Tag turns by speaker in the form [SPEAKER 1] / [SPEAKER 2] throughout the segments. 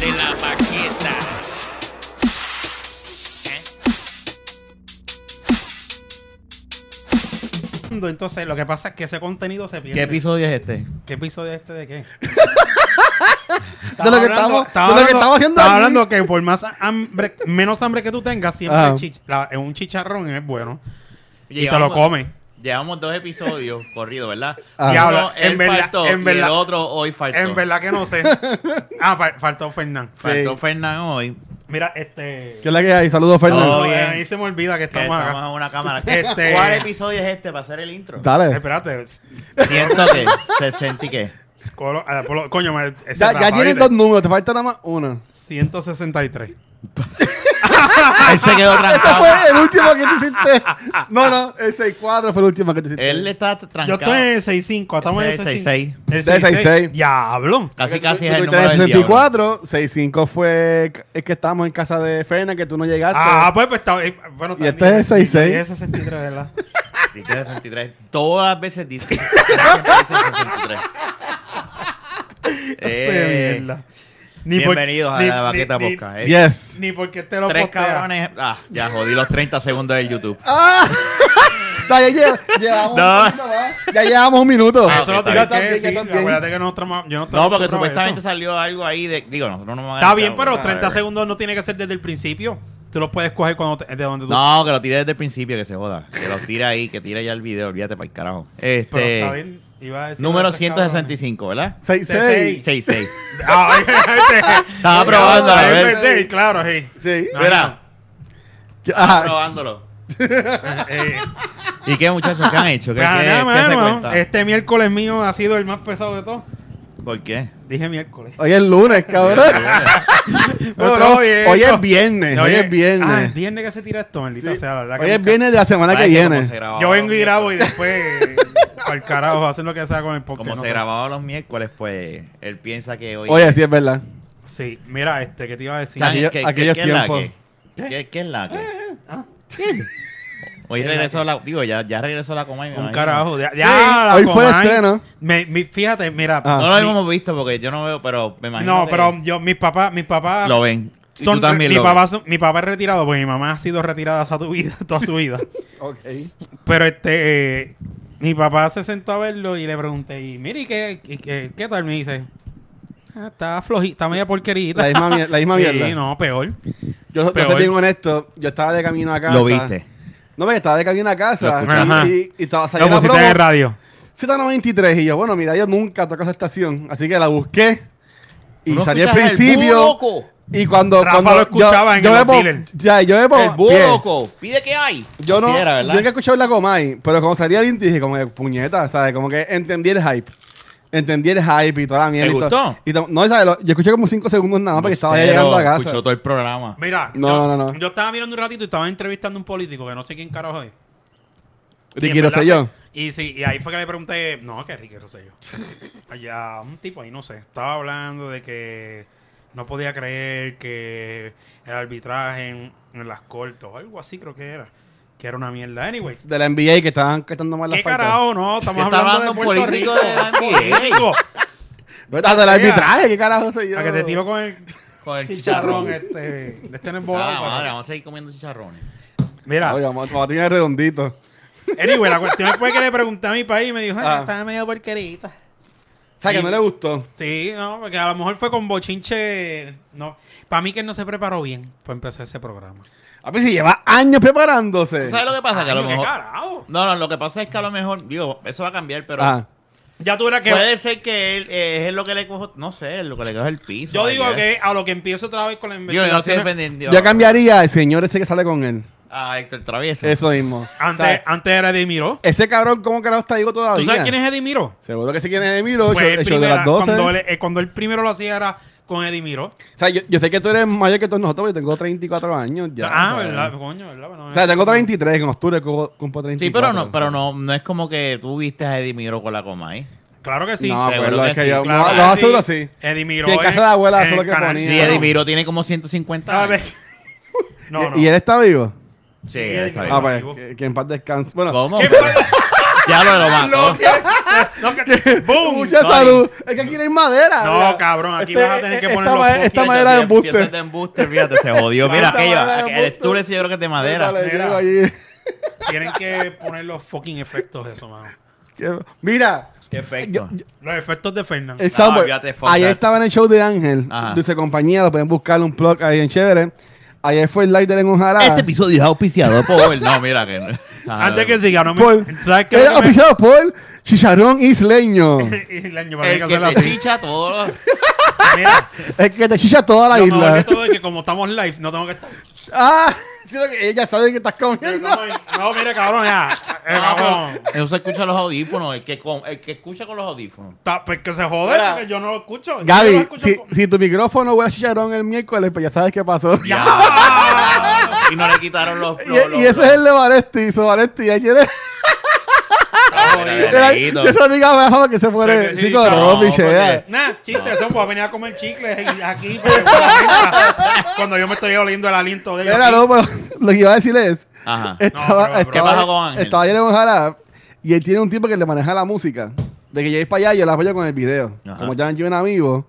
[SPEAKER 1] ¿Eh?
[SPEAKER 2] hablando, entonces lo que pasa es que ese contenido se pierde.
[SPEAKER 1] ¿Qué episodio es este?
[SPEAKER 2] ¿Qué episodio es este de qué?
[SPEAKER 3] De lo que estamos- de lo que estamos haciendo
[SPEAKER 2] estaba
[SPEAKER 3] aquí.
[SPEAKER 2] hablando que por más hambre, menos hambre que tú tengas, siempre
[SPEAKER 3] Ajá.
[SPEAKER 2] el chich- la- un chicharrón es bueno. Y te lo come.
[SPEAKER 1] Llevamos dos episodios corridos, ¿verdad?
[SPEAKER 3] Ah.
[SPEAKER 2] Diablo, en
[SPEAKER 1] en
[SPEAKER 2] verdad-
[SPEAKER 1] faltó
[SPEAKER 2] en
[SPEAKER 1] y
[SPEAKER 2] verdad-
[SPEAKER 1] el otro hoy faltó.
[SPEAKER 2] En verdad que no sé. Ah, fal- faltó Fernán.
[SPEAKER 1] Faltó Fernán hoy.
[SPEAKER 2] Mira, este.
[SPEAKER 3] ¿Qué es la que hay? Saludos,
[SPEAKER 2] No,
[SPEAKER 3] Fernando.
[SPEAKER 1] Oh, bien.
[SPEAKER 2] A mí se me olvida que
[SPEAKER 1] Que
[SPEAKER 2] estamos
[SPEAKER 1] estamos
[SPEAKER 2] acá.
[SPEAKER 1] en una cámara.
[SPEAKER 2] Este-
[SPEAKER 1] ¿Cuál episodio es este para hacer el intro?
[SPEAKER 3] Dale.
[SPEAKER 2] Espérate.
[SPEAKER 1] Siento que, se sentí que.
[SPEAKER 2] Colo- ah, Polo- coño, me- ese eh.
[SPEAKER 3] Ya,
[SPEAKER 2] Rafa,
[SPEAKER 3] ya tienes
[SPEAKER 2] ¿viste?
[SPEAKER 3] dos números, te falta nada más una.
[SPEAKER 2] 163.
[SPEAKER 1] Él se quedó
[SPEAKER 3] Ese
[SPEAKER 1] trancado.
[SPEAKER 3] fue el último que te hiciste. No, no, el 6-4 fue el último que te hiciste.
[SPEAKER 1] Él está trancado.
[SPEAKER 2] Yo estoy en el 65, estamos en el
[SPEAKER 1] Este es el
[SPEAKER 2] 65. El
[SPEAKER 3] Este es el 66.
[SPEAKER 2] Diablo.
[SPEAKER 1] Casi,
[SPEAKER 3] Porque tú-
[SPEAKER 1] casi
[SPEAKER 3] tú
[SPEAKER 1] es el
[SPEAKER 3] tuviste
[SPEAKER 1] número
[SPEAKER 3] el
[SPEAKER 1] del diablo.
[SPEAKER 3] 64, 65 fue el que estábamos en casa de Fena, que tú no llegaste.
[SPEAKER 2] Ah, pues, pues está. eh, Bueno,
[SPEAKER 3] Y este es el 66.
[SPEAKER 2] Y es el 63, ¿verdad?
[SPEAKER 1] Dijiste 63. Todas las veces dice. siempre dice 63.
[SPEAKER 2] Ese
[SPEAKER 1] Eh,
[SPEAKER 2] mierda. por-
[SPEAKER 1] bienvenidos a
[SPEAKER 2] ni-
[SPEAKER 1] la
[SPEAKER 2] ni-
[SPEAKER 1] baqueta
[SPEAKER 2] ni-
[SPEAKER 1] podcast. eh.
[SPEAKER 3] yes.
[SPEAKER 2] Ni porque este te lo
[SPEAKER 1] Tres
[SPEAKER 2] postea.
[SPEAKER 1] cabrones. Ah, ya jodí los 30 segundos del YouTube.
[SPEAKER 3] ¡Ah! Está, ya, lle- llevamos
[SPEAKER 1] No.
[SPEAKER 3] un minuto, ¿verdad? ya llevamos un minuto.
[SPEAKER 2] Ah,
[SPEAKER 1] Ah,
[SPEAKER 2] Eso lo
[SPEAKER 1] ok,
[SPEAKER 2] tienes
[SPEAKER 3] está
[SPEAKER 2] que
[SPEAKER 3] bien, está
[SPEAKER 2] decir.
[SPEAKER 3] bien, está bien.
[SPEAKER 2] Acuérdate que no trama- yo no
[SPEAKER 1] No,
[SPEAKER 2] trama
[SPEAKER 1] porque supuestamente
[SPEAKER 2] eso.
[SPEAKER 1] salió algo ahí de. Digo, nosotros no vamos a
[SPEAKER 2] Está bien, pero
[SPEAKER 1] whatever.
[SPEAKER 2] 30 segundos no tiene que ser desde el principio. Tú lo puedes coger cuando te- de donde tú.
[SPEAKER 1] No, que lo tire desde el principio, que se joda. Que lo tire ahí, que tire ya el video, olvídate para el carajo.
[SPEAKER 2] pero está
[SPEAKER 1] Este.
[SPEAKER 2] bien. Iba a decir
[SPEAKER 1] Número
[SPEAKER 2] los tres cabrones.
[SPEAKER 1] 165, ¿verdad?
[SPEAKER 3] 6-6.
[SPEAKER 1] 66.
[SPEAKER 2] Ah, este.
[SPEAKER 1] Estaba probando a
[SPEAKER 3] Ah,
[SPEAKER 2] Es
[SPEAKER 1] ver.
[SPEAKER 3] verdad.
[SPEAKER 2] Mercedes, claro, sí.
[SPEAKER 3] Sí.
[SPEAKER 2] No,
[SPEAKER 1] Mira,
[SPEAKER 3] Ajá.
[SPEAKER 1] probándolo.
[SPEAKER 2] Eh,
[SPEAKER 1] ¿Y qué muchachos qué han hecho? ¿Qué,
[SPEAKER 2] pues
[SPEAKER 1] qué-
[SPEAKER 2] nada,
[SPEAKER 1] qué se
[SPEAKER 2] mano,
[SPEAKER 1] cuenta?
[SPEAKER 2] este miércoles mío ha sido el más pesado de todos.
[SPEAKER 1] ¿Por qué?
[SPEAKER 2] Dije miércoles.
[SPEAKER 3] Hoy es lunes, cabrón. No, no,
[SPEAKER 2] Hoy es-
[SPEAKER 3] hoy es viernes. Hoy es
[SPEAKER 2] Ah, es
[SPEAKER 3] viernes.
[SPEAKER 2] viernes que se tira esto, maldita
[SPEAKER 3] Sí.
[SPEAKER 2] sea la verdad. que
[SPEAKER 3] Hoy es
[SPEAKER 2] nunca-
[SPEAKER 3] viernes de la semana que
[SPEAKER 1] Ay, como se
[SPEAKER 3] viene.
[SPEAKER 1] grababa
[SPEAKER 2] Yo vengo
[SPEAKER 1] los
[SPEAKER 2] y grabo y
[SPEAKER 1] miércoles-
[SPEAKER 2] después al carajo hacen lo que sea con el podcast.
[SPEAKER 1] Como
[SPEAKER 2] no
[SPEAKER 1] se
[SPEAKER 2] sé.
[SPEAKER 1] grababa los miércoles, pues él piensa que hoy.
[SPEAKER 3] Oye, sí, es verdad.
[SPEAKER 2] Sí, mira, este, ¿qué te iba a decir?
[SPEAKER 1] ¿Saben
[SPEAKER 3] aquellos-
[SPEAKER 1] qué- qué-
[SPEAKER 3] aquellos
[SPEAKER 1] qué es la
[SPEAKER 3] tiempos.
[SPEAKER 1] que? ¿Qué, qué es la
[SPEAKER 2] Eh,
[SPEAKER 1] que?
[SPEAKER 2] Ah,
[SPEAKER 1] Hoy regresó la. Digo, ya, ya regresó la coma. y me
[SPEAKER 2] Un
[SPEAKER 1] imagino.
[SPEAKER 2] carajo. Ya,
[SPEAKER 3] Sí,
[SPEAKER 2] ya, la
[SPEAKER 3] hoy fue el
[SPEAKER 2] Comay.
[SPEAKER 3] estreno.
[SPEAKER 2] Me- mi- fíjate, mira.
[SPEAKER 3] Ah.
[SPEAKER 1] No lo
[SPEAKER 2] mi-
[SPEAKER 1] hemos visto porque yo no veo, pero me imagino.
[SPEAKER 2] no,
[SPEAKER 1] que
[SPEAKER 2] pero yo, mis papás, mis papás.
[SPEAKER 1] Lo ven. Y tú
[SPEAKER 2] son-
[SPEAKER 1] también
[SPEAKER 2] mi,
[SPEAKER 1] lo
[SPEAKER 2] papá,
[SPEAKER 1] ves.
[SPEAKER 2] son- mi papá es retirado porque mi mamá ha sido retirada toda su vida, toda su vida.
[SPEAKER 3] Ok.
[SPEAKER 2] Pero este, eh, mi papá se sentó a verlo y le pregunté, y mire, ¿y ¿qué, y qué, qué tal? Me dice, "Ah, está flojita, está media porquerita.
[SPEAKER 3] La misma, mier- la misma mierda.
[SPEAKER 2] Sí, no, peor.
[SPEAKER 3] Yo, yo soy
[SPEAKER 2] Peor.
[SPEAKER 3] bien honesto. Yo estaba de camino a casa.
[SPEAKER 1] Lo viste.
[SPEAKER 3] No, porque estaba de camino a
[SPEAKER 1] Lo
[SPEAKER 3] casa.
[SPEAKER 1] escuchaste.
[SPEAKER 3] y-
[SPEAKER 2] Ajá. pues
[SPEAKER 3] Y, y estaba
[SPEAKER 2] Lo
[SPEAKER 3] saliendo la
[SPEAKER 2] pusiste en el
[SPEAKER 3] promo.
[SPEAKER 2] radio.
[SPEAKER 3] 793. Y yo, bueno, mira, yo nunca toco esa estación. Así que la busqué. Y
[SPEAKER 1] ¿Tú no
[SPEAKER 3] salí al
[SPEAKER 1] escuchas el búho,
[SPEAKER 3] principio.
[SPEAKER 1] loco?
[SPEAKER 3] Y cuando,
[SPEAKER 2] Rafa
[SPEAKER 3] cuando
[SPEAKER 2] lo escuchaba en
[SPEAKER 3] yo
[SPEAKER 2] el
[SPEAKER 3] me pon-
[SPEAKER 2] dealer.
[SPEAKER 3] Ya, yo me pon-
[SPEAKER 1] El búho,
[SPEAKER 3] Oh, bien.
[SPEAKER 1] loco. Pide que hay.
[SPEAKER 3] Yo no,
[SPEAKER 1] Así era, ¿verdad?
[SPEAKER 3] yo que escuchaba la Comay, pero cuando salía el Inti dije como que puñeta, ¿sabes? Como que entendí el hype. Entendí el hype y toda la mierda.
[SPEAKER 1] ¿Te
[SPEAKER 3] y to-
[SPEAKER 1] gustó?
[SPEAKER 3] y to- no, ¿sabes? Lo- Yo escuché como 5 segundos nada más porque estaba ya
[SPEAKER 1] Pero
[SPEAKER 3] llegando a casa.
[SPEAKER 1] Escuchó todo el programa.
[SPEAKER 2] Mira,
[SPEAKER 3] No,
[SPEAKER 2] yo,
[SPEAKER 3] no, no, no.
[SPEAKER 2] yo estaba mirando un ratito y estaba entrevistando a un político que no sé quién carajo es. Y en
[SPEAKER 3] Ricky
[SPEAKER 2] verdad
[SPEAKER 3] Rosselló.
[SPEAKER 2] se- Y, sí, y ahí fue que le pregunté, no, que Ricky Rosselló. Allá, un tipo ahí, no sé, estaba hablando de que no podía creer que el arbitraje en, en las cortes o algo así creo que era, que era una mierda. Anyways,
[SPEAKER 3] De la NBA que estaban cantando mal las
[SPEAKER 2] ¿qué
[SPEAKER 3] faltas.
[SPEAKER 2] carajo? No, estamos
[SPEAKER 1] Está
[SPEAKER 2] hablando, de
[SPEAKER 1] hablando un
[SPEAKER 2] Puerto
[SPEAKER 1] político
[SPEAKER 2] Rico.
[SPEAKER 1] de eh? la NBA.
[SPEAKER 2] Político.
[SPEAKER 3] No estás del arbitraje, ¿qué carajo soy yo?
[SPEAKER 2] A que te tiro con el
[SPEAKER 1] Con el
[SPEAKER 2] chicharrón
[SPEAKER 1] chicharrón.
[SPEAKER 2] este. De este en el
[SPEAKER 1] Ah,
[SPEAKER 2] volado,
[SPEAKER 1] madre,
[SPEAKER 2] para-
[SPEAKER 1] vamos a seguir comiendo chicharrones.
[SPEAKER 2] Mira,
[SPEAKER 3] Oye, vamos, vamos a terminar redondito.
[SPEAKER 2] anyway, la cuestión fue que le pregunté a mi país y me dijo, ah,
[SPEAKER 3] Ah.
[SPEAKER 2] estaba medio porquerita.
[SPEAKER 3] O sea, que no
[SPEAKER 2] Y-
[SPEAKER 3] le gustó.
[SPEAKER 2] Sí, no, porque a lo mejor fue con bochinche. No, para mí que él no se preparó bien para empezar ese programa.
[SPEAKER 3] A ver si lleva años preparándose.
[SPEAKER 1] ¿Tú sabes lo que pasa? Que a lo
[SPEAKER 2] Coño, ¿Qué
[SPEAKER 1] mejor.
[SPEAKER 2] carajo?
[SPEAKER 1] No, no, lo que pasa es que a lo mejor, digo, eso va a cambiar, pero
[SPEAKER 3] Ah,
[SPEAKER 2] Ya tú verás que.
[SPEAKER 1] puede ser que él eh, es lo que le cojo, no sé, es lo que le cojo el piso.
[SPEAKER 2] yo
[SPEAKER 1] I
[SPEAKER 2] digo
[SPEAKER 1] guess.
[SPEAKER 2] que a lo que empiezo otra vez con la
[SPEAKER 1] Digo, yo no estoy
[SPEAKER 2] investigación.
[SPEAKER 1] defendiendo
[SPEAKER 3] yo cambiaría al señor ese que sale con él.
[SPEAKER 1] a Héctor Travieso.
[SPEAKER 3] Eso mismo.
[SPEAKER 2] antes,
[SPEAKER 3] ¿Sabes? Ah,
[SPEAKER 2] antes era Edimiro.
[SPEAKER 3] Ese cabrón, ¿cómo carajo está vivo todavía?
[SPEAKER 2] ¿Tú sabes quién es Edimiro?
[SPEAKER 3] Seguro que sí quién es Emiro,
[SPEAKER 2] Pues
[SPEAKER 3] hecho,
[SPEAKER 2] él
[SPEAKER 3] hecho de
[SPEAKER 2] primera-
[SPEAKER 3] las 12.
[SPEAKER 2] Cuando él, eh, cuando él primero lo hacía era con Edimiro.
[SPEAKER 3] O sea, yo, yo sé que tú eres mayor que todos nosotros, yo tengo 34 años ya.
[SPEAKER 2] ah,
[SPEAKER 3] o sea.
[SPEAKER 2] verdad, coño, verdad. Bueno, eh,
[SPEAKER 3] O sea, tengo 33, en octubre cu- cumplo 34.
[SPEAKER 1] Sí, pero no, pero no, no es como que tú viste a Edimiro con la coma, ¿eh?
[SPEAKER 2] Claro que sí.
[SPEAKER 3] no,
[SPEAKER 1] seguro
[SPEAKER 3] abuelo,
[SPEAKER 1] que
[SPEAKER 3] es que
[SPEAKER 1] sí,
[SPEAKER 3] yo...
[SPEAKER 2] claro
[SPEAKER 3] no,
[SPEAKER 2] que
[SPEAKER 3] lo
[SPEAKER 2] sí.
[SPEAKER 3] aseguro así.
[SPEAKER 2] Edimiro.
[SPEAKER 3] Sí, en
[SPEAKER 2] es-
[SPEAKER 3] casa de la abuela, eso es lo
[SPEAKER 2] en
[SPEAKER 3] que
[SPEAKER 2] Canal
[SPEAKER 3] ponía.
[SPEAKER 1] Sí,
[SPEAKER 2] Cielo.
[SPEAKER 1] Edimiro tiene como 150
[SPEAKER 2] A ver.
[SPEAKER 1] años.
[SPEAKER 2] No, no.
[SPEAKER 3] ¿Y él está vivo?
[SPEAKER 1] Ah, Sí, está
[SPEAKER 2] Edimiro.
[SPEAKER 1] bien.
[SPEAKER 3] Ah,
[SPEAKER 2] va
[SPEAKER 3] pues,
[SPEAKER 2] vivo.
[SPEAKER 3] que, que en paz descanse. Bueno,
[SPEAKER 1] ¿Cómo?
[SPEAKER 2] ¿Qué
[SPEAKER 1] ya lo, lo
[SPEAKER 2] Lo
[SPEAKER 1] mató.
[SPEAKER 2] que- lo que- ¡Boom!
[SPEAKER 3] mucha salud. Es que aquí no hay madera.
[SPEAKER 2] No,
[SPEAKER 3] ¿verdad?
[SPEAKER 2] cabrón, aquí vas a tener que
[SPEAKER 3] esta
[SPEAKER 2] poner los
[SPEAKER 3] ma-
[SPEAKER 2] postes,
[SPEAKER 3] Esta
[SPEAKER 1] Si
[SPEAKER 3] madera
[SPEAKER 1] eso-
[SPEAKER 3] de
[SPEAKER 1] si eso es
[SPEAKER 3] embuste.
[SPEAKER 1] de embuste, fíjate, se jodió. Mira
[SPEAKER 3] Esta madera de
[SPEAKER 1] aquello, el
[SPEAKER 3] embuste.
[SPEAKER 1] estuble sí yo creo que es de madera.
[SPEAKER 3] Dale,
[SPEAKER 2] Mira.
[SPEAKER 3] llego allí.
[SPEAKER 2] Tienen que poner los fucking efectos de eso, mano.
[SPEAKER 3] Que- Mira,
[SPEAKER 1] Qué efecto.
[SPEAKER 2] Los efectos de Fernan.
[SPEAKER 3] el soundboard.
[SPEAKER 1] Ah, olvídate, fuck
[SPEAKER 3] ayer
[SPEAKER 1] that.
[SPEAKER 3] estaba en el show de Ángel.
[SPEAKER 1] Ajá.
[SPEAKER 3] Dice compañía, lo pueden buscar un plug ahí en Chévere. Ayer fue el live de Lengon Jara.
[SPEAKER 1] Este episodio es auspiciado por... No, mira que... no. Ah,
[SPEAKER 2] Antes que siga, no me.
[SPEAKER 3] por,
[SPEAKER 2] ¿Sabes qué?
[SPEAKER 3] era
[SPEAKER 2] Lo que me-
[SPEAKER 3] auspiciado por Chicharrón Isleño.
[SPEAKER 2] Y el año para
[SPEAKER 1] El
[SPEAKER 2] que
[SPEAKER 1] que
[SPEAKER 2] hacerlo
[SPEAKER 1] te
[SPEAKER 2] así.
[SPEAKER 1] chicha todos los...
[SPEAKER 2] Mira,
[SPEAKER 3] es que te chicha toda la
[SPEAKER 2] lo mejor de
[SPEAKER 3] isla.
[SPEAKER 2] todo es que como estamos live, no tengo que estar.
[SPEAKER 3] Ah, sí, porque ella sabe que estás
[SPEAKER 2] Pero
[SPEAKER 3] comiendo.
[SPEAKER 2] estamos en- No, mira, cabrón, ya. Eh,
[SPEAKER 1] Ah,
[SPEAKER 2] cabrón.
[SPEAKER 1] Eso se escucha en los audífonos. El que, con, el que escucha con los audífonos.
[SPEAKER 2] Ta- pues que se jode,
[SPEAKER 3] Mira.
[SPEAKER 2] porque yo no lo escucho. Yo no lo
[SPEAKER 3] Gaby,
[SPEAKER 2] escucho
[SPEAKER 3] si,
[SPEAKER 2] con-
[SPEAKER 3] si tu micrófono huele a chicharrón el miércoles, pues ya sabes qué pasó.
[SPEAKER 1] Ya. y no le quitaron los...
[SPEAKER 3] Y, y ese es el de Valesti, hizo Valesti, ayer Ah, era, yo se lo digo a Bejo que se
[SPEAKER 2] Sí,
[SPEAKER 3] pone
[SPEAKER 2] sí,
[SPEAKER 3] chico,
[SPEAKER 2] no,
[SPEAKER 3] no, pichea.
[SPEAKER 2] Nah, chiste, eso pues venir a comer chicles y- aquí pero, mira, cuando yo me estoy oliendo el aliento de ellos.
[SPEAKER 3] Era
[SPEAKER 2] aquí.
[SPEAKER 3] no, pero lo que iba a decir es,
[SPEAKER 1] Ajá.
[SPEAKER 3] estaba,
[SPEAKER 2] pero, pero,
[SPEAKER 1] ¿qué
[SPEAKER 3] estaba,
[SPEAKER 1] pasó con Ángel?
[SPEAKER 3] estaba ayer en Ojalá y él tiene un tipo que le maneja la música. De que llegué para allá, yo la apoyo con el video.
[SPEAKER 1] Ajá.
[SPEAKER 3] Como ya yo en amigo,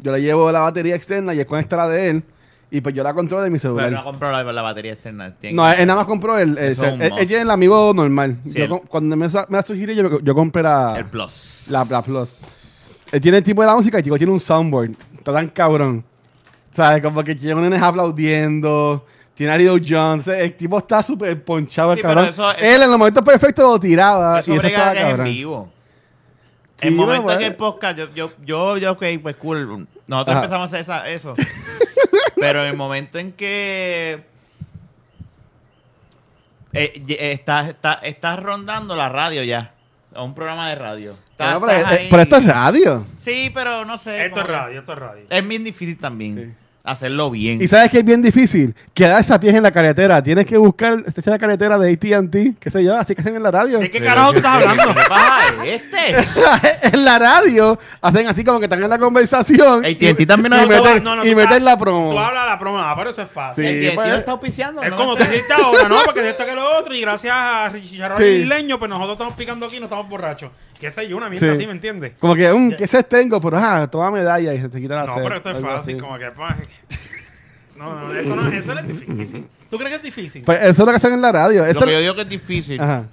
[SPEAKER 3] yo le llevo la batería externa y él conecta la de él. Y pues yo la controlo de mi
[SPEAKER 1] Pero
[SPEAKER 3] celular.
[SPEAKER 1] no compró la, la batería externa. tiene
[SPEAKER 3] No,
[SPEAKER 1] que-
[SPEAKER 3] él nada más compró el. el-
[SPEAKER 1] Eso es un
[SPEAKER 3] él-
[SPEAKER 1] must.
[SPEAKER 3] él tiene el amigo normal.
[SPEAKER 1] Sí,
[SPEAKER 3] Yo
[SPEAKER 1] el-
[SPEAKER 3] com- cuando me, sa- me la sugerí, yo, yo compré la,
[SPEAKER 1] El plus.
[SPEAKER 3] la, la Plus. Él tiene el tipo de la música y chico tiene un soundboard. Está tan cabrón. ¿Sabes? Como que llegan nenes aplaudiendo. Tiene a Leo Jones. El tipo está súper ponchado, el
[SPEAKER 1] Sí, pero
[SPEAKER 3] cabrón.
[SPEAKER 1] eso-
[SPEAKER 3] él en los momentos perfectos lo tiraba.
[SPEAKER 1] Eso
[SPEAKER 3] y eso
[SPEAKER 1] brega
[SPEAKER 3] estaba
[SPEAKER 1] que es en
[SPEAKER 3] cabrón.
[SPEAKER 1] vivo.
[SPEAKER 3] Sí,
[SPEAKER 1] el momento
[SPEAKER 3] pero,
[SPEAKER 1] que
[SPEAKER 3] pues,
[SPEAKER 1] el podcast, yo, yo, yo, yo, ok, pues cool. Nosotros
[SPEAKER 3] Ajá.
[SPEAKER 1] empezamos a hacer esa- eso. pero en el momento en que eh, y- eh, estás estás- estás rondando la radio ya. A un programa de radio. Estás-
[SPEAKER 3] Pero, pero,
[SPEAKER 1] estás
[SPEAKER 3] eh,
[SPEAKER 1] ahí.
[SPEAKER 3] pero esto es radio.
[SPEAKER 1] Sí, pero no sé.
[SPEAKER 2] Esto es
[SPEAKER 1] como-
[SPEAKER 2] radio, esto es radio.
[SPEAKER 1] Es bien difícil también hacerlo bien.
[SPEAKER 3] Y sabes que es bien difícil quedarse a pies en la carretera. Tienes que buscar esta la carretera de ATT, qué sé yo, así que hacen en la radio.
[SPEAKER 2] ¿De qué carajo tú estás hablando?
[SPEAKER 1] ¿Qué pasa? Este.
[SPEAKER 3] en la radio hacen así como que están en la conversación.
[SPEAKER 1] Ey, TNT también
[SPEAKER 3] y
[SPEAKER 1] nos-
[SPEAKER 3] meten-
[SPEAKER 2] No, no,
[SPEAKER 3] y
[SPEAKER 2] tú
[SPEAKER 3] meten
[SPEAKER 2] estás-
[SPEAKER 3] la promo.
[SPEAKER 2] Tú hablas la promo, ah, pero eso es fácil.
[SPEAKER 3] Sí,
[SPEAKER 1] el que-
[SPEAKER 3] pues-
[SPEAKER 1] tío está auspiciando.
[SPEAKER 2] Es
[SPEAKER 1] no
[SPEAKER 2] como
[SPEAKER 1] me
[SPEAKER 2] te
[SPEAKER 1] está-
[SPEAKER 2] sientes ahora, ¿no? Porque de esto que lo otro, y gracias a Chicharrón
[SPEAKER 3] Sí.
[SPEAKER 2] y Leño, pues nosotros estamos picando aquí y no estamos borrachos. Que sé yo, una mierda
[SPEAKER 3] Sí.
[SPEAKER 2] así, ¿me entiendes?
[SPEAKER 3] Como que, un ¿qué ses tengo? Pero, ah, toma medalla y se te quita la
[SPEAKER 2] No,
[SPEAKER 3] sed,
[SPEAKER 2] pero esto es
[SPEAKER 3] Ah, algo
[SPEAKER 2] fácil,
[SPEAKER 3] así.
[SPEAKER 2] como que. pues, No, no, eso no, eso no es difícil. ¿Tú crees que es difícil?
[SPEAKER 3] Pues eso es lo que hacen en la radio. Eso
[SPEAKER 1] Lo que yo digo que es difícil
[SPEAKER 3] Ajá.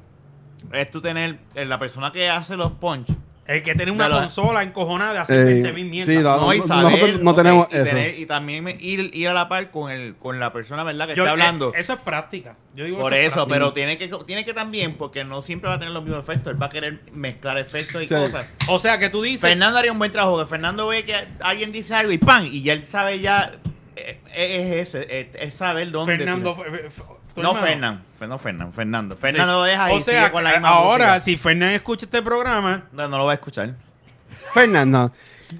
[SPEAKER 1] es tú tener eh, la persona que hace los punch.
[SPEAKER 2] El que tiene una
[SPEAKER 1] Claro.
[SPEAKER 2] consola encojonada de
[SPEAKER 3] Eh,
[SPEAKER 2] hacer 20 mil mierdas.
[SPEAKER 3] sí,
[SPEAKER 1] No,
[SPEAKER 3] no,
[SPEAKER 1] y
[SPEAKER 3] no,
[SPEAKER 1] saber,
[SPEAKER 3] nosotros no
[SPEAKER 1] ok,
[SPEAKER 3] tenemos
[SPEAKER 1] y
[SPEAKER 3] eso.
[SPEAKER 1] tener- y también me- ir, ir a la par con, el, con la persona, ¿verdad? Que
[SPEAKER 2] Yo-
[SPEAKER 1] está
[SPEAKER 2] eh,
[SPEAKER 1] hablando.
[SPEAKER 2] eso es práctica. Yo digo
[SPEAKER 1] Por
[SPEAKER 2] es
[SPEAKER 1] eso,
[SPEAKER 2] práctica.
[SPEAKER 1] pero tiene que, tiene que también, porque no siempre va a tener los mismos efectos. Él va a querer mezclar efectos y
[SPEAKER 3] Sí.
[SPEAKER 1] cosas.
[SPEAKER 2] O sea, que tú dices.
[SPEAKER 1] Fernando haría un buen trabajo, que Fernando ve que alguien dice algo y ¡pam! Y ya él sabe ya, eh, es ese, eh, es saber dónde.
[SPEAKER 2] Fernando. Fe- fe- fe- tu
[SPEAKER 1] No,
[SPEAKER 2] hermano.
[SPEAKER 1] Fernando, no Fernando, Fernando.
[SPEAKER 2] Sí.
[SPEAKER 1] Fernando deja
[SPEAKER 2] O
[SPEAKER 1] y sigue
[SPEAKER 2] sea, eh,
[SPEAKER 1] con la misma
[SPEAKER 2] ahora,
[SPEAKER 1] música.
[SPEAKER 2] si Fernán escucha este programa.
[SPEAKER 1] No, no lo va a escuchar.
[SPEAKER 3] Fernando,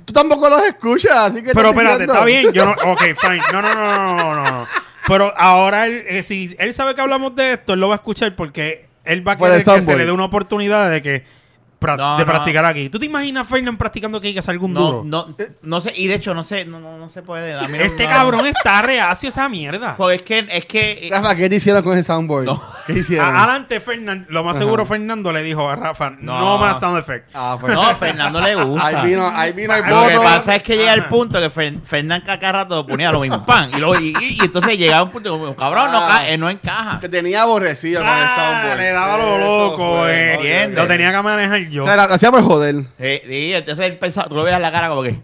[SPEAKER 3] tú tampoco los escuchas, así que.
[SPEAKER 2] Pero
[SPEAKER 3] estás
[SPEAKER 2] espérate,
[SPEAKER 3] diciendo-
[SPEAKER 2] está bien. Yo no, ok, fine. No, no, no, no, no, no, no. Pero ahora, él, eh, si él sabe que hablamos de esto, él lo va a escuchar porque él va a
[SPEAKER 3] Por
[SPEAKER 2] querer
[SPEAKER 3] el
[SPEAKER 2] que se
[SPEAKER 3] soundboy.
[SPEAKER 2] le dé una oportunidad de que pra-
[SPEAKER 1] No,
[SPEAKER 2] de
[SPEAKER 1] no.
[SPEAKER 2] practicar aquí. ¿Tú te imaginas Fernán practicando aquí que salga un
[SPEAKER 1] No,
[SPEAKER 2] duro?
[SPEAKER 1] no, no sé, y de hecho no sé, no, no, no se puede. a mí no-
[SPEAKER 2] Este
[SPEAKER 1] no-
[SPEAKER 2] cabrón está reacio a esa mierda.
[SPEAKER 1] Porque es que, es que, eh,
[SPEAKER 3] Rafa, ¿qué te hicieron con ese soundboard?
[SPEAKER 1] No.
[SPEAKER 3] ¿Qué hicieron?
[SPEAKER 2] A- Adelante, Fernando. Lo más
[SPEAKER 3] Ajá.
[SPEAKER 2] seguro, Fernando le dijo a Rafa: no,
[SPEAKER 1] No.
[SPEAKER 2] más sound effect.
[SPEAKER 3] Ah, pues-
[SPEAKER 1] no, a Fernando le gusta.
[SPEAKER 3] Ahí vino, ahí vino el
[SPEAKER 2] Lo
[SPEAKER 1] Lo que
[SPEAKER 3] voto.
[SPEAKER 1] pasa es que llega el
[SPEAKER 2] Ajá.
[SPEAKER 1] punto que Fer- Fernán cada rato ponía lo mismo, pan, y, luego- y, y- y entonces llegaba un punto como, cabrón,
[SPEAKER 3] Ah.
[SPEAKER 1] no, ca- eh, no encaja.
[SPEAKER 3] Que tenía aborrecido con el
[SPEAKER 2] Ah,
[SPEAKER 3] soundboard.
[SPEAKER 2] le daba lo
[SPEAKER 3] Eso
[SPEAKER 2] loco,
[SPEAKER 3] fue,
[SPEAKER 2] eh.
[SPEAKER 3] ok,
[SPEAKER 1] Entiendo.
[SPEAKER 2] Lo
[SPEAKER 3] ok.
[SPEAKER 2] tenía que manejar yo.
[SPEAKER 3] O sea, lo- lo hacía por joder.
[SPEAKER 1] Eh, y entonces él pensaba, tú lo veas la cara como que,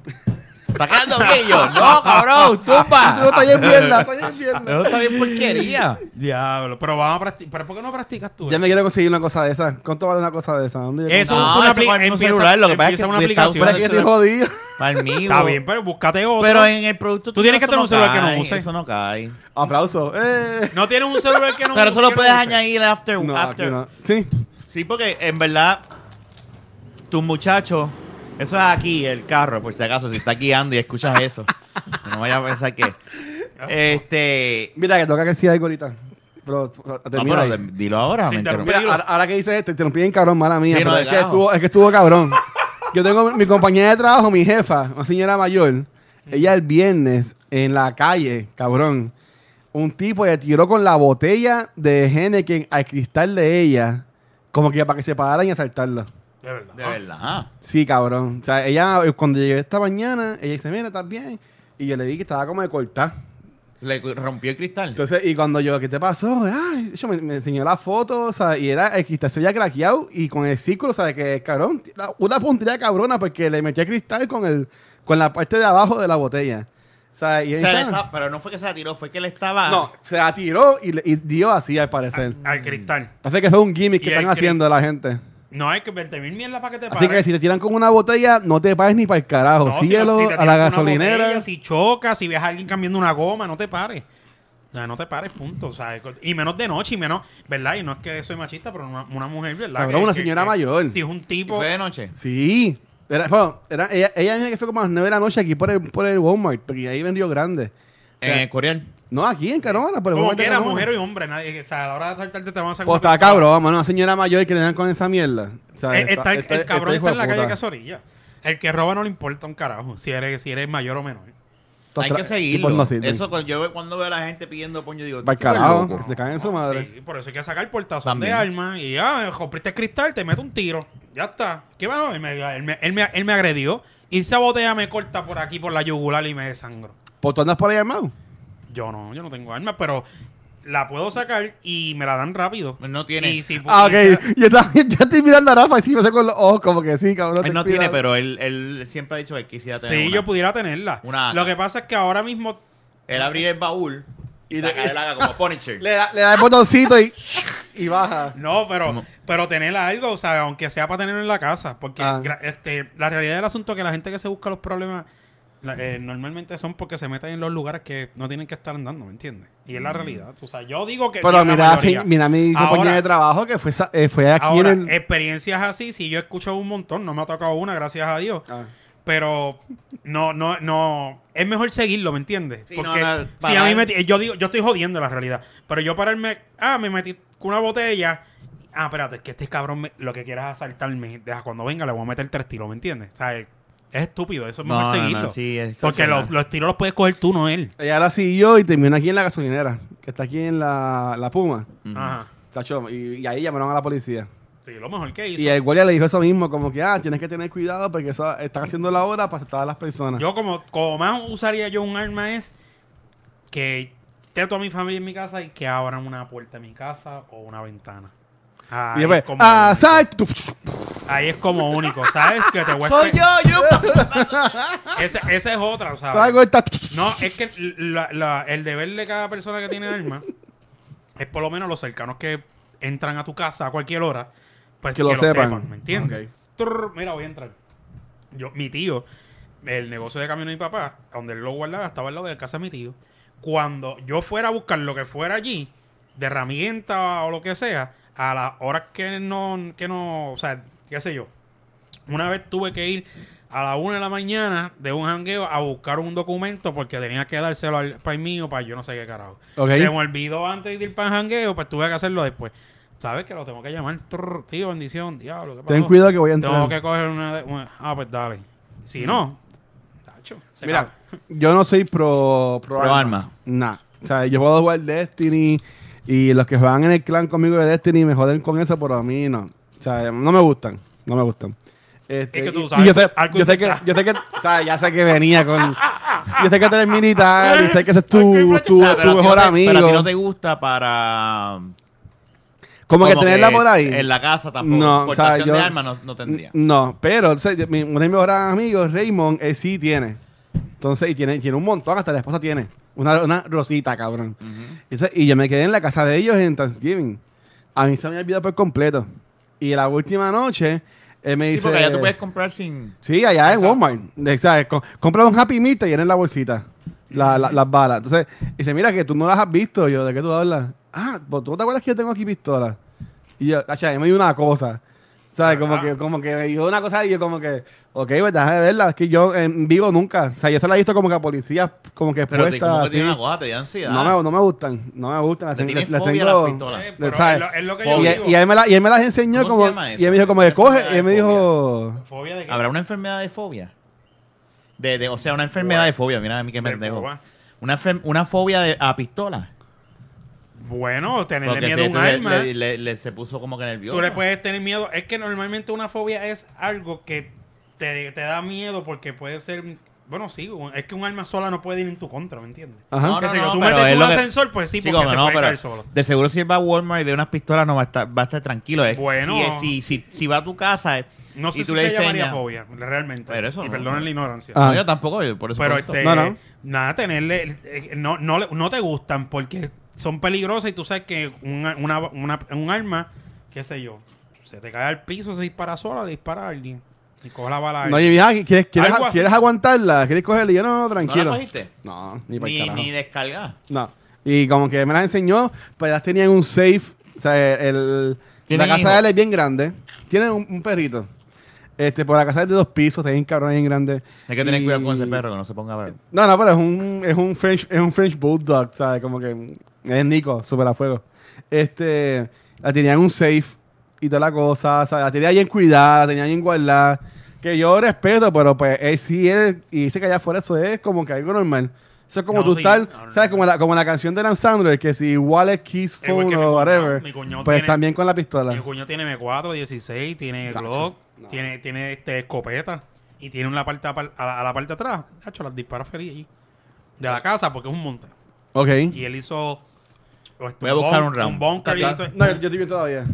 [SPEAKER 1] sacando yo, no, cabrón,
[SPEAKER 3] Yo
[SPEAKER 1] tumba.
[SPEAKER 3] estoy en mierda, estoy en mierda.
[SPEAKER 1] Eso está bien porquería.
[SPEAKER 2] Diablo, pero vamos a practicar. ¿Pero por qué no practicas tú?
[SPEAKER 3] Ya
[SPEAKER 2] eh?
[SPEAKER 3] me quiero conseguir una cosa de esa. ¿Cuánto vale una cosa de esa? ¿Dónde yo
[SPEAKER 2] Eso
[SPEAKER 1] No,
[SPEAKER 2] es una
[SPEAKER 1] eso con el mismo
[SPEAKER 2] aplicación.
[SPEAKER 1] celular, lo que pasa es que
[SPEAKER 2] una
[SPEAKER 1] tú estás
[SPEAKER 3] compro?
[SPEAKER 1] usando
[SPEAKER 3] Espera
[SPEAKER 2] aplicación.
[SPEAKER 3] que
[SPEAKER 1] el
[SPEAKER 3] yo estoy jodido.
[SPEAKER 1] Palmigo.
[SPEAKER 2] Está bien, pero búscate otro.
[SPEAKER 1] Pero en el producto
[SPEAKER 2] Tú tienes que
[SPEAKER 1] eso
[SPEAKER 2] tener
[SPEAKER 1] no
[SPEAKER 2] un celular que no
[SPEAKER 1] cae,
[SPEAKER 2] use.
[SPEAKER 1] Eso no cae.
[SPEAKER 3] Aplauso. Eh.
[SPEAKER 2] No tienes un celular que no.
[SPEAKER 1] Pero eso
[SPEAKER 2] que
[SPEAKER 1] lo
[SPEAKER 2] no
[SPEAKER 1] puedes
[SPEAKER 2] uses.
[SPEAKER 1] añadir after.
[SPEAKER 3] No,
[SPEAKER 1] after.
[SPEAKER 3] aquí no. Sí.
[SPEAKER 1] Sí, porque en verdad, tus muchachos, eso es aquí, el carro, por si acaso, si estás guiando y escuchas eso. no vayas a pensar que. Este.
[SPEAKER 3] Mira, que toca que sí algo ahorita. Pero, pero,
[SPEAKER 1] No, pero
[SPEAKER 3] termina ahí.
[SPEAKER 1] de- dilo ahora.
[SPEAKER 2] Sin
[SPEAKER 1] me
[SPEAKER 2] interrumpir.
[SPEAKER 1] interrumpe.
[SPEAKER 3] Mira, ahora, ahora que dices esto, te interrumpí bien cabrón, mala mía.
[SPEAKER 1] Sí, no,
[SPEAKER 3] pero es, que
[SPEAKER 1] carajo.
[SPEAKER 3] estuvo, es que estuvo cabrón. Yo tengo mi, mi compañera de trabajo, mi jefa, una señora mayor. Ella el viernes en la calle, cabrón. Un tipo le tiró con la botella de Henneken al cristal de ella, como que para que se pararan y asaltarla.
[SPEAKER 2] De verdad.
[SPEAKER 1] De verdad.
[SPEAKER 3] Sí, cabrón. O sea, ella, cuando llegué esta mañana, ella dice, mira, estás bien. Y yo le vi que estaba como de cortar.
[SPEAKER 1] Le cu- rompió el cristal.
[SPEAKER 3] Entonces, y cuando yo, ¿qué te pasó? Ay, yo me, me enseñó la foto, o sea, y era el cristal se había craqueado y con el círculo, o sea, que cabrón, la- una puntería cabrona porque le metí el cristal con el con la parte de abajo de la botella. O sea, y
[SPEAKER 1] O sea,
[SPEAKER 3] esa-
[SPEAKER 1] le estaba- pero no fue que se la tiró, fue que él estaba.
[SPEAKER 3] no, se la tiró y, le- y dio así al parecer.
[SPEAKER 2] Ah, mm. Al cristal.
[SPEAKER 3] Así que eso es un gimmick que
[SPEAKER 2] Y el
[SPEAKER 3] están
[SPEAKER 2] cri-
[SPEAKER 3] haciendo la gente.
[SPEAKER 2] No hay que 20 mil mierda para que te
[SPEAKER 3] Así
[SPEAKER 2] pares.
[SPEAKER 3] que si te tiran con una botella, no te pares ni para el carajo.
[SPEAKER 2] No, si-
[SPEAKER 3] Síguelo
[SPEAKER 2] si te tiras
[SPEAKER 3] a la
[SPEAKER 2] con una
[SPEAKER 3] gasolinera.
[SPEAKER 2] botella, si chocas, si ves a alguien cambiando una goma, no te pares. O sea, no te pares, punto. O sea, y menos de noche, y menos, ¿verdad? Y no es que soy machista, pero una, una mujer, ¿verdad?
[SPEAKER 3] Cabrón,
[SPEAKER 2] Que-
[SPEAKER 3] una
[SPEAKER 2] que-
[SPEAKER 3] señora
[SPEAKER 2] que-
[SPEAKER 3] mayor.
[SPEAKER 2] Si es un
[SPEAKER 1] ¿Y
[SPEAKER 2] tipo.
[SPEAKER 1] fue de noche.
[SPEAKER 3] Sí. Era, bueno, era- ella, ella dijo que fue como a las 9 de la noche aquí por el, por el Walmart, porque ahí vendió grande.
[SPEAKER 1] En el Coreal.
[SPEAKER 3] No, aquí en Carona, por el
[SPEAKER 2] Como
[SPEAKER 3] Walmart.
[SPEAKER 2] que
[SPEAKER 3] de
[SPEAKER 2] era
[SPEAKER 3] Carona.
[SPEAKER 2] mujer y hombre, nadie, o sea, a la hora de saltarte te van a sacar.
[SPEAKER 3] Pues
[SPEAKER 2] una
[SPEAKER 3] está
[SPEAKER 2] pistola.
[SPEAKER 3] cabrón, mano, una señora mayor que le dan con esa mierda. O sea,
[SPEAKER 2] Eh, está-
[SPEAKER 3] está-
[SPEAKER 2] el cabrón
[SPEAKER 3] hijo
[SPEAKER 2] está
[SPEAKER 3] de
[SPEAKER 2] en la calle
[SPEAKER 3] puta.
[SPEAKER 2] de Casorilla. El que roba no le importa un carajo, si eres, si eres mayor o menor.
[SPEAKER 3] Estos
[SPEAKER 1] Hay
[SPEAKER 3] tra-
[SPEAKER 1] que
[SPEAKER 3] tipos
[SPEAKER 1] seguirlo.
[SPEAKER 3] no sirven.
[SPEAKER 1] Eso cuando yo veo, cuando veo a la gente pidiendo puño, digo.
[SPEAKER 3] Pa'l
[SPEAKER 1] "Tú eres
[SPEAKER 3] carajo,
[SPEAKER 1] loco".
[SPEAKER 3] que se caen Ah, en su madre.
[SPEAKER 2] Ah, Sí, por eso hay que sacar portazos
[SPEAKER 1] También.
[SPEAKER 2] de arma y ya, compriste el cristal, te meto un tiro. Ya está. ¿Qué bueno? Él me, él me- él me- él me agredió. Y esa botella me corta por aquí, por la yugular y me desangro.
[SPEAKER 3] Pues tú andas por ahí armado.
[SPEAKER 2] Yo no, yo no tengo arma, pero la puedo sacar y me la dan rápido.
[SPEAKER 1] Pues No tiene.
[SPEAKER 2] Y si
[SPEAKER 3] Ah,
[SPEAKER 2] pudiera-
[SPEAKER 3] ok. Yo también ya estoy mirando a Rafa y sí me saco los ojos como que sí, cabrón.
[SPEAKER 1] Él
[SPEAKER 3] ten
[SPEAKER 1] no tiene,
[SPEAKER 3] cuidado.
[SPEAKER 1] pero él, él siempre ha dicho que quisiera tener.
[SPEAKER 2] Sí,
[SPEAKER 1] una.
[SPEAKER 2] yo pudiera tenerla.
[SPEAKER 1] Una AK.
[SPEAKER 2] Lo que pasa es que ahora mismo
[SPEAKER 1] Él abrir el baúl y sacar el haga como Punisher.
[SPEAKER 3] Le da, le da el botoncito y, y baja.
[SPEAKER 2] No, pero, pero tener algo, o sea, aunque sea para tenerlo en la casa, porque
[SPEAKER 3] Ah.
[SPEAKER 2] gra- este, la realidad del asunto es que la gente que se busca los problemas la- eh, normalmente son porque se meten en los lugares que no tienen que estar andando, ¿me entiendes? Y es la realidad. O sea, yo digo que...
[SPEAKER 3] Mm. Pero
[SPEAKER 2] es la
[SPEAKER 3] mira,
[SPEAKER 2] mayoría.
[SPEAKER 3] sí, mira mi
[SPEAKER 2] Ahora-
[SPEAKER 3] compañera de trabajo que fue, sa- eh, fue aquí
[SPEAKER 2] Ahora,
[SPEAKER 3] en el...
[SPEAKER 2] experiencias así, si yo escucho un montón, no me ha tocado una, gracias a Dios,
[SPEAKER 3] Ah.
[SPEAKER 2] pero no, no, no, es mejor seguirlo, ¿me entiendes?
[SPEAKER 1] Sí,
[SPEAKER 2] Porque
[SPEAKER 1] no, no,
[SPEAKER 2] si a
[SPEAKER 1] parar.
[SPEAKER 2] mí me, ti- yo digo, yo estoy jodiendo la realidad, pero yo pararme, ah, me metí con una botella, ah, espérate, es que este cabrón me- lo que quieras asaltarme, deja cuando venga le voy a meter tres tiros, ¿me entiendes? O sea, es es estúpido, eso es
[SPEAKER 1] No,
[SPEAKER 2] mejor
[SPEAKER 1] no, no,
[SPEAKER 2] seguirlo.
[SPEAKER 1] sí, es
[SPEAKER 2] porque los,
[SPEAKER 1] extorsionante.
[SPEAKER 2] los tiros los puedes coger tú, no él.
[SPEAKER 3] Ella la siguió y terminó aquí en la gasolinera, que está aquí en la, la Puma.
[SPEAKER 1] Mm.
[SPEAKER 2] Ajá.
[SPEAKER 3] Tacho, y, y ahí llamaron a la policía.
[SPEAKER 2] Sí, lo mejor que hizo.
[SPEAKER 3] Y el guardia le dijo eso mismo, como que, ah, tienes que tener cuidado porque eso están haciendo la hora para todas las personas.
[SPEAKER 2] Yo como, como más usaría yo un arma es que esté toda mi familia en mi casa y que abran una puerta de mi casa o una ventana. Ahí,
[SPEAKER 3] y después,
[SPEAKER 2] es, como
[SPEAKER 3] ah,
[SPEAKER 2] único.
[SPEAKER 3] sal-
[SPEAKER 2] Ahí es como único, ¿sabes? Que te voy a
[SPEAKER 1] Soy
[SPEAKER 2] espe-
[SPEAKER 1] yo, yo.
[SPEAKER 2] Esa, esa es otra, ¿sabes?
[SPEAKER 3] Traigo esta...
[SPEAKER 2] No, es que la- la- el deber de cada persona que tiene arma es por lo menos los cercanos que entran a tu casa a cualquier hora, pues
[SPEAKER 3] Que lo sepan.
[SPEAKER 2] ¿me entiendes?
[SPEAKER 3] Ok.
[SPEAKER 2] Turr, mira, voy a entrar. Yo, mi tío, el negocio de camino de mi papá, donde él lo guardaba, estaba al lado de la casa de mi tío. Cuando yo fuera a buscar lo que fuera allí, de herramienta o lo que sea, a las horas que no, que no, o sea, qué sé yo, una vez tuve que ir a la una de la mañana de un jangueo a buscar un documento porque tenía que dárselo al país mío para yo no sé qué carajo.
[SPEAKER 3] Ok.
[SPEAKER 2] Se me olvidó antes de ir para el jangueo, pues tuve que hacerlo después. ¿Sabes que lo tengo que llamar? Trrr, tío, bendición, diablo. ¿qué
[SPEAKER 3] Ten
[SPEAKER 2] pasó?
[SPEAKER 3] cuidado que voy a entrar.
[SPEAKER 2] Tengo que coger una, de- una- Ah, pues dale. Si no, tacho, se
[SPEAKER 3] Mira,
[SPEAKER 2] acaba.
[SPEAKER 3] yo no soy pro, pro,
[SPEAKER 1] Pro arma.
[SPEAKER 3] Nah. O sea, yo puedo jugar Destiny y los que juegan en el clan conmigo de Destiny me joden con eso, pero a mí no. O sea, no me gustan. No me gustan. Este,
[SPEAKER 2] Es que tú
[SPEAKER 3] y- y
[SPEAKER 2] sabes,
[SPEAKER 3] yo sé,
[SPEAKER 2] algo
[SPEAKER 3] yo sé que,
[SPEAKER 2] infiltrado.
[SPEAKER 3] yo sé que, o sea, ya sé que venía con, yo sé que tú eres militar, y sé que ese es tu,
[SPEAKER 2] Algo
[SPEAKER 3] tu,
[SPEAKER 2] infiltrado.
[SPEAKER 3] tu
[SPEAKER 1] Ah, pero a ti
[SPEAKER 3] mejor
[SPEAKER 1] no te-
[SPEAKER 3] amigo.
[SPEAKER 1] Pero a ti no te gusta para.
[SPEAKER 3] como, que tenerla por ahí.
[SPEAKER 1] En la casa tampoco.
[SPEAKER 3] No, o sea,
[SPEAKER 1] Portación
[SPEAKER 3] yo,
[SPEAKER 1] de armas no, no tendría.
[SPEAKER 3] No, pero o sea, yo- mi- uno de mis mejores amigos, Raymond, él sí tiene. Entonces, y tiene, tiene un montón, hasta la esposa tiene. Una, una rosita, cabrón. Entonces, y yo me quedé en la casa de ellos en Thanksgiving. A mí se me olvidó por completo. Y la última noche, él me
[SPEAKER 1] Sí,
[SPEAKER 3] dice...
[SPEAKER 1] porque allá tú puedes comprar sin.
[SPEAKER 3] Sí, allá en Walmart. O sea, co- compra un Happy Meal y llenan la bolsita. la- la- las balas. Entonces, dice, mira que tú no las has visto. Y yo, ¿de qué tú hablas? Ah, pues, ¿tú no te acuerdas que yo tengo aquí pistolas? Y yo, "Acha, él me dio una cosa. ¿Sabes? Como
[SPEAKER 2] Ajá.
[SPEAKER 3] que, como que me dijo una cosa y yo como que, ok, pues déjame verla. Es que yo en vivo nunca. O sea, yo se la he visto como que a policías, como que
[SPEAKER 1] Pero te,
[SPEAKER 3] expuestas,
[SPEAKER 1] como que
[SPEAKER 3] así.
[SPEAKER 1] tiene una cosa, te da ansiedad.
[SPEAKER 3] No me, no me gustan, no me gustan. Las,
[SPEAKER 1] Le
[SPEAKER 3] ten-
[SPEAKER 1] tienes
[SPEAKER 3] las
[SPEAKER 1] fobia a
[SPEAKER 3] tengo-
[SPEAKER 1] las pistolas.
[SPEAKER 2] Eh, pero
[SPEAKER 3] ¿sabes?
[SPEAKER 2] es, lo, es lo que yo
[SPEAKER 1] Fobia.
[SPEAKER 2] digo.
[SPEAKER 3] Y, y él me la- y él me las enseñó
[SPEAKER 1] ¿Cómo
[SPEAKER 3] como,
[SPEAKER 1] se llama
[SPEAKER 3] y él me dijo
[SPEAKER 1] eso?
[SPEAKER 3] como que coge, y él me
[SPEAKER 1] Fobia.
[SPEAKER 3] dijo...
[SPEAKER 2] ¿Fobia de qué?
[SPEAKER 1] ¿Habrá una enfermedad de fobia? De, de- o sea, una enfermedad de fobia. Mira a mí qué
[SPEAKER 2] De
[SPEAKER 1] pendejo.
[SPEAKER 2] boba.
[SPEAKER 1] Una, enfer- una fobia de, a pistola.
[SPEAKER 2] Bueno, tenerle
[SPEAKER 1] Porque
[SPEAKER 2] miedo a
[SPEAKER 1] se,
[SPEAKER 2] un
[SPEAKER 1] tú le-
[SPEAKER 2] arma.
[SPEAKER 1] le- le- le- se puso como que nervioso.
[SPEAKER 2] Tú le puedes tener miedo. Es que normalmente una fobia es algo que te, te da miedo porque puede ser Bueno, sí, un- es que un arma sola no puede ir en tu contra, ¿me entiendes?
[SPEAKER 3] Ajá.
[SPEAKER 1] No,
[SPEAKER 2] Qué sé yo, tú
[SPEAKER 1] pero
[SPEAKER 2] metes
[SPEAKER 1] es
[SPEAKER 2] un
[SPEAKER 1] lo que-
[SPEAKER 2] ascensor, pues sí,
[SPEAKER 1] Chico,
[SPEAKER 2] porque se
[SPEAKER 1] no,
[SPEAKER 2] puede
[SPEAKER 1] pero
[SPEAKER 2] caer solo.
[SPEAKER 1] De seguro si él va a Walmart y ve unas pistolas, no va a estar, va a estar tranquilo. eh.
[SPEAKER 2] Bueno.
[SPEAKER 1] Si, si, si, si va a tu casa eh,
[SPEAKER 2] No sé
[SPEAKER 1] y tú
[SPEAKER 2] si
[SPEAKER 1] le
[SPEAKER 2] se llamaría
[SPEAKER 1] enseñas...
[SPEAKER 2] fobia, realmente.
[SPEAKER 1] Pero eso
[SPEAKER 2] y
[SPEAKER 1] no,
[SPEAKER 2] perdonen
[SPEAKER 1] no.
[SPEAKER 2] la ignorancia.
[SPEAKER 3] Ah.
[SPEAKER 1] No, yo tampoco, yo por eso.
[SPEAKER 2] Pero
[SPEAKER 1] pregunto.
[SPEAKER 2] este,
[SPEAKER 3] No, no.
[SPEAKER 2] nada, tenerle. eh, No, no, le- no te gustan porque son peligrosas y tú sabes que una, una, una- un arma, qué sé yo, se te cae al piso, se dispara sola, le dispara a alguien y coge la bala. a
[SPEAKER 3] No,
[SPEAKER 2] alguien.
[SPEAKER 3] y mi hija, ¿quieres, quieres,
[SPEAKER 2] Algo así.
[SPEAKER 3] ¿quieres aguantarla? ¿Quieres cogerla? Y yo, no, no, tranquilo.
[SPEAKER 1] ¿No la cogiste?
[SPEAKER 3] No, ni para
[SPEAKER 1] Ni,
[SPEAKER 3] carajo.
[SPEAKER 1] ni descargar.
[SPEAKER 3] No. Y como que me las enseñó, pues las tenían en un safe. O sea, el, la
[SPEAKER 1] ¿Tienen
[SPEAKER 3] casa
[SPEAKER 1] hijos?
[SPEAKER 3] de él es bien grande. Tienen un, un perrito. Este, por la casa es de dos pisos, está bien cabrón, bien grande.
[SPEAKER 1] Hay que tener
[SPEAKER 3] Y-
[SPEAKER 1] cuidado con ese perro que no se ponga bravo.
[SPEAKER 3] No, no, pero es un, es un French, es un French Bulldog, ¿sabes? Como que es Nico, súper a fuego. Este, la tenían en un safe y toda la cosa, ¿sabes? La tenía bien cuidada, la tenían bien guardada. Que yo respeto, pero pues él sí él, y dice que allá afuera eso es como que algo normal. Eso es como
[SPEAKER 2] No,
[SPEAKER 3] tú
[SPEAKER 2] sí,
[SPEAKER 3] estar,
[SPEAKER 2] no, no,
[SPEAKER 3] ¿sabes?
[SPEAKER 2] no.
[SPEAKER 3] Como la, como la canción de Lance Sandler, que si Wallet, Kiss,
[SPEAKER 2] Igual que
[SPEAKER 3] Phone
[SPEAKER 2] mi
[SPEAKER 3] o
[SPEAKER 2] cuñado,
[SPEAKER 3] whatever,
[SPEAKER 2] mi cuñado
[SPEAKER 3] pues
[SPEAKER 2] tiene-
[SPEAKER 3] también con la
[SPEAKER 2] Mi
[SPEAKER 3] pistola.
[SPEAKER 2] cuño tiene M4, 16, tiene
[SPEAKER 3] Chacho,
[SPEAKER 2] Glock,
[SPEAKER 3] no.
[SPEAKER 2] tiene, tiene este, escopeta y tiene una parte a, par- a la, a la parte de atrás. De hecho, las dispara feliz allí. De la casa porque es un monte.
[SPEAKER 3] Ok.
[SPEAKER 2] Y él hizo. este,
[SPEAKER 1] Voy a buscar
[SPEAKER 2] bunk-
[SPEAKER 1] un round.
[SPEAKER 2] Un bunker. y
[SPEAKER 3] Ya-
[SPEAKER 2] esto-
[SPEAKER 3] No, yo estoy bien todavía.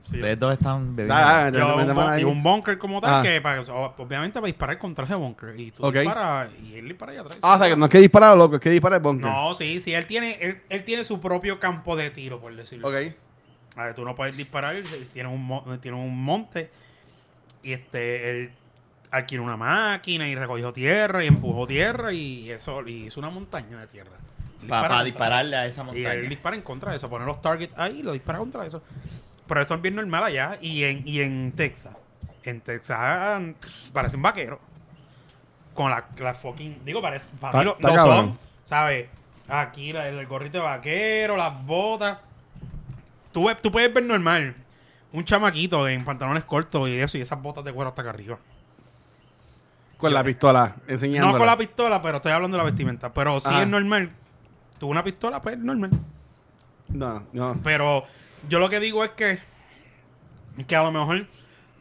[SPEAKER 2] sí.
[SPEAKER 1] Ustedes dos están bebiendo.
[SPEAKER 3] Ah, ah,
[SPEAKER 2] Yo,
[SPEAKER 3] me-
[SPEAKER 2] un
[SPEAKER 3] me-
[SPEAKER 2] bun-
[SPEAKER 3] me-
[SPEAKER 2] y un bunker como tal,
[SPEAKER 3] Ah.
[SPEAKER 2] que para- o- obviamente para disparar con traje bunker. Y tú
[SPEAKER 3] Ok.
[SPEAKER 2] disparas y él dispara allá atrás.
[SPEAKER 3] Ah, o sea, que no es que disparar, loco, es que dispara el bunker.
[SPEAKER 2] No, sí, sí, él tiene, él, él tiene su propio campo de tiro, por decirlo
[SPEAKER 3] Ok.
[SPEAKER 2] así. A ver, tú no puedes disparar, tiene un, mo- tiene un monte y este, él adquirió una máquina y recogió tierra y empujó tierra y eso, y hizo una montaña de tierra. Y dispara
[SPEAKER 1] Para,
[SPEAKER 2] contra-
[SPEAKER 1] dispararle a
[SPEAKER 2] y
[SPEAKER 1] esa
[SPEAKER 2] él
[SPEAKER 1] montaña.
[SPEAKER 2] dispara en contra de eso, poner los targets ahí y lo dispara contra eso. Pero eso es bien normal allá y en, y en Texas. En Texas mm, pff, parecen vaqueros. Con la, la fucking. Digo, parece. Para mí lo,
[SPEAKER 3] Está- está
[SPEAKER 2] lo
[SPEAKER 3] cabrón.
[SPEAKER 2] son. ¿Sabes? Aquí la- el gorrito de vaquero, las botas. Tú, ves- tú puedes ver normal. Un chamaquito en pantalones cortos y eso y esas botas de cuero hasta acá arriba.
[SPEAKER 3] Con la pistola, enseñándola.
[SPEAKER 2] No con la pistola, pero estoy hablando de la vestimenta. Pero si
[SPEAKER 3] Ah.
[SPEAKER 2] es normal. Tú una pistola, pues es normal.
[SPEAKER 3] No, no.
[SPEAKER 2] Pero yo lo que digo es que, que a lo mejor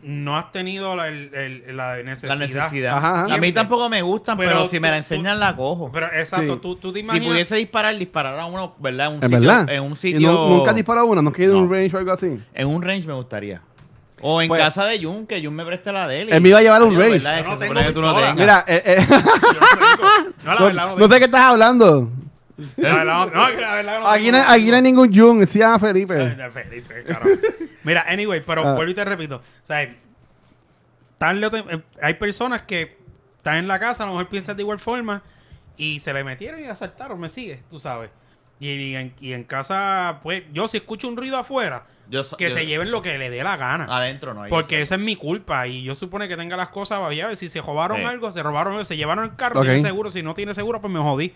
[SPEAKER 2] no has tenido la, el- el- la
[SPEAKER 1] La
[SPEAKER 2] necesidad.
[SPEAKER 1] necesidad.
[SPEAKER 3] Ajá, ajá.
[SPEAKER 1] A mí tampoco me gustan, pero,
[SPEAKER 2] Pero
[SPEAKER 1] si me
[SPEAKER 2] tú- tú-
[SPEAKER 1] la enseñan la cojo.
[SPEAKER 2] Pero exacto,
[SPEAKER 3] Sí.
[SPEAKER 2] tú, tú te
[SPEAKER 1] si
[SPEAKER 2] imaginas.
[SPEAKER 1] pudiese disparar, disparar a uno, ¿verdad? En un
[SPEAKER 3] ¿En
[SPEAKER 1] sitio.
[SPEAKER 3] verdad?
[SPEAKER 1] En un
[SPEAKER 3] ¿Y
[SPEAKER 1] sitio.
[SPEAKER 3] nu- ¿Nunca has disparado una? ¿No has ido a un
[SPEAKER 1] No.
[SPEAKER 3] range o algo así?
[SPEAKER 1] En un range me gustaría. O en
[SPEAKER 3] Pues-
[SPEAKER 1] casa de Jun, que Jun me preste la de él. y-
[SPEAKER 3] Él me iba a llevar a un
[SPEAKER 1] Ay,
[SPEAKER 3] range.
[SPEAKER 1] ¿verdad? Es
[SPEAKER 2] Yo
[SPEAKER 1] que
[SPEAKER 2] no
[SPEAKER 1] se
[SPEAKER 2] tengo
[SPEAKER 1] supone que tú no
[SPEAKER 2] pistola.
[SPEAKER 1] tengas.
[SPEAKER 3] Mira, eh, eh,
[SPEAKER 2] Yo no, tengo- no, la verdad,
[SPEAKER 3] no, no sé qué estás hablando.
[SPEAKER 2] La verdad, no, no, que la verdad no
[SPEAKER 3] Aquí no,
[SPEAKER 2] tengo-
[SPEAKER 3] aquí no hay ningún Jun, decía Felipe.
[SPEAKER 2] Ay, Felipe, carajo. Mira, anyway, pero
[SPEAKER 3] Ah.
[SPEAKER 2] vuelvo y te repito. O sea, tarde o tem- eh, hay personas que están en la casa, a lo mejor piensan de igual forma, y se le metieron y asaltaron, me sigue, tú sabes. Y, en, y en casa, pues, yo si escucho un ruido afuera,
[SPEAKER 1] Yo so-
[SPEAKER 2] que
[SPEAKER 1] yo-
[SPEAKER 2] se lleven lo que le dé la gana.
[SPEAKER 1] Adentro no hay.
[SPEAKER 2] Porque esa
[SPEAKER 1] eso.
[SPEAKER 2] es mi culpa y yo supone que tenga las cosas a ver Si se robaron
[SPEAKER 1] Sí.
[SPEAKER 2] algo, se robaron algo, se llevaron el carro,
[SPEAKER 3] Ok.
[SPEAKER 2] tiene seguro. Si no tiene seguro, pues me jodí.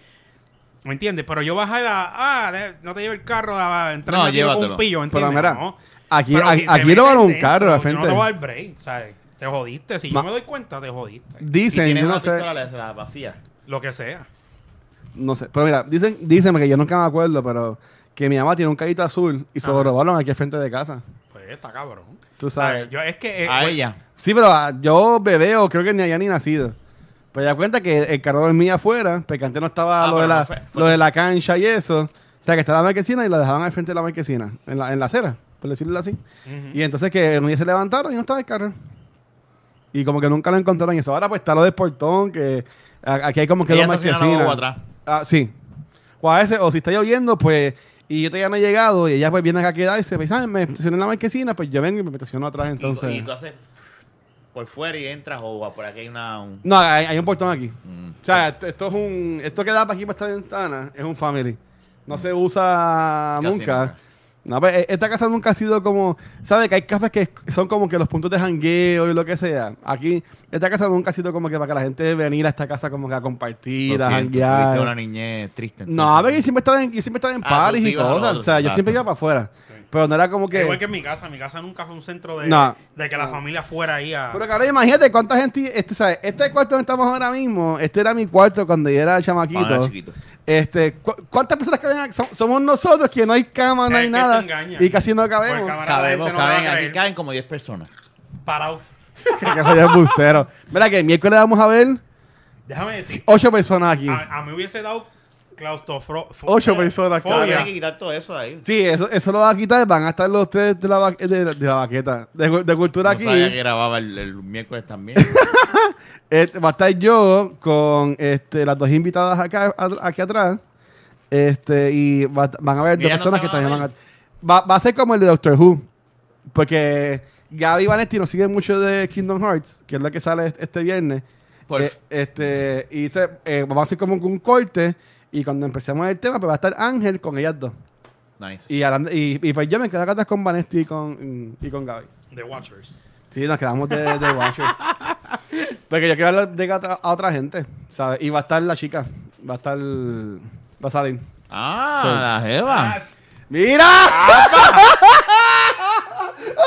[SPEAKER 2] ¿Me entiendes? Pero yo bajar a. Ah, de- no te lleve el carro a a entrar
[SPEAKER 1] No,
[SPEAKER 2] a tiro con
[SPEAKER 1] llévatelo.
[SPEAKER 2] un pillo, ¿me
[SPEAKER 3] Pero
[SPEAKER 2] ¿entiendes?
[SPEAKER 3] mira,
[SPEAKER 2] No.
[SPEAKER 3] aquí,
[SPEAKER 2] Pero
[SPEAKER 3] a-
[SPEAKER 2] si se
[SPEAKER 3] aquí
[SPEAKER 2] mete
[SPEAKER 3] robaron un
[SPEAKER 2] dentro,
[SPEAKER 3] carro de
[SPEAKER 2] yo No
[SPEAKER 3] frente.
[SPEAKER 2] te voy a dar break, ¿sabes? Te jodiste. Si
[SPEAKER 3] Ma-
[SPEAKER 2] yo me doy cuenta, te jodiste.
[SPEAKER 1] Si
[SPEAKER 3] Dicen,
[SPEAKER 1] tienes
[SPEAKER 3] yo
[SPEAKER 1] una
[SPEAKER 3] no sé,
[SPEAKER 1] pistola, la, la vacía.
[SPEAKER 2] Lo que sea.
[SPEAKER 3] no sé. Pero mira, dicen, dicen que yo nunca me acuerdo, pero que mi mamá tiene un carrito azul y se lo
[SPEAKER 2] Ajá.
[SPEAKER 3] robaron aquí al frente de casa.
[SPEAKER 2] Pues está cabrón.
[SPEAKER 3] Tú
[SPEAKER 2] ¿Sabes?
[SPEAKER 3] sabes.
[SPEAKER 2] Yo es que. eh,
[SPEAKER 1] a
[SPEAKER 2] bueno,
[SPEAKER 1] ella.
[SPEAKER 3] Sí, pero ah, yo bebé o creo que ni allá ni nacido. Pero ya cuenta que el carro dormía afuera, porque antes no estaba
[SPEAKER 1] Ah,
[SPEAKER 3] lo, de
[SPEAKER 1] pero
[SPEAKER 3] la,
[SPEAKER 1] no fue- fue-
[SPEAKER 3] lo de la cancha y eso. O sea, que estaba la marquesina y la dejaban al frente de la marquesina, en la, en la acera, por decirlo así.
[SPEAKER 2] ujú.
[SPEAKER 3] Y entonces que un día se levantaron y no estaba el carro. Y como que nunca lo encontraron y eso. Ahora pues está lo del portón, que a- aquí hay como que
[SPEAKER 1] Ella
[SPEAKER 3] dos
[SPEAKER 1] estaciona la
[SPEAKER 3] marquesinas.
[SPEAKER 1] guagua atrás.
[SPEAKER 3] Ah, sí. O a veces, o si está lloviendo, pues, y yo todavía no he llegado, y ella pues viene acá a quedarse, pues, ¿sabes? Me estacioné en la marquesina, pues yo vengo y me estaciono atrás
[SPEAKER 1] Y-
[SPEAKER 3] entonces.
[SPEAKER 1] Y, tú haces por fuera y entras o por aquí hay una. un-
[SPEAKER 3] No, hay, hay un portón aquí.
[SPEAKER 1] Mm.
[SPEAKER 3] O sea, esto, esto es un. Esto que da para aquí, para esta ventana, es un family. No se usa
[SPEAKER 1] Casi
[SPEAKER 3] nunca.
[SPEAKER 1] nunca.
[SPEAKER 3] No, pues, eh, esta casa nunca ha sido como. ¿Sabes? Que hay casas que son como que los puntos de jangueo y lo que sea. Aquí, esta casa nunca ha sido como que para que la gente venir a esta casa como que a compartir,
[SPEAKER 1] Lo
[SPEAKER 3] a
[SPEAKER 1] siento, tuviste una
[SPEAKER 3] janguear.
[SPEAKER 1] niñez triste.
[SPEAKER 3] No, a ver, yo
[SPEAKER 1] entonces.
[SPEAKER 3] siempre estaba en, yo siempre estaba en
[SPEAKER 1] Ah,
[SPEAKER 3] parties
[SPEAKER 1] tú
[SPEAKER 3] y
[SPEAKER 1] te ibas a lo
[SPEAKER 3] cosas.
[SPEAKER 1] otro,
[SPEAKER 3] O sea, yo
[SPEAKER 1] exacto.
[SPEAKER 3] siempre iba para afuera. Pero no era como que.
[SPEAKER 2] Igual que en mi casa. Mi casa nunca fue un centro de,
[SPEAKER 3] No.
[SPEAKER 2] de que la familia fuera ahí a.
[SPEAKER 3] Pero cabrón, imagínate cuánta gente. Este, ¿sabes? este cuarto donde estamos ahora mismo, este era mi cuarto cuando yo era
[SPEAKER 1] Cuando era chiquito.
[SPEAKER 3] Este, cu- ¿Cuántas personas caben aquí? Som- somos nosotros que no hay cama, no
[SPEAKER 2] Es
[SPEAKER 3] hay
[SPEAKER 2] que se
[SPEAKER 3] nada.
[SPEAKER 2] engaña.
[SPEAKER 3] Y casi no
[SPEAKER 2] Por
[SPEAKER 3] cabemos.
[SPEAKER 2] cámara la
[SPEAKER 1] Cabemos,
[SPEAKER 2] gente no va a
[SPEAKER 1] caben, aquí
[SPEAKER 2] creer.
[SPEAKER 1] caben como 10 personas.
[SPEAKER 2] Parado.
[SPEAKER 3] que soy embustero. Mira que el miércoles vamos a ver
[SPEAKER 2] Déjame decir.
[SPEAKER 3] Ocho personas aquí.
[SPEAKER 2] A, a mí hubiese dado claustrofobia.
[SPEAKER 3] Ocho personas,
[SPEAKER 1] Claro,
[SPEAKER 2] fobia.
[SPEAKER 1] hay que quitar todo eso ahí.
[SPEAKER 3] Sí, eso, eso lo va a quitar. Van a estar los tres de la, va- de, la- de la baqueta. De, cu- de cultura
[SPEAKER 1] No
[SPEAKER 3] aquí.
[SPEAKER 1] sabía que grababa el, el miércoles también.
[SPEAKER 3] Eh, va a estar yo con este, las dos invitadas acá, a- aquí atrás. Este, y va- van a haber dos
[SPEAKER 1] Mira, no
[SPEAKER 3] personas
[SPEAKER 1] se
[SPEAKER 3] que
[SPEAKER 1] van a
[SPEAKER 3] también van a. Va, va a ser como el de Doctor Who. Porque Gaby Vanetti nos sigue mucho de Kingdom Hearts, que es la que sale est- este viernes.
[SPEAKER 1] Por
[SPEAKER 3] Eh,
[SPEAKER 1] f-
[SPEAKER 3] este, y se, eh, vamos a hacer como un corte. Y cuando empecemos el tema, pues va a estar Ángel con ellas dos.
[SPEAKER 1] nice.
[SPEAKER 3] Y, hablando- y, y pues yo me quedo acá con Vanetti y con, y con Gaby.
[SPEAKER 2] The Watchers.
[SPEAKER 3] Sí, nos quedamos de, de Watchers. Porque yo quiero hablar de gata- a otra gente, ¿sabes? Y va a estar la chica. Va a estar. Va a salir.
[SPEAKER 1] Ah, la jeva.
[SPEAKER 3] ¡Mira!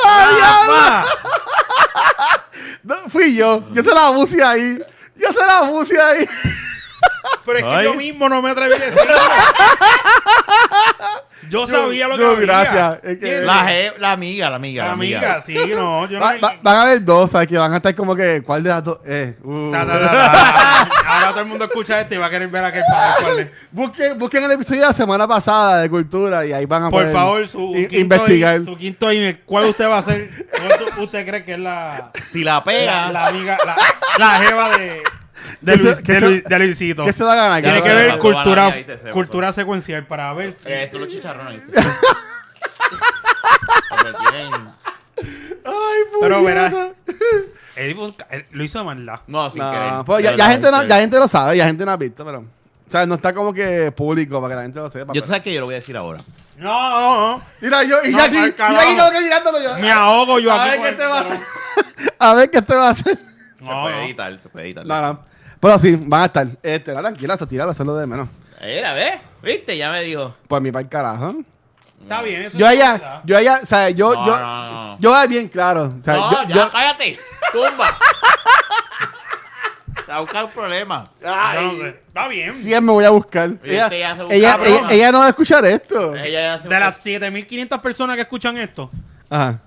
[SPEAKER 1] ¡Rafa!
[SPEAKER 3] No, fui yo. Yo se la puse ahí. Yo se la puse ahí.
[SPEAKER 2] Pero es que
[SPEAKER 1] Ay.
[SPEAKER 2] yo mismo no me atreví a decirlo. yo, sabía lo que
[SPEAKER 3] yo,
[SPEAKER 2] había.
[SPEAKER 3] gracias. Es que-
[SPEAKER 2] ¿Entiendes?
[SPEAKER 1] La, je- la amiga, la amiga. La amiga.
[SPEAKER 2] Amiga, sí, no. Yo no
[SPEAKER 3] Va- va- van a ver dos, ¿sabes? Que van a estar como que. ¿Cuál de las dos? Eh, uh.
[SPEAKER 2] Ta, ta, ta, ta. Ahora todo el mundo escucha esto y va a querer ver a aquel padre. ¿cuál es?
[SPEAKER 3] Busquen, busquen el episodio de la semana pasada de Cultura y ahí van a
[SPEAKER 2] Por
[SPEAKER 3] poder
[SPEAKER 2] favor, su
[SPEAKER 3] in-
[SPEAKER 2] quinto
[SPEAKER 3] investigar.
[SPEAKER 2] in- su quinto in- ¿Cuál usted va a ser? ¿Cuál tu- usted cree que es la,
[SPEAKER 1] Si la pega,
[SPEAKER 2] la, la amiga, la, la jeva de, de,
[SPEAKER 3] Que se-
[SPEAKER 2] Luis-
[SPEAKER 3] que
[SPEAKER 2] de
[SPEAKER 3] se-
[SPEAKER 2] Luis- de Luisito?
[SPEAKER 3] ¿Qué se va a ganar? ¿Qué
[SPEAKER 2] Tiene
[SPEAKER 3] se
[SPEAKER 2] que
[SPEAKER 3] va a
[SPEAKER 2] ver
[SPEAKER 3] ganar?
[SPEAKER 1] Pasó, con-
[SPEAKER 2] cultura,
[SPEAKER 1] ahí te se pasó.
[SPEAKER 2] cultura secuencial para ver si...
[SPEAKER 1] Eh, son los chicharrones. ¿viste? Porque tienen-
[SPEAKER 3] Ay,
[SPEAKER 2] Pero verás,
[SPEAKER 3] puñeta.
[SPEAKER 2] él busca- él lo hizo de maldad.
[SPEAKER 1] No, este- sin
[SPEAKER 3] No,
[SPEAKER 1] querer.
[SPEAKER 3] pues ya,
[SPEAKER 1] De
[SPEAKER 3] ya
[SPEAKER 1] verdad,
[SPEAKER 3] gente
[SPEAKER 1] sin
[SPEAKER 3] no,
[SPEAKER 1] querer.
[SPEAKER 3] ya gente lo sabe, ya gente no ha visto, pero. O sea, no está como que público para que la gente lo sepa.
[SPEAKER 1] Yo
[SPEAKER 3] pero-
[SPEAKER 1] tú sabes que yo lo voy a decir ahora.
[SPEAKER 2] No, no,
[SPEAKER 3] Mira, yo, y
[SPEAKER 2] No,
[SPEAKER 3] ya aquí,
[SPEAKER 2] pa'l
[SPEAKER 3] y
[SPEAKER 2] carajo.
[SPEAKER 3] aquí como que mirándolo yo.
[SPEAKER 2] no. Me ahogo yo
[SPEAKER 3] a
[SPEAKER 2] aquí.
[SPEAKER 3] ver
[SPEAKER 2] con
[SPEAKER 3] qué
[SPEAKER 2] el-
[SPEAKER 3] te va a hacer. a ver qué te va a hacer.
[SPEAKER 1] Se
[SPEAKER 2] No,
[SPEAKER 1] puede
[SPEAKER 2] no.
[SPEAKER 1] editar, se puede editar.
[SPEAKER 3] No, no. Pero sí, van a estar. Este, no, tranquila, eso tiralo, eso es lo de menos.
[SPEAKER 1] Era, ¿ves? ¿Viste? Ya me dijo.
[SPEAKER 3] Por mi par carajo.
[SPEAKER 2] Está bien, eso
[SPEAKER 3] Yo
[SPEAKER 2] es
[SPEAKER 3] allá,
[SPEAKER 2] verdad.
[SPEAKER 3] yo allá, o sea, yo,
[SPEAKER 1] No,
[SPEAKER 3] yo,
[SPEAKER 1] no, no, no.
[SPEAKER 3] yo voy bien claro. O sea,
[SPEAKER 1] no,
[SPEAKER 3] yo,
[SPEAKER 1] ya,
[SPEAKER 3] yo-
[SPEAKER 1] cállate. Tumba. Te va a buscar un problema.
[SPEAKER 2] Yo no
[SPEAKER 3] Ay,
[SPEAKER 2] sé. Está bien.
[SPEAKER 3] siempre voy a buscar.
[SPEAKER 1] Oye,
[SPEAKER 3] Ella,
[SPEAKER 1] este ya se busca Eh.
[SPEAKER 3] ella,
[SPEAKER 1] broma.
[SPEAKER 3] ella- ella no va a escuchar esto.
[SPEAKER 1] Ella ya se
[SPEAKER 2] De las 7.500 personas que escuchan esto,
[SPEAKER 3] Ajá.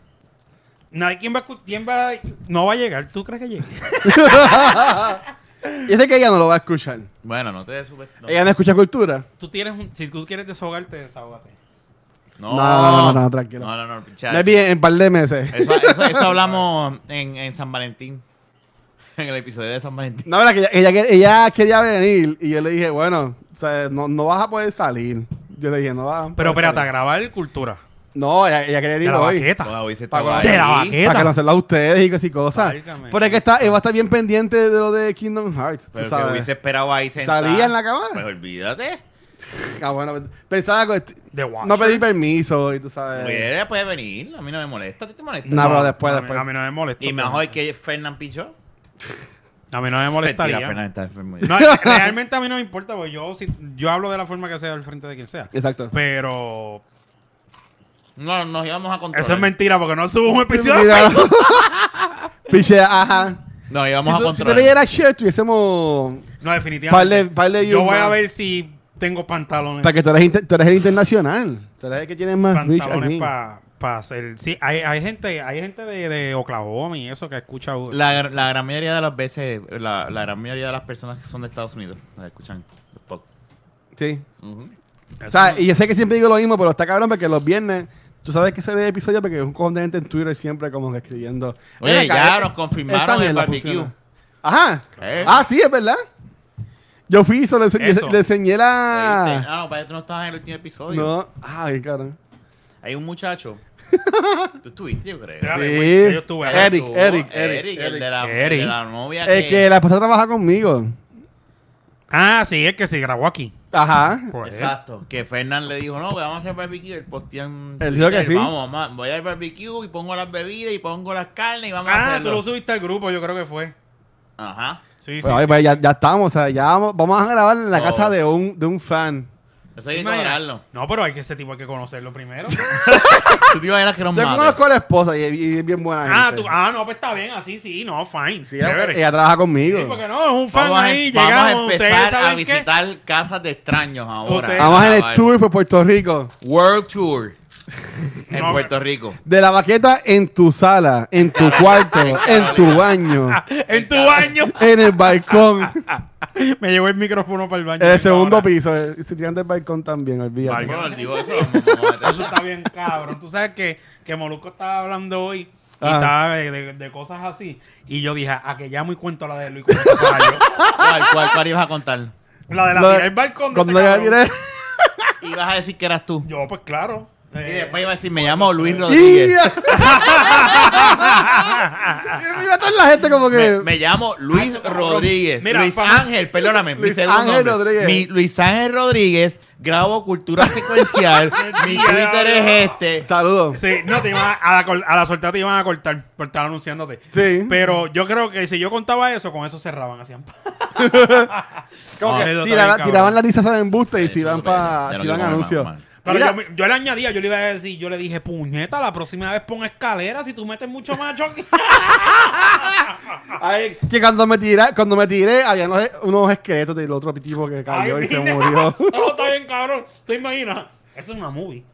[SPEAKER 2] nadie quién va, a escu- quién va, no va a llegar. ¿Tú crees que llegue?
[SPEAKER 3] Yo sé que ella no lo va a escuchar.
[SPEAKER 1] Bueno, no te subes. No.
[SPEAKER 3] Ella no escucha cultura.
[SPEAKER 2] Tú tienes un, si tú quieres desahogarte, desahógate.
[SPEAKER 1] No,
[SPEAKER 3] No, no, no, no, tranquilo.
[SPEAKER 1] No, no, no, pinche.
[SPEAKER 3] Me vi en un par de meses.
[SPEAKER 2] Eh.
[SPEAKER 1] Eso, eso, eso hablamos en, en San Valentín. En el episodio de San Valentín.
[SPEAKER 3] No, verdad que ella, ella- ella quería venir y yo le dije, bueno, o sea, no, no vas a poder salir. Yo le dije, no vas a
[SPEAKER 2] Pero
[SPEAKER 3] poder
[SPEAKER 2] espérate, a
[SPEAKER 3] salir.
[SPEAKER 2] grabar cultura.
[SPEAKER 3] No, ella, ella quería
[SPEAKER 2] De
[SPEAKER 3] ir
[SPEAKER 2] la
[SPEAKER 3] hoy.
[SPEAKER 2] baqueta.
[SPEAKER 1] Wow, hice
[SPEAKER 3] Paco,
[SPEAKER 1] todo
[SPEAKER 2] de la
[SPEAKER 1] Pues, ahí.
[SPEAKER 2] baqueta.
[SPEAKER 3] Para conocerla a ustedes y cosas y cosas.
[SPEAKER 2] Válgame.
[SPEAKER 3] Pero es que está, él va a estar bien pendiente de lo de Kingdom Hearts. tú
[SPEAKER 1] Pero que
[SPEAKER 3] sabes.
[SPEAKER 1] hubiese esperado ahí sentado.
[SPEAKER 3] Salía en la cámara.
[SPEAKER 1] Pues olvídate.
[SPEAKER 3] Ah, bueno, pensaba que
[SPEAKER 2] The Watcher.
[SPEAKER 3] no pedí permiso y tú sabes.
[SPEAKER 1] Puede, puede venir. A mí no me molesta. ¿A ti te molesta?
[SPEAKER 3] No, pero después,
[SPEAKER 2] a mí-
[SPEAKER 3] después.
[SPEAKER 2] A mí no me molesta.
[SPEAKER 1] Y mejor que Fernán Pichó.
[SPEAKER 2] A mí no me molestaría.
[SPEAKER 1] Mentira, Fernán está enfermo.
[SPEAKER 2] No, realmente a mí no me importa, porque yo, si, yo hablo de la forma que sea al frente de quien sea.
[SPEAKER 3] Exacto.
[SPEAKER 2] Pero
[SPEAKER 1] No, nos íbamos a controlar.
[SPEAKER 2] eso es mentira, porque no subo un episodio.
[SPEAKER 3] Mira. Piche, ajá.
[SPEAKER 1] Nos
[SPEAKER 3] Si
[SPEAKER 1] íbamos a
[SPEAKER 3] tú, si tú
[SPEAKER 1] controlar.
[SPEAKER 3] le dieras share, tuviésemos.
[SPEAKER 2] No, definitivamente.
[SPEAKER 3] Par de- par de
[SPEAKER 2] yo voy
[SPEAKER 3] yuma.
[SPEAKER 2] a ver si tengo pantalones.
[SPEAKER 3] Para que tú eres, inter- tú eres el internacional. Tú eres el que tiene más reach aquí.
[SPEAKER 2] pantalones para hacer. Sí, hay, hay gente, hay gente de, de Oklahoma y eso que escucha.
[SPEAKER 1] La, la gran mayoría de las veces, la, la gran mayoría de las personas que son de Estados Unidos las escuchan los podcasts.
[SPEAKER 3] Sí.
[SPEAKER 1] Ujú.
[SPEAKER 3] O sea, y yo sé que siempre digo lo mismo, pero está cabrón porque los viernes, tú sabes que sale el episodio porque es un cojón de gente en Twitter siempre como que escribiendo.
[SPEAKER 1] Oye,
[SPEAKER 3] "Ven acá,
[SPEAKER 1] ya
[SPEAKER 3] eh,
[SPEAKER 1] nos confirmaron
[SPEAKER 3] esta
[SPEAKER 1] el
[SPEAKER 3] mierda
[SPEAKER 1] barbecue".
[SPEAKER 3] funciona". Ajá.
[SPEAKER 1] Eh.
[SPEAKER 3] Ah, sí, es verdad. Yo fui y se lo ense-
[SPEAKER 2] Eso.
[SPEAKER 3] le, le enseñé
[SPEAKER 1] Ah,
[SPEAKER 3] la.
[SPEAKER 1] no, para tú no estabas en el último episodio.
[SPEAKER 3] No. Ay, cabrón.
[SPEAKER 1] Hay un muchacho. tú estuviste, yo creo.
[SPEAKER 2] Era
[SPEAKER 3] Sí.
[SPEAKER 2] Espérate, güey, que yo estuve ahí.
[SPEAKER 3] Eric,
[SPEAKER 1] Tú,
[SPEAKER 3] Eric, Eric,
[SPEAKER 1] el de la,
[SPEAKER 2] Eric.
[SPEAKER 1] el de la novia.
[SPEAKER 3] Es que la esposa trabaja conmigo.
[SPEAKER 2] Ah, sí, es que se grabó aquí. Pues,
[SPEAKER 3] Ajá.
[SPEAKER 2] Por él.
[SPEAKER 1] Exacto, que Fernán le dijo, no, que vamos a hacer barbecue, el postean.
[SPEAKER 3] Él dijo que sí.
[SPEAKER 1] Vamos, vamos, voy al barbecue y pongo las bebidas y pongo las carnes y vamos a
[SPEAKER 2] Ah, tú
[SPEAKER 1] hacerlo.
[SPEAKER 2] lo subiste al grupo, yo creo que fue.
[SPEAKER 1] Ajá.
[SPEAKER 2] Sí,
[SPEAKER 3] Pues,
[SPEAKER 2] sí.
[SPEAKER 3] oye, pues ya, ya estamos, o sea, ya vamos, vamos a grabar en la
[SPEAKER 1] Oh.
[SPEAKER 3] casa de un, de un fan.
[SPEAKER 1] Eso
[SPEAKER 2] ¿Te
[SPEAKER 1] hay que
[SPEAKER 2] imaginas?
[SPEAKER 1] cobrarlo.
[SPEAKER 2] No, pero hay que ese tipo hay que conocerlo primero.
[SPEAKER 1] Tú te imaginas que nos
[SPEAKER 3] Yo
[SPEAKER 1] mate.
[SPEAKER 3] conozco a la esposa y, es- y es bien buena
[SPEAKER 2] ah,
[SPEAKER 3] gente.
[SPEAKER 2] tú, ah, no, pues está bien, así sí, no, fine.
[SPEAKER 3] Sí, eh, ella,
[SPEAKER 2] chévere.
[SPEAKER 3] ella trabaja conmigo.
[SPEAKER 2] Sí, porque no, es un fan
[SPEAKER 1] Vamos a, em,
[SPEAKER 2] ahí,
[SPEAKER 1] vamos a
[SPEAKER 2] llegamos, ustedes
[SPEAKER 1] empezar a
[SPEAKER 2] saben qué.
[SPEAKER 1] visitar casas de extraños ahora.
[SPEAKER 2] Ustedes-
[SPEAKER 3] Vamos en el
[SPEAKER 1] Chaval.
[SPEAKER 3] tour por Puerto Rico.
[SPEAKER 1] World Tour. en
[SPEAKER 2] No,
[SPEAKER 1] Puerto Rico.
[SPEAKER 3] De la baqueta en tu sala, en tu cuarto, en tu baño,
[SPEAKER 2] En tu baño.
[SPEAKER 3] en el balcón.
[SPEAKER 2] Me llevó el micrófono para el baño.
[SPEAKER 3] El segundo
[SPEAKER 2] Ahora.
[SPEAKER 3] piso. eh, Y se tiran del balcón también, olvídate.
[SPEAKER 1] Algo nos dijo eso, vamos a
[SPEAKER 2] Eso está bien cabrón. Tú sabes que, que Molusco estaba hablando hoy y
[SPEAKER 3] Ajá.
[SPEAKER 2] estaba de, de- de cosas así. Y yo dije, a que llamo y cuento la de Luis Cuento Caballo.
[SPEAKER 1] ¿Cuál, cuál, cuál ibas a contar?
[SPEAKER 2] La de la
[SPEAKER 3] Lo de-
[SPEAKER 2] tira del balcón. de
[SPEAKER 3] Cuando
[SPEAKER 2] este
[SPEAKER 3] ya
[SPEAKER 2] cabrón.
[SPEAKER 3] tiré-
[SPEAKER 1] Ibas a decir que eras tú.
[SPEAKER 2] Yo, pues claro.
[SPEAKER 1] Y
[SPEAKER 2] Eh,
[SPEAKER 1] después iba a decir, me llamo Luis
[SPEAKER 3] ¡Y!
[SPEAKER 1] Rodríguez.
[SPEAKER 3] Y iba a estar la gente como
[SPEAKER 1] Me,
[SPEAKER 3] que.
[SPEAKER 1] me llamo Luis Rodríguez.
[SPEAKER 2] Mira,
[SPEAKER 1] Luis
[SPEAKER 2] pa-
[SPEAKER 1] Ángel, perdóname. mi
[SPEAKER 3] Luis
[SPEAKER 1] segundo
[SPEAKER 3] Ángel
[SPEAKER 1] nombre.
[SPEAKER 3] Rodríguez.
[SPEAKER 1] Mi Luis Ángel Rodríguez, grabo cultura secuencial. mi Twitter es este.
[SPEAKER 3] Saludos.
[SPEAKER 2] sí, no, te iban a, a la, col- a la soltada te iban a cortar por estar anunciándote.
[SPEAKER 3] Sí.
[SPEAKER 2] Pero yo creo que si yo contaba eso, con eso cerraban. Hacían. pa.
[SPEAKER 3] Como
[SPEAKER 2] Ah, eso
[SPEAKER 3] que
[SPEAKER 2] está
[SPEAKER 3] tiraba-
[SPEAKER 2] bien, cabrón.
[SPEAKER 3] tiraban la risa en busta y
[SPEAKER 1] Eso
[SPEAKER 3] si van
[SPEAKER 1] es lo que
[SPEAKER 3] para.
[SPEAKER 1] dice. Ya
[SPEAKER 3] Si
[SPEAKER 1] no quiero
[SPEAKER 3] van
[SPEAKER 1] comer
[SPEAKER 3] anuncios.
[SPEAKER 1] más, más.
[SPEAKER 2] Pero
[SPEAKER 3] Mira,
[SPEAKER 2] yo, me- yo le añadía, yo le iba a decir, yo le dije, puñeta, la próxima vez pon escalera si tú metes mucho macho aquí.
[SPEAKER 3] ay, que cuando me tiré, cuando me tiré, había unos, unos esqueletos del otro tipo que cayó y se
[SPEAKER 2] mira.
[SPEAKER 3] murió.
[SPEAKER 2] Eso está bien, cabrón. ¿Tú imaginas? Eso es una movie.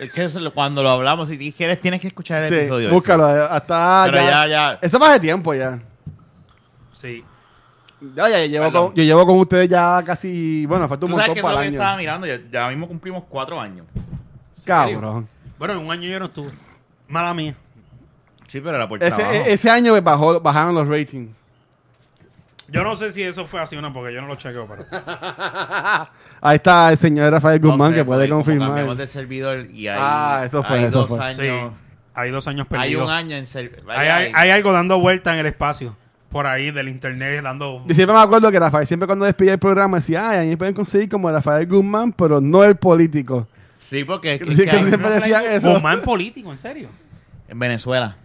[SPEAKER 1] Es que eso, lo- cuando lo hablamos, si quieres, tienes que escuchar el
[SPEAKER 3] Sí,
[SPEAKER 1] episodio. ese.
[SPEAKER 3] búscalo. eh, Hasta
[SPEAKER 1] Pero ya, ya.
[SPEAKER 3] Eso fue hace tiempo ya.
[SPEAKER 2] Sí.
[SPEAKER 3] Ya, ya, yo llevo
[SPEAKER 1] Perdón.
[SPEAKER 3] con, yo llevo con ustedes ya casi. Bueno, falta un
[SPEAKER 1] Tú sabes
[SPEAKER 3] montón
[SPEAKER 1] que eso es lo
[SPEAKER 3] para
[SPEAKER 1] que
[SPEAKER 3] el año.
[SPEAKER 1] estaba mirando. Ya, ya mismo cumplimos cuatro años.
[SPEAKER 3] Cabrón.
[SPEAKER 2] Bueno, en un año yo no estuve. Mala mía.
[SPEAKER 1] Sí, pero era por
[SPEAKER 3] Ese,
[SPEAKER 1] trabajo.
[SPEAKER 3] e- ese año me bajó, bajaron los ratings.
[SPEAKER 2] Yo no sé si eso fue así o no, porque yo no lo chequeo, pero.
[SPEAKER 3] Ahí está el señor Rafael
[SPEAKER 1] No
[SPEAKER 3] Guzmán
[SPEAKER 1] sé,
[SPEAKER 3] que puede
[SPEAKER 1] porque como
[SPEAKER 3] confirmar.
[SPEAKER 1] Cambiamos de servidor y hay,
[SPEAKER 3] Ah, eso fue,
[SPEAKER 1] hay
[SPEAKER 3] eso
[SPEAKER 1] dos
[SPEAKER 3] fue.
[SPEAKER 1] años.
[SPEAKER 2] Sí. Hay dos años perdidos.
[SPEAKER 1] Hay un año en servidor.
[SPEAKER 2] Hay, hay- hay algo dando vuelta en el espacio. Por ahí, del internet, dando.
[SPEAKER 3] Y siempre me acuerdo que Rafael siempre cuando despedía el programa decía, ay, a mí me pueden conseguir como Rafael Guzmán, pero no el político.
[SPEAKER 1] Sí, porque es que-
[SPEAKER 3] Sí,
[SPEAKER 1] que
[SPEAKER 3] que
[SPEAKER 1] hay-
[SPEAKER 3] siempre decía eso.
[SPEAKER 2] Guzmán político, en serio.
[SPEAKER 1] en Venezuela.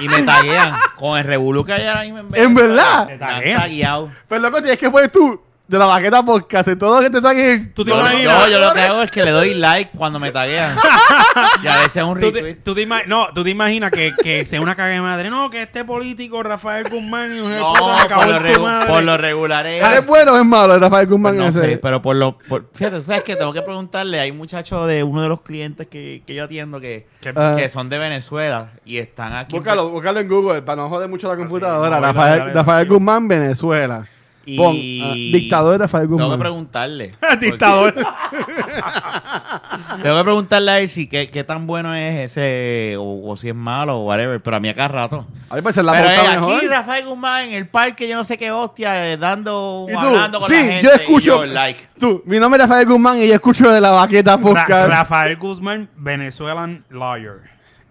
[SPEAKER 1] y me taguean con el revolú que hay ahora mismo en
[SPEAKER 3] ¿En
[SPEAKER 1] Venezuela.
[SPEAKER 3] verdad?
[SPEAKER 2] Me
[SPEAKER 1] Me
[SPEAKER 2] taguean.
[SPEAKER 1] han tagueado.
[SPEAKER 3] Pero loco, tienes que poner tú de la baqueta podcast y todo lo que te están en...
[SPEAKER 2] Tú te
[SPEAKER 1] Yo,
[SPEAKER 2] imaginas.
[SPEAKER 1] yo- yo lo que hago es que le doy like cuando me taguean. y a veces un
[SPEAKER 2] ¿Tú te,
[SPEAKER 1] retweet.
[SPEAKER 2] tú te ima- no, tú te imaginas que, que sea una caga de madre. No, que este político, Rafael Guzmán, y un
[SPEAKER 1] No,
[SPEAKER 2] puta, me cagó
[SPEAKER 1] por lo,
[SPEAKER 2] en tu
[SPEAKER 1] regu-
[SPEAKER 2] madre.
[SPEAKER 1] por lo regular es-
[SPEAKER 3] ¿Es bueno o es malo el Rafael Guzmán
[SPEAKER 1] Pues no
[SPEAKER 3] ese?
[SPEAKER 1] sé, pero por lo... por- fíjate, ¿sabes que Tengo que preguntarle. Hay muchachos de uno de los clientes que, que yo atiendo que,
[SPEAKER 2] Que-
[SPEAKER 3] Ah.
[SPEAKER 1] que son de Venezuela y están aquí. pues
[SPEAKER 3] Búscalo, búscalo en Google para no joder mucho la computadora.
[SPEAKER 2] no, dale,
[SPEAKER 3] Rafael,
[SPEAKER 2] dale,
[SPEAKER 3] Rafael
[SPEAKER 2] tranquilo.
[SPEAKER 3] Guzmán, Venezuela.
[SPEAKER 1] Y...
[SPEAKER 3] Pon, ah, dictador Rafael
[SPEAKER 1] Tengo que
[SPEAKER 3] Guzmán.
[SPEAKER 1] preguntarle.
[SPEAKER 2] Dictador.
[SPEAKER 1] porque- Tengo que preguntarle a él si qué, qué tan bueno es ese o, o si es malo o whatever. Pero a mí acá rato.
[SPEAKER 3] A mí parece la
[SPEAKER 1] Pero
[SPEAKER 3] portada
[SPEAKER 1] eh,
[SPEAKER 3] mejor.
[SPEAKER 1] aquí Rafael Guzmán en el parque, yo no sé qué hostia, eh, dando,
[SPEAKER 3] Y tú,
[SPEAKER 1] hablando con
[SPEAKER 3] sí,
[SPEAKER 1] la gente.
[SPEAKER 3] yo escucho.
[SPEAKER 1] y yo, like.
[SPEAKER 3] Tú, mi nombre es Rafael Guzmán y yo escucho de la baqueta
[SPEAKER 2] Ra-
[SPEAKER 3] podcast.
[SPEAKER 2] Rafael Guzmán, Venezuelan lawyer.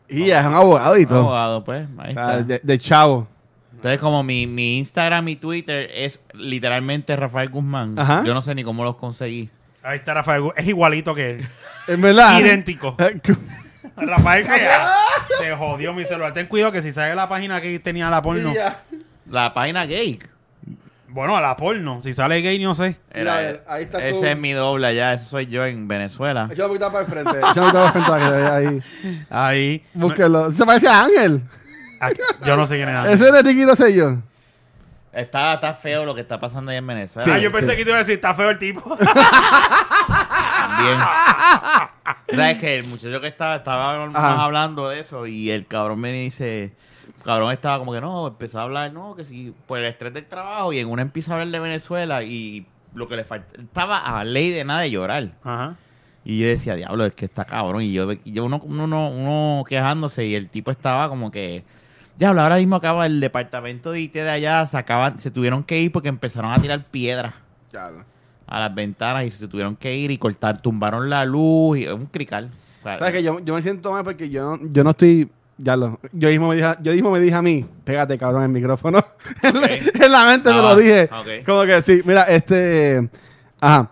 [SPEAKER 3] y es un abogado y todo.
[SPEAKER 1] Abogado, pues. ahí
[SPEAKER 3] O
[SPEAKER 1] está.
[SPEAKER 3] sea, de, de chavo.
[SPEAKER 1] Entonces, como mi, mi Instagram y Twitter es literalmente Rafael Guzmán.
[SPEAKER 3] Ajá.
[SPEAKER 1] Yo no sé ni cómo los conseguí.
[SPEAKER 2] Ahí está Rafael Gu- Es igualito que él.
[SPEAKER 3] En verdad.
[SPEAKER 2] Idéntico. Rafael que- se jodió mi celular. Ten cuidado que si sale la página que tenía la porno.
[SPEAKER 3] Y ya.
[SPEAKER 1] La página gay.
[SPEAKER 2] Bueno, a la porno. Si sale gay, no sé.
[SPEAKER 1] Era-
[SPEAKER 3] Mira, ahí está
[SPEAKER 1] ese
[SPEAKER 3] su-
[SPEAKER 1] es mi doble allá, ese soy yo en Venezuela.
[SPEAKER 3] Yo me para el frente. Yo me para el frente para que te vea ahí.
[SPEAKER 2] Ahí.
[SPEAKER 3] Búsquelo. Se parece a Ángel.
[SPEAKER 2] Aquí- Yo no sé quién es. Ángel.
[SPEAKER 3] Ese es de Ricky Rosselló.
[SPEAKER 1] Está, está feo lo que está pasando ahí en Venezuela.
[SPEAKER 2] Ah,
[SPEAKER 3] Sí.
[SPEAKER 2] yo pensé que te iba a decir, está feo el tipo.
[SPEAKER 1] También. ¿Sabes que El muchacho que estaba, estaba
[SPEAKER 3] Ajá.
[SPEAKER 1] hablando de eso y el cabrón me dice... Cabrón estaba como que no, empezó a hablar, no, que si por el estrés del trabajo y en una empieza a hablar de Venezuela y lo que le faltaba, estaba a ley de nada de llorar.
[SPEAKER 2] Ajá.
[SPEAKER 1] Y yo decía, diablo, es que está cabrón. Y yo, y yo uno, uno, uno- uno quejándose y el tipo estaba como que, diablo, ahora mismo acaba el departamento de IT de allá, se, acaban- se tuvieron que ir porque empezaron a tirar piedras a las ventanas y se tuvieron que ir y cortar, tumbaron la luz y un crical. O sea,
[SPEAKER 3] ¿Sabes que yo, yo me siento mal porque yo no, yo no estoy. Ya lo. Yo mismo me dije, a- yo mismo me dije a mí, pégate cabrón el micrófono. En la- en la mente me
[SPEAKER 1] Ah,
[SPEAKER 3] lo dije.
[SPEAKER 1] ok.
[SPEAKER 3] Como que sí, mira, este. Ajá.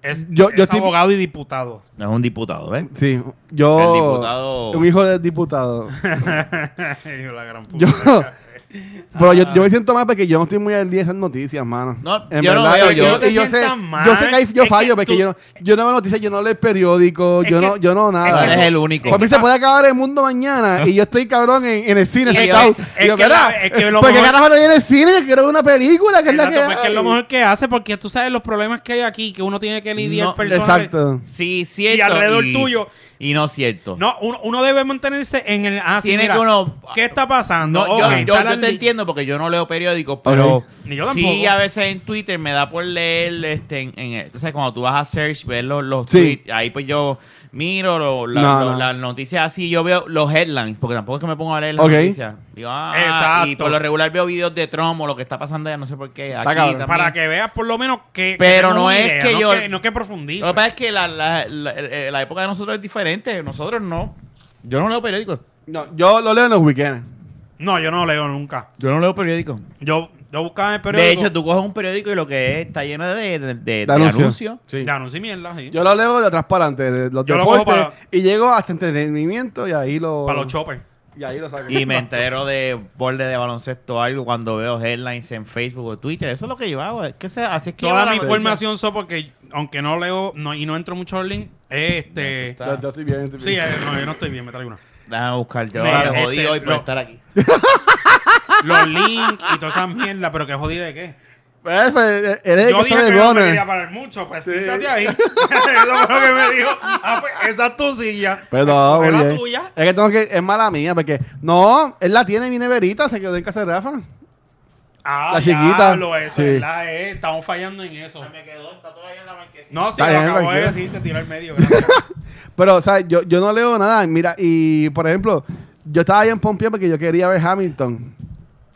[SPEAKER 2] Es,
[SPEAKER 3] Yo- yo
[SPEAKER 2] es
[SPEAKER 3] estoy-
[SPEAKER 2] abogado y diputado.
[SPEAKER 1] No es un diputado, ¿eh?
[SPEAKER 3] Sí. Yo.
[SPEAKER 1] El diputado-
[SPEAKER 3] Un hijo del diputado.
[SPEAKER 2] Hijo de la gran puta.
[SPEAKER 3] Yo- Pero yo, yo me siento mal porque yo no estoy muy al día de esas noticias, mano.
[SPEAKER 1] No, yo no veo,
[SPEAKER 3] y
[SPEAKER 1] yo-
[SPEAKER 3] y
[SPEAKER 2] Ah. No te
[SPEAKER 3] sé,
[SPEAKER 2] sientas mal.
[SPEAKER 3] yo sé que ahí yo
[SPEAKER 2] Es
[SPEAKER 3] fallo
[SPEAKER 2] que
[SPEAKER 3] porque
[SPEAKER 2] tú-
[SPEAKER 3] yo, no, yo no veo noticias, yo no leo el periódico,
[SPEAKER 2] Es
[SPEAKER 3] yo
[SPEAKER 2] que-
[SPEAKER 3] no, yo no
[SPEAKER 1] Tú
[SPEAKER 3] nada.
[SPEAKER 1] eres el único.
[SPEAKER 3] Por mí se puede acabar el mundo mañana y yo estoy cabrón en, en el cine
[SPEAKER 1] Y yo-
[SPEAKER 3] sentado.
[SPEAKER 1] es-
[SPEAKER 3] Y yo,
[SPEAKER 2] es que la-
[SPEAKER 3] "Mira,
[SPEAKER 2] es que lo
[SPEAKER 3] ¿por qué
[SPEAKER 2] mejor-
[SPEAKER 3] carajo no voy en el cine? Yo quiero ver una película que es la
[SPEAKER 2] Exacto,
[SPEAKER 3] que
[SPEAKER 2] pues, que es lo
[SPEAKER 3] hay".
[SPEAKER 2] mejor que hace porque tú sabes los problemas que hay aquí que uno tiene que lidiar
[SPEAKER 1] No,
[SPEAKER 2] personal.
[SPEAKER 3] Exacto.
[SPEAKER 1] Sí, cierto.
[SPEAKER 2] alrededor tuyo.
[SPEAKER 1] Y no cierto.
[SPEAKER 2] No, uno, uno debe mantenerse en el. Ah, sí,
[SPEAKER 1] Tiene
[SPEAKER 2] mira,
[SPEAKER 1] que uno-
[SPEAKER 2] ¿Qué está pasando?
[SPEAKER 1] No, yo-
[SPEAKER 2] Ok,
[SPEAKER 1] yo-
[SPEAKER 2] está la
[SPEAKER 1] yo te entiendo porque yo no leo periódicos, pero
[SPEAKER 3] Ok.
[SPEAKER 2] Ni yo
[SPEAKER 1] sí
[SPEAKER 2] tampoco.
[SPEAKER 1] a veces en Twitter me da por leer, este, en, en- o sea, cuando tú vas a search, ver los, los
[SPEAKER 3] Sí.
[SPEAKER 1] tweets, ahí pues yo miro lo- la-
[SPEAKER 3] No,
[SPEAKER 1] lo-
[SPEAKER 3] no.
[SPEAKER 1] las noticias así, yo veo los headlines, porque tampoco es que me pongo a leer las
[SPEAKER 3] Ok.
[SPEAKER 1] noticias. Digo, ah, Y
[SPEAKER 2] Exacto.
[SPEAKER 1] por lo regular veo videos de Trump o lo que está pasando allá, no sé por qué. Aquí
[SPEAKER 3] cabrón.
[SPEAKER 1] también.
[SPEAKER 2] Para que veas por lo menos que. que
[SPEAKER 1] Pero
[SPEAKER 2] tengas
[SPEAKER 1] no
[SPEAKER 2] una
[SPEAKER 1] es que
[SPEAKER 2] no
[SPEAKER 1] yo-
[SPEAKER 2] Que, no que profundice.
[SPEAKER 1] Lo que pasa es que la, la- la- eh, la época de nosotros es diferente. Nosotros no. Yo no leo periódicos.
[SPEAKER 3] No, yo lo leo en los weekends.
[SPEAKER 2] No, yo no leo nunca.
[SPEAKER 1] Yo no leo periódicos.
[SPEAKER 2] Yo, yo buscaba en el
[SPEAKER 1] De
[SPEAKER 2] periódico.
[SPEAKER 1] hecho, tú coges un periódico y lo que es, está lleno de, de, de- de
[SPEAKER 3] anuncio.
[SPEAKER 1] anuncios.
[SPEAKER 3] Sí.
[SPEAKER 2] Ya no sí, mierda, sí.
[SPEAKER 3] Yo lo leo de atrás para adelante, de los
[SPEAKER 2] Yo lo
[SPEAKER 3] deportes,
[SPEAKER 2] cojo para-
[SPEAKER 3] y llego hasta entretenimiento y ahí lo...
[SPEAKER 2] Para los choppers.
[SPEAKER 3] Y ahí lo saco.
[SPEAKER 1] Y me entero de borde de baloncesto o algo cuando veo headlines en Facebook o Twitter. Eso es lo que yo hago. Es que se- así es que
[SPEAKER 2] Toda
[SPEAKER 1] yo
[SPEAKER 2] mi
[SPEAKER 1] hago la
[SPEAKER 2] información, so porque aunque no leo no, y no entro mucho al link, es este.
[SPEAKER 1] Ya, tú
[SPEAKER 3] Yo, yo estoy bien, estoy
[SPEAKER 2] Sí,
[SPEAKER 3] bien.
[SPEAKER 2] eh, no, yo no estoy bien, me traigo una.
[SPEAKER 1] noticia. Déjame buscar. Yo
[SPEAKER 2] Me-
[SPEAKER 1] ahora me jodí
[SPEAKER 2] este,
[SPEAKER 1] hoy por
[SPEAKER 2] lo-
[SPEAKER 1] estar aquí.
[SPEAKER 2] Los links y todas esas mierdas, pero que jodí de qué.
[SPEAKER 3] Pues, pues, eres el
[SPEAKER 2] Yo
[SPEAKER 3] que
[SPEAKER 2] dije
[SPEAKER 3] está
[SPEAKER 2] que no
[SPEAKER 3] de
[SPEAKER 2] me
[SPEAKER 3] runner.
[SPEAKER 2] quería parar mucho, pues
[SPEAKER 3] Sí.
[SPEAKER 2] siéntate ahí. Eso fue lo que me dijo. Ah, pues, esa es tu silla.
[SPEAKER 3] Pero Pues, no,
[SPEAKER 2] Coge la
[SPEAKER 3] oye,
[SPEAKER 2] tuya.
[SPEAKER 3] Es que tengo que... Es mala mía, porque... No, él la tiene en mi neverita, se quedó en casa de Rafa.
[SPEAKER 2] Ah,
[SPEAKER 3] La chiquita.
[SPEAKER 2] diablo, eso
[SPEAKER 3] Sí.
[SPEAKER 2] es la- eh, estamos fallando en eso.
[SPEAKER 1] Me quedó, está todavía en la marquesina.
[SPEAKER 2] No, sí,
[SPEAKER 3] Está
[SPEAKER 2] lo
[SPEAKER 3] bien,
[SPEAKER 2] acabo de
[SPEAKER 3] tranquilo.
[SPEAKER 2] decir, te tiro al medio. gracias.
[SPEAKER 3] Pero, o sea, yo, yo no leo nada. Mira, y por ejemplo, yo estaba ahí en Pompeya porque yo quería ver Hamilton.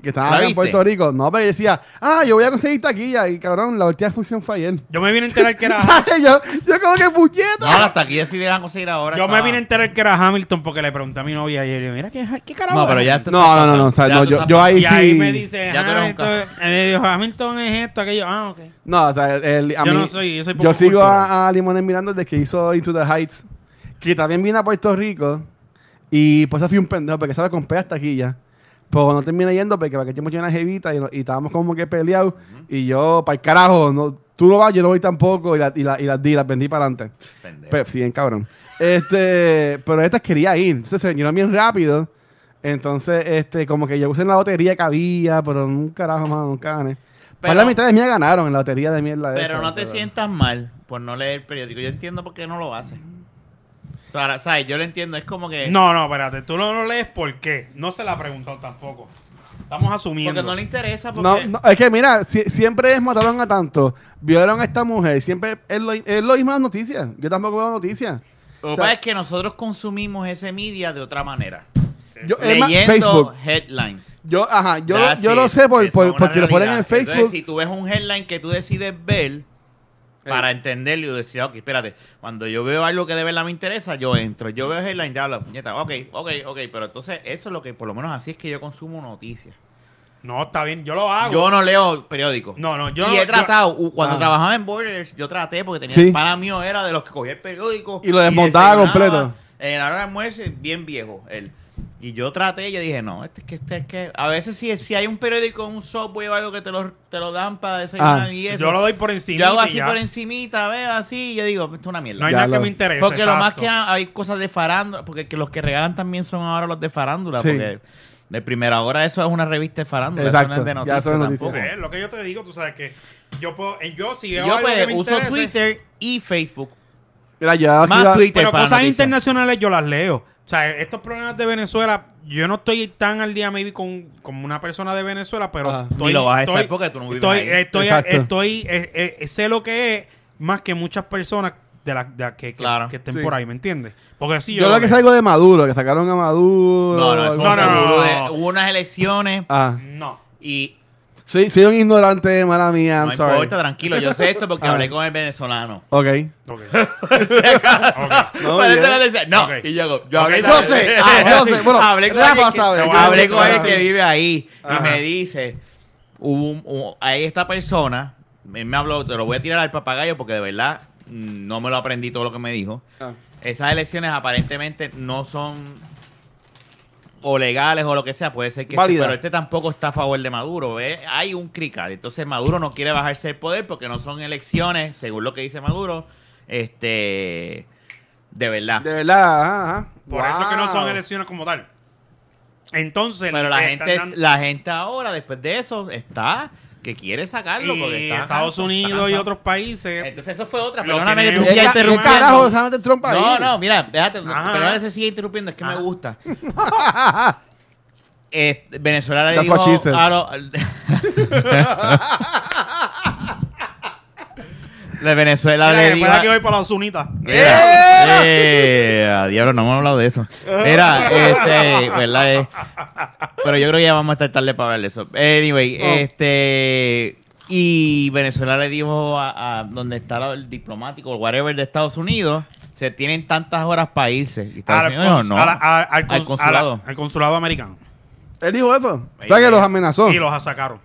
[SPEAKER 3] Que
[SPEAKER 1] ¿La
[SPEAKER 3] estaba acá en
[SPEAKER 1] viste?
[SPEAKER 3] Puerto Rico. No, pero yo decía, ah, yo voy a conseguir taquilla. Y cabrón, la última función fue ayer.
[SPEAKER 2] Yo me vine a enterar que era.
[SPEAKER 3] ¿Sabes? Yo, yo como que puñeta.
[SPEAKER 1] No, hasta aquí decidí a conseguir ahora.
[SPEAKER 2] Yo me
[SPEAKER 1] estaba-
[SPEAKER 2] vine a enterar que era Hamilton porque le pregunté a mi novia ayer. y yo, Mira, ¿qué, qué carajo?
[SPEAKER 1] No, pero
[SPEAKER 2] es
[SPEAKER 1] ya está-
[SPEAKER 3] No, no, no, no. O sea,
[SPEAKER 1] Ya
[SPEAKER 3] no,
[SPEAKER 1] tú
[SPEAKER 3] yo,
[SPEAKER 1] estás-
[SPEAKER 3] yo ahí
[SPEAKER 2] Y
[SPEAKER 3] sí.
[SPEAKER 2] ahí me dice,
[SPEAKER 1] Ya tú eres un
[SPEAKER 2] Hamilton, eh, me dijo, Hamilton es esto, aquello. Ah, ok.
[SPEAKER 3] No, o sea, el- a
[SPEAKER 2] Yo
[SPEAKER 3] mí-
[SPEAKER 2] no soy- yo soy poco
[SPEAKER 3] yo sigo
[SPEAKER 2] cultura.
[SPEAKER 3] a, a Limones Miranda desde que hizo Into the Heights. Que también vine a Puerto Rico. Y pues eso fui un pendejo, porque sabes, compré hasta aquí ya. Pero no terminé yendo porque para que yo una jevita y, no- y estábamos como que peleados. Y yo, para el carajo, no, tú no vas, yo no voy tampoco. Y, la- y, la- y las di, las vendí para adelante.
[SPEAKER 1] Pendejo.
[SPEAKER 3] Pero sí, bien cabrón. Este, pero estas quería ir. Entonces se llenó bien rápido. Entonces, este, como que yo puse en la lotería que había, pero un carajo más, nunca gané. Para
[SPEAKER 1] Pero-
[SPEAKER 3] la mitad de mí ganaron en la lotería de mierda.
[SPEAKER 1] Pero
[SPEAKER 3] esa,
[SPEAKER 1] no te sientas mal por no leer el periódico. Yo entiendo por qué no lo haces. Para, ¿sabes? Yo lo entiendo. Es como que...
[SPEAKER 2] No, no, espérate. Tú no lo lees por qué. No se la ha preguntado tampoco. Estamos asumiendo.
[SPEAKER 1] Porque no le interesa.
[SPEAKER 3] No,
[SPEAKER 1] Porque,
[SPEAKER 3] no, es que mira, si- siempre es mataron a tanto. Violaron a esta mujer. Siempre es lo, es lo mismo las noticias. Yo tampoco veo noticias.
[SPEAKER 1] Lo que
[SPEAKER 3] O sea,
[SPEAKER 1] pasa es que nosotros consumimos ese media de otra manera.
[SPEAKER 3] Yo, es más,
[SPEAKER 1] Leyendo
[SPEAKER 3] Facebook.
[SPEAKER 1] headlines.
[SPEAKER 3] Yo, ajá, yo,
[SPEAKER 1] That's
[SPEAKER 3] yo lo
[SPEAKER 1] it.
[SPEAKER 3] sé por,
[SPEAKER 1] Eso
[SPEAKER 3] por-
[SPEAKER 1] es una
[SPEAKER 3] porque lo ponen
[SPEAKER 1] realidad.
[SPEAKER 3] en
[SPEAKER 1] Entonces,
[SPEAKER 3] Facebook. Eh.
[SPEAKER 1] si tú ves un headline que tú decides ver para entenderlo y decir, ok, espérate, cuando yo veo algo que de verdad me interesa, yo entro. Yo veo headline, te hablo, puñeta, ok, ok, ok. Pero entonces, eso es lo que, por lo menos así es que yo consumo noticias.
[SPEAKER 2] No, está bien. Yo lo hago.
[SPEAKER 1] Yo no leo periódicos.
[SPEAKER 2] No, no, yo
[SPEAKER 1] Y he
[SPEAKER 2] yo-
[SPEAKER 1] tratado, u- cuando
[SPEAKER 3] Ah.
[SPEAKER 1] trabajaba en Borders, yo traté porque tenía
[SPEAKER 3] Sí.
[SPEAKER 1] el pana mío era de los que cogía el periódico.
[SPEAKER 3] Y lo desmontaba
[SPEAKER 1] desayunaba.
[SPEAKER 3] completo.
[SPEAKER 1] En la hora de almuerzo, bien viejo él. Y yo traté, yo dije, no, este es que este es que. A veces si, si hay un periódico, un software o algo que te lo, te lo dan para desayunar
[SPEAKER 3] Ah.
[SPEAKER 1] y eso.
[SPEAKER 2] Yo lo doy por encima.
[SPEAKER 1] Yo hago así
[SPEAKER 2] ya.
[SPEAKER 1] por encimita, veo así, y yo digo, esto es una mierda.
[SPEAKER 2] No hay
[SPEAKER 3] Ya
[SPEAKER 2] nada que
[SPEAKER 3] lo-
[SPEAKER 2] me interese.
[SPEAKER 1] Porque lo más
[SPEAKER 2] exacto.
[SPEAKER 1] que ha- hay cosas de farándula, porque que los que regalan también son ahora los de farándula,
[SPEAKER 3] Sí.
[SPEAKER 1] porque de primera hora eso es una revista de farándula,
[SPEAKER 3] Exacto,
[SPEAKER 1] eso no es
[SPEAKER 3] ya
[SPEAKER 1] de noticias
[SPEAKER 3] eso es noticia.
[SPEAKER 1] tampoco.
[SPEAKER 2] Eh, lo que yo te digo, tú sabes que yo puedo, eh, yo si veo
[SPEAKER 1] Yo
[SPEAKER 2] algo que
[SPEAKER 1] pues
[SPEAKER 2] me
[SPEAKER 1] uso
[SPEAKER 2] interese,
[SPEAKER 1] Twitter y Facebook.
[SPEAKER 3] Mira, yo aquí
[SPEAKER 1] Más
[SPEAKER 3] iba-
[SPEAKER 1] Twitter
[SPEAKER 2] Pero
[SPEAKER 1] para
[SPEAKER 2] cosas
[SPEAKER 1] noticias.
[SPEAKER 2] internacionales yo las leo. O sea, estos problemas de Venezuela, yo no estoy tan al día, maybe, con, con una persona de Venezuela, pero
[SPEAKER 3] Ajá.
[SPEAKER 2] estoy.
[SPEAKER 1] Ah, Ni lo vas a estar
[SPEAKER 2] estoy-
[SPEAKER 1] porque tú no vives
[SPEAKER 2] estoy,
[SPEAKER 1] ahí.
[SPEAKER 2] Estoy,
[SPEAKER 3] Exacto.
[SPEAKER 2] estoy- eh, eh, sé lo que es más que muchas personas de las de la que, que-
[SPEAKER 1] Claro.
[SPEAKER 2] que estén
[SPEAKER 3] Sí.
[SPEAKER 2] por ahí, ¿me entiendes? Porque si yo.
[SPEAKER 3] yo lo que
[SPEAKER 2] leo-
[SPEAKER 3] salgo de Maduro, que sacaron a Maduro.
[SPEAKER 1] No, no, eso
[SPEAKER 2] No,
[SPEAKER 1] no,
[SPEAKER 2] no, no, no.
[SPEAKER 1] Hubo unas elecciones
[SPEAKER 3] Ah,
[SPEAKER 2] No.
[SPEAKER 1] y
[SPEAKER 3] soy, soy un ignorante, mala mía. I'm
[SPEAKER 1] no
[SPEAKER 3] sorry.
[SPEAKER 1] importa, tranquilo, yo sé esto porque
[SPEAKER 3] Ah.
[SPEAKER 1] hablé con el venezolano.
[SPEAKER 3] Ok.
[SPEAKER 2] Ok. Ok.
[SPEAKER 3] No,
[SPEAKER 1] Pero
[SPEAKER 3] bien.
[SPEAKER 1] este me decía, no,
[SPEAKER 2] Ok.
[SPEAKER 1] y yo, yo
[SPEAKER 2] Ok,
[SPEAKER 1] hablé
[SPEAKER 3] yo sé, ah, yo sé, bueno,
[SPEAKER 1] hablé con
[SPEAKER 3] Rafa
[SPEAKER 1] alguien que-
[SPEAKER 3] sabe,
[SPEAKER 2] yo
[SPEAKER 1] hablé
[SPEAKER 2] sé,
[SPEAKER 1] con alguien
[SPEAKER 2] Rafa
[SPEAKER 1] que
[SPEAKER 2] sabe.
[SPEAKER 1] vive ahí
[SPEAKER 3] Ajá.
[SPEAKER 1] y me dice, hubo un- hubo- ahí esta persona, él me habló, te lo voy a tirar al papagayo porque de verdad mm, no me lo aprendí todo lo que me dijo.
[SPEAKER 3] Ah.
[SPEAKER 1] esas elecciones aparentemente no son o legales o lo que sea, puede ser que
[SPEAKER 3] Válida.
[SPEAKER 1] pero este tampoco está a favor de Maduro, ¿eh? hay un crical, entonces Maduro no quiere bajarse el poder porque no son elecciones, según lo que dice Maduro, este de verdad.
[SPEAKER 3] De verdad, ajá, ajá.
[SPEAKER 2] Por eso que no son
[SPEAKER 3] Wow.
[SPEAKER 2] elecciones como tal. Entonces,
[SPEAKER 1] pero la
[SPEAKER 2] eh,
[SPEAKER 1] gente
[SPEAKER 2] están dando-
[SPEAKER 1] la gente ahora después de eso está que quiere sacarlo porque
[SPEAKER 2] y
[SPEAKER 1] está
[SPEAKER 2] Estados
[SPEAKER 1] cansado, está
[SPEAKER 2] Unidos y
[SPEAKER 1] cansado.
[SPEAKER 2] otros países.
[SPEAKER 1] Entonces eso fue otra,
[SPEAKER 2] Lo
[SPEAKER 1] perdóname que
[SPEAKER 2] tienen-
[SPEAKER 1] te
[SPEAKER 3] ¿Qué,
[SPEAKER 2] Sí,
[SPEAKER 1] siga
[SPEAKER 2] ya
[SPEAKER 3] ca- qué
[SPEAKER 1] interrumpiendo.
[SPEAKER 3] carajo se mete Trump ahí?
[SPEAKER 1] No, no, mira, déjate,
[SPEAKER 2] Ajá.
[SPEAKER 1] pero ahora se sigue interrumpiendo, es que
[SPEAKER 2] Ajá.
[SPEAKER 1] me gusta. eh, Venezuela le
[SPEAKER 3] That's what she said.
[SPEAKER 1] dijo a lo- de Venezuela
[SPEAKER 2] Mira,
[SPEAKER 1] le
[SPEAKER 2] después
[SPEAKER 1] dijo
[SPEAKER 2] de
[SPEAKER 1] a-
[SPEAKER 2] aquí voy para los Zunitas.
[SPEAKER 1] Mira, eh, a diablo, no hemos hablado de eso. Mira, este, ¿verdad? Eh, pero yo creo que ya vamos a estar tarde para hablar de eso. Anyway,
[SPEAKER 3] Oh.
[SPEAKER 1] este. Y Venezuela le dijo a, a donde está la- el diplomático o whatever de Estados Unidos, se tienen tantas horas para irse. Y Estados
[SPEAKER 2] Al
[SPEAKER 1] Unidos dijo,
[SPEAKER 2] cons-
[SPEAKER 1] no.
[SPEAKER 2] a la- a- al,
[SPEAKER 1] al
[SPEAKER 2] cons-
[SPEAKER 1] consulado.
[SPEAKER 2] a la- al consulado americano.
[SPEAKER 3] Él dijo eso. O sea que los amenazó.
[SPEAKER 2] Y los sacaron.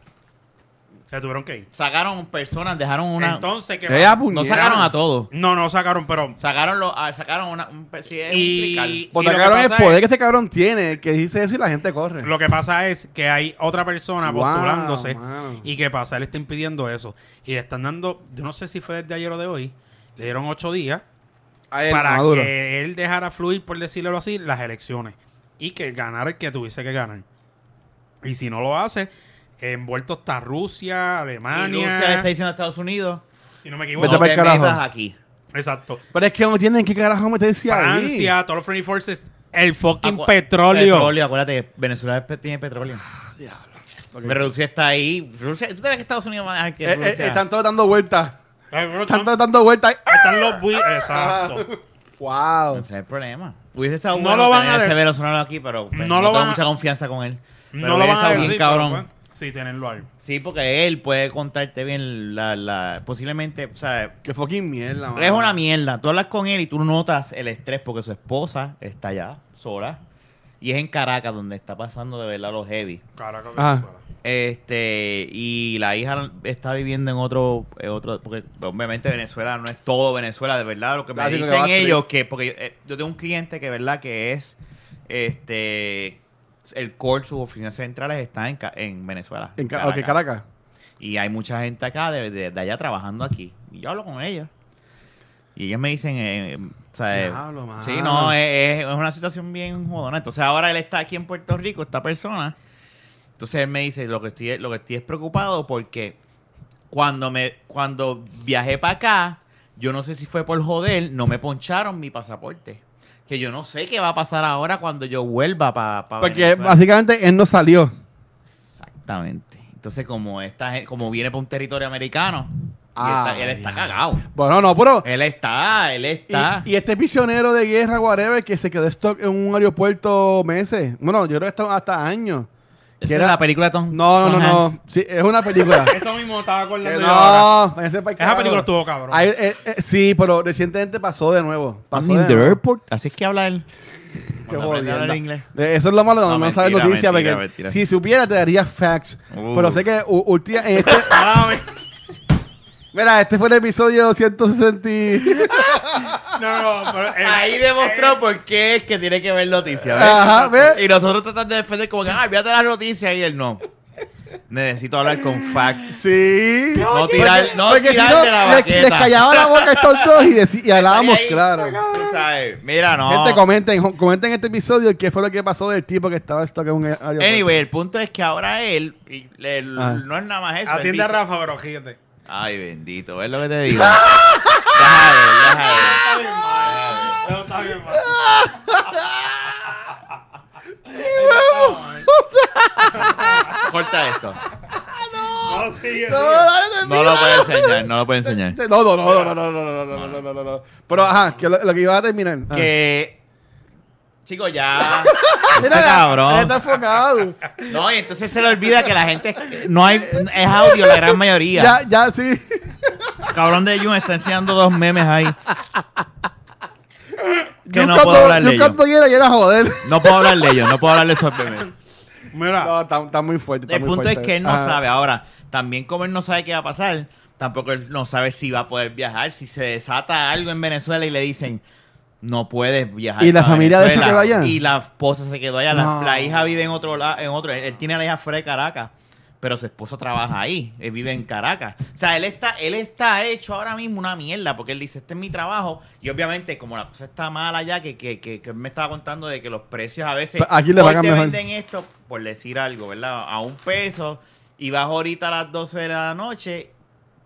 [SPEAKER 2] Se tuvieron que ir.
[SPEAKER 1] Sacaron personas, dejaron una.
[SPEAKER 2] Entonces, ¿qué
[SPEAKER 3] Ella
[SPEAKER 2] va-
[SPEAKER 1] no
[SPEAKER 3] puñera.
[SPEAKER 1] sacaron a todos.
[SPEAKER 2] No, no sacaron, pero...
[SPEAKER 1] Sacaron, los ah, sacaron una, un, per- sí, es un
[SPEAKER 2] Y-
[SPEAKER 1] crical.
[SPEAKER 3] Porque
[SPEAKER 2] lo que
[SPEAKER 3] cabrón, el
[SPEAKER 2] pasa es-
[SPEAKER 3] poder que este cabrón tiene, que dice eso y la gente corre.
[SPEAKER 2] Lo que pasa es que hay otra persona
[SPEAKER 3] Wow,
[SPEAKER 2] postulándose
[SPEAKER 3] mano.
[SPEAKER 2] y que pasa, él está impidiendo eso. Y le están dando, yo no sé si fue desde ayer o de hoy, le dieron ocho días
[SPEAKER 3] A él,
[SPEAKER 2] para
[SPEAKER 3] Maduro.
[SPEAKER 2] que él dejara fluir, por decirlo así, las elecciones y que ganara el que tuviese que ganar. Y si no lo hace, envuelto está Rusia,
[SPEAKER 1] Y Rusia le
[SPEAKER 2] Alemania,
[SPEAKER 1] está diciendo a Estados Unidos.
[SPEAKER 2] si no me
[SPEAKER 1] No
[SPEAKER 2] equivoco.
[SPEAKER 3] Vete pa'l
[SPEAKER 1] te
[SPEAKER 3] carajo.
[SPEAKER 1] metas aquí.
[SPEAKER 2] Exacto.
[SPEAKER 3] Pero es que no tienen que carajo meterse ahí.
[SPEAKER 2] Francia, todos los Friendly Forces, el fucking
[SPEAKER 1] Acu-
[SPEAKER 2] petróleo. Ah.
[SPEAKER 1] Petróleo, acuérdate, Venezuela pe- tiene petróleo. Pero Rusia está ahí. Rusia, ¿Tú crees que Estados Unidos va a dejar que
[SPEAKER 3] Eh, eh,
[SPEAKER 1] Rusia?
[SPEAKER 3] están todos dando vueltas.
[SPEAKER 2] Eh, bro,
[SPEAKER 3] Están
[SPEAKER 2] Están,
[SPEAKER 3] todos dando vueltas. ¡Ah! ahí.
[SPEAKER 2] están los bui- Exacto.
[SPEAKER 3] Wow.
[SPEAKER 1] Ese es el problema. Hubiese estado
[SPEAKER 2] No
[SPEAKER 1] bueno
[SPEAKER 2] lo van
[SPEAKER 1] tener
[SPEAKER 2] a
[SPEAKER 1] ese
[SPEAKER 2] de-
[SPEAKER 1] Venezuela aquí, pero pues,
[SPEAKER 2] No
[SPEAKER 1] no,
[SPEAKER 2] lo
[SPEAKER 1] tengo
[SPEAKER 2] van a-
[SPEAKER 1] mucha confianza con él. Pero
[SPEAKER 2] No lo
[SPEAKER 1] hubiera
[SPEAKER 2] van a
[SPEAKER 1] estado
[SPEAKER 2] decir,
[SPEAKER 1] bien
[SPEAKER 2] pero,
[SPEAKER 1] cabrón.
[SPEAKER 2] pues, Sí, tenerlo ahí.
[SPEAKER 1] Sí, porque él puede contarte bien la, la posiblemente, o sea,
[SPEAKER 3] Qué fucking mierda, mano.
[SPEAKER 1] es una mierda. Tú hablas con él y tú notas el estrés porque su esposa está allá sola y es en Caracas donde está pasando de verdad los heavy.
[SPEAKER 2] Caracas,
[SPEAKER 3] Ajá.
[SPEAKER 2] Venezuela.
[SPEAKER 1] Este, y la hija está viviendo en otro, en otro, porque obviamente Venezuela no es todo Venezuela, de verdad, lo que me
[SPEAKER 3] Ah, sí, lo que
[SPEAKER 1] dicen
[SPEAKER 3] va a ser.
[SPEAKER 1] ellos, que, porque yo, eh, yo tengo un cliente que, verdad, que es, este, el core, sus oficinas centrales están en, Ca- en Venezuela.
[SPEAKER 3] En Ca-
[SPEAKER 1] Caracas.
[SPEAKER 3] ok, Caracas.
[SPEAKER 1] Y hay mucha gente acá, de, de- de allá trabajando aquí. Y yo hablo con ellos. Y ellos me dicen, eh, eh, o sea, eh,
[SPEAKER 3] Diablo, mano.
[SPEAKER 1] Sí, no, es, es- es una situación bien jodona. Entonces ahora él está aquí en Puerto Rico, esta persona. Entonces él me dice, lo que estoy, lo que estoy es preocupado porque cuando me, cuando viajé para acá, yo no sé si fue por joder, no me poncharon mi pasaporte. Que yo no sé qué va a pasar ahora cuando yo vuelva para
[SPEAKER 3] Porque básicamente él no salió.
[SPEAKER 1] Exactamente. Entonces, como esta gen- como viene para un territorio americano, y
[SPEAKER 3] Ah,
[SPEAKER 1] está- él está
[SPEAKER 3] ya.
[SPEAKER 1] cagado.
[SPEAKER 3] Bueno, no, pero.
[SPEAKER 1] Él está, él está.
[SPEAKER 3] Y, y este prisionero de guerra, whatever, que se quedó stock en un aeropuerto meses. Bueno, yo creo que esto hasta años.
[SPEAKER 1] Esa
[SPEAKER 3] que
[SPEAKER 1] es
[SPEAKER 3] era-
[SPEAKER 1] la película de Tom
[SPEAKER 3] No, no,
[SPEAKER 1] Tom
[SPEAKER 3] no, no.
[SPEAKER 1] Hanks.
[SPEAKER 3] Sí, es una película.
[SPEAKER 2] Eso mismo estaba acordando
[SPEAKER 3] Que
[SPEAKER 2] yo ahora.
[SPEAKER 3] no, váyanse pa'l
[SPEAKER 2] Esa
[SPEAKER 3] carajo.
[SPEAKER 2] película estuvo cabrón.
[SPEAKER 3] Ay, eh, eh, sí, pero recientemente pasó de nuevo. Pasó
[SPEAKER 1] I'm
[SPEAKER 3] de
[SPEAKER 1] in the
[SPEAKER 3] nuevo.
[SPEAKER 1] airport. Así es que habla él.
[SPEAKER 3] Qué
[SPEAKER 1] Cuando aprende a hablar
[SPEAKER 3] jodienda.
[SPEAKER 1] inglés.
[SPEAKER 3] Eh, Eso es lo malo, no,
[SPEAKER 1] No,
[SPEAKER 3] no
[SPEAKER 1] mentira,
[SPEAKER 3] sabes noticias.
[SPEAKER 1] mentira,
[SPEAKER 3] porque
[SPEAKER 1] mentira.
[SPEAKER 3] Si supiera, te daría facts.
[SPEAKER 1] Uh.
[SPEAKER 3] Pero sé que u- ulti- en este-
[SPEAKER 2] Ah, me-
[SPEAKER 3] mira, este fue el episodio 160. y-
[SPEAKER 2] no, no, pero, eh,
[SPEAKER 1] Ahí demostró por qué es que tiene que ver noticias. ¿ves?
[SPEAKER 3] Ajá, ¿ves?
[SPEAKER 1] Y nosotros tratamos de defender como que, ah, olvídate las noticias y él no. Necesito hablar con facts.
[SPEAKER 3] Sí.
[SPEAKER 1] No tirar,
[SPEAKER 3] Porque-
[SPEAKER 1] no
[SPEAKER 3] porque si
[SPEAKER 1] tirar
[SPEAKER 3] no,
[SPEAKER 1] de la
[SPEAKER 3] le-
[SPEAKER 1] baqueta.
[SPEAKER 3] les callaba la boca a estos dos y, decí- y hablábamos,
[SPEAKER 1] Ahí, ahí,
[SPEAKER 3] claro.
[SPEAKER 1] Tú sabes, mira, no.
[SPEAKER 3] Gente, comenten, jo- comenten este episodio qué fue lo que pasó del tipo que estaba esto que un eh, aeropuerto.
[SPEAKER 1] Anyway, el punto es que ahora él, y- le-
[SPEAKER 3] Ah.
[SPEAKER 1] no es nada más eso. él
[SPEAKER 2] Atiende a
[SPEAKER 1] dice-
[SPEAKER 2] Rafa, pero fíjate.
[SPEAKER 1] Ay, bendito, es lo que te digo. Déjame ver, déjame ver.
[SPEAKER 2] Está bien mal. Eso está bien mal.
[SPEAKER 1] Corta esto.
[SPEAKER 2] No, sigue,
[SPEAKER 3] No,
[SPEAKER 2] sigue.
[SPEAKER 3] dale, te
[SPEAKER 1] No lo puedo enseñar, no lo puedo enseñar.
[SPEAKER 3] pido. no, no, no, no, no, no, no, no, no, no, no, no, no. Pero ajá, que lo, lo que iba a terminar. Ah. Ajá.
[SPEAKER 1] Que. Chicos, ya.
[SPEAKER 3] Ah,
[SPEAKER 1] Este cabrón.
[SPEAKER 3] Está enfocado.
[SPEAKER 1] No, y entonces se le olvida que la gente. No hay. Es audio la gran mayoría.
[SPEAKER 3] Ya, ya, sí.
[SPEAKER 1] Cabrón de Jun está enseñando dos memes ahí. Que
[SPEAKER 3] Yo
[SPEAKER 1] no
[SPEAKER 3] cuando-
[SPEAKER 1] puedo hablar
[SPEAKER 3] yo
[SPEAKER 1] de ellos.
[SPEAKER 3] cuando quiera, ya era joder.
[SPEAKER 1] No puedo hablar de ellos, no puedo hablar de esos memes.
[SPEAKER 2] Mira,
[SPEAKER 3] No, está, está muy fuerte. está
[SPEAKER 1] El
[SPEAKER 3] muy
[SPEAKER 1] punto es
[SPEAKER 3] fuerte.
[SPEAKER 1] que él no
[SPEAKER 3] Ajá.
[SPEAKER 1] sabe. Ahora, también como él no sabe qué va a pasar, tampoco él no sabe si va a poder viajar, si se desata algo en Venezuela y le dicen, no puedes viajar.
[SPEAKER 3] ¿Y la
[SPEAKER 1] para
[SPEAKER 3] familia de ese
[SPEAKER 1] Venezuela".
[SPEAKER 3] quedó allá?
[SPEAKER 1] Y la esposa se quedó allá. La,
[SPEAKER 3] No.
[SPEAKER 1] la hija vive en otro lado, en otro. Él, él tiene a la hija fuera de Caracas, pero su esposa trabaja ahí. Él vive en Caracas. O sea, él está, él está hecho ahora mismo una mierda porque él dice, este es mi trabajo. Y obviamente, como la cosa está mala allá, que, que, que, que él me estaba contando de que los precios a veces...
[SPEAKER 3] Pero Pues aquí le
[SPEAKER 1] hoy
[SPEAKER 3] pagan
[SPEAKER 1] te
[SPEAKER 3] mejor.
[SPEAKER 1] venden en esto, por decir algo, ¿verdad? A un peso y vas ahorita a las 12 de la noche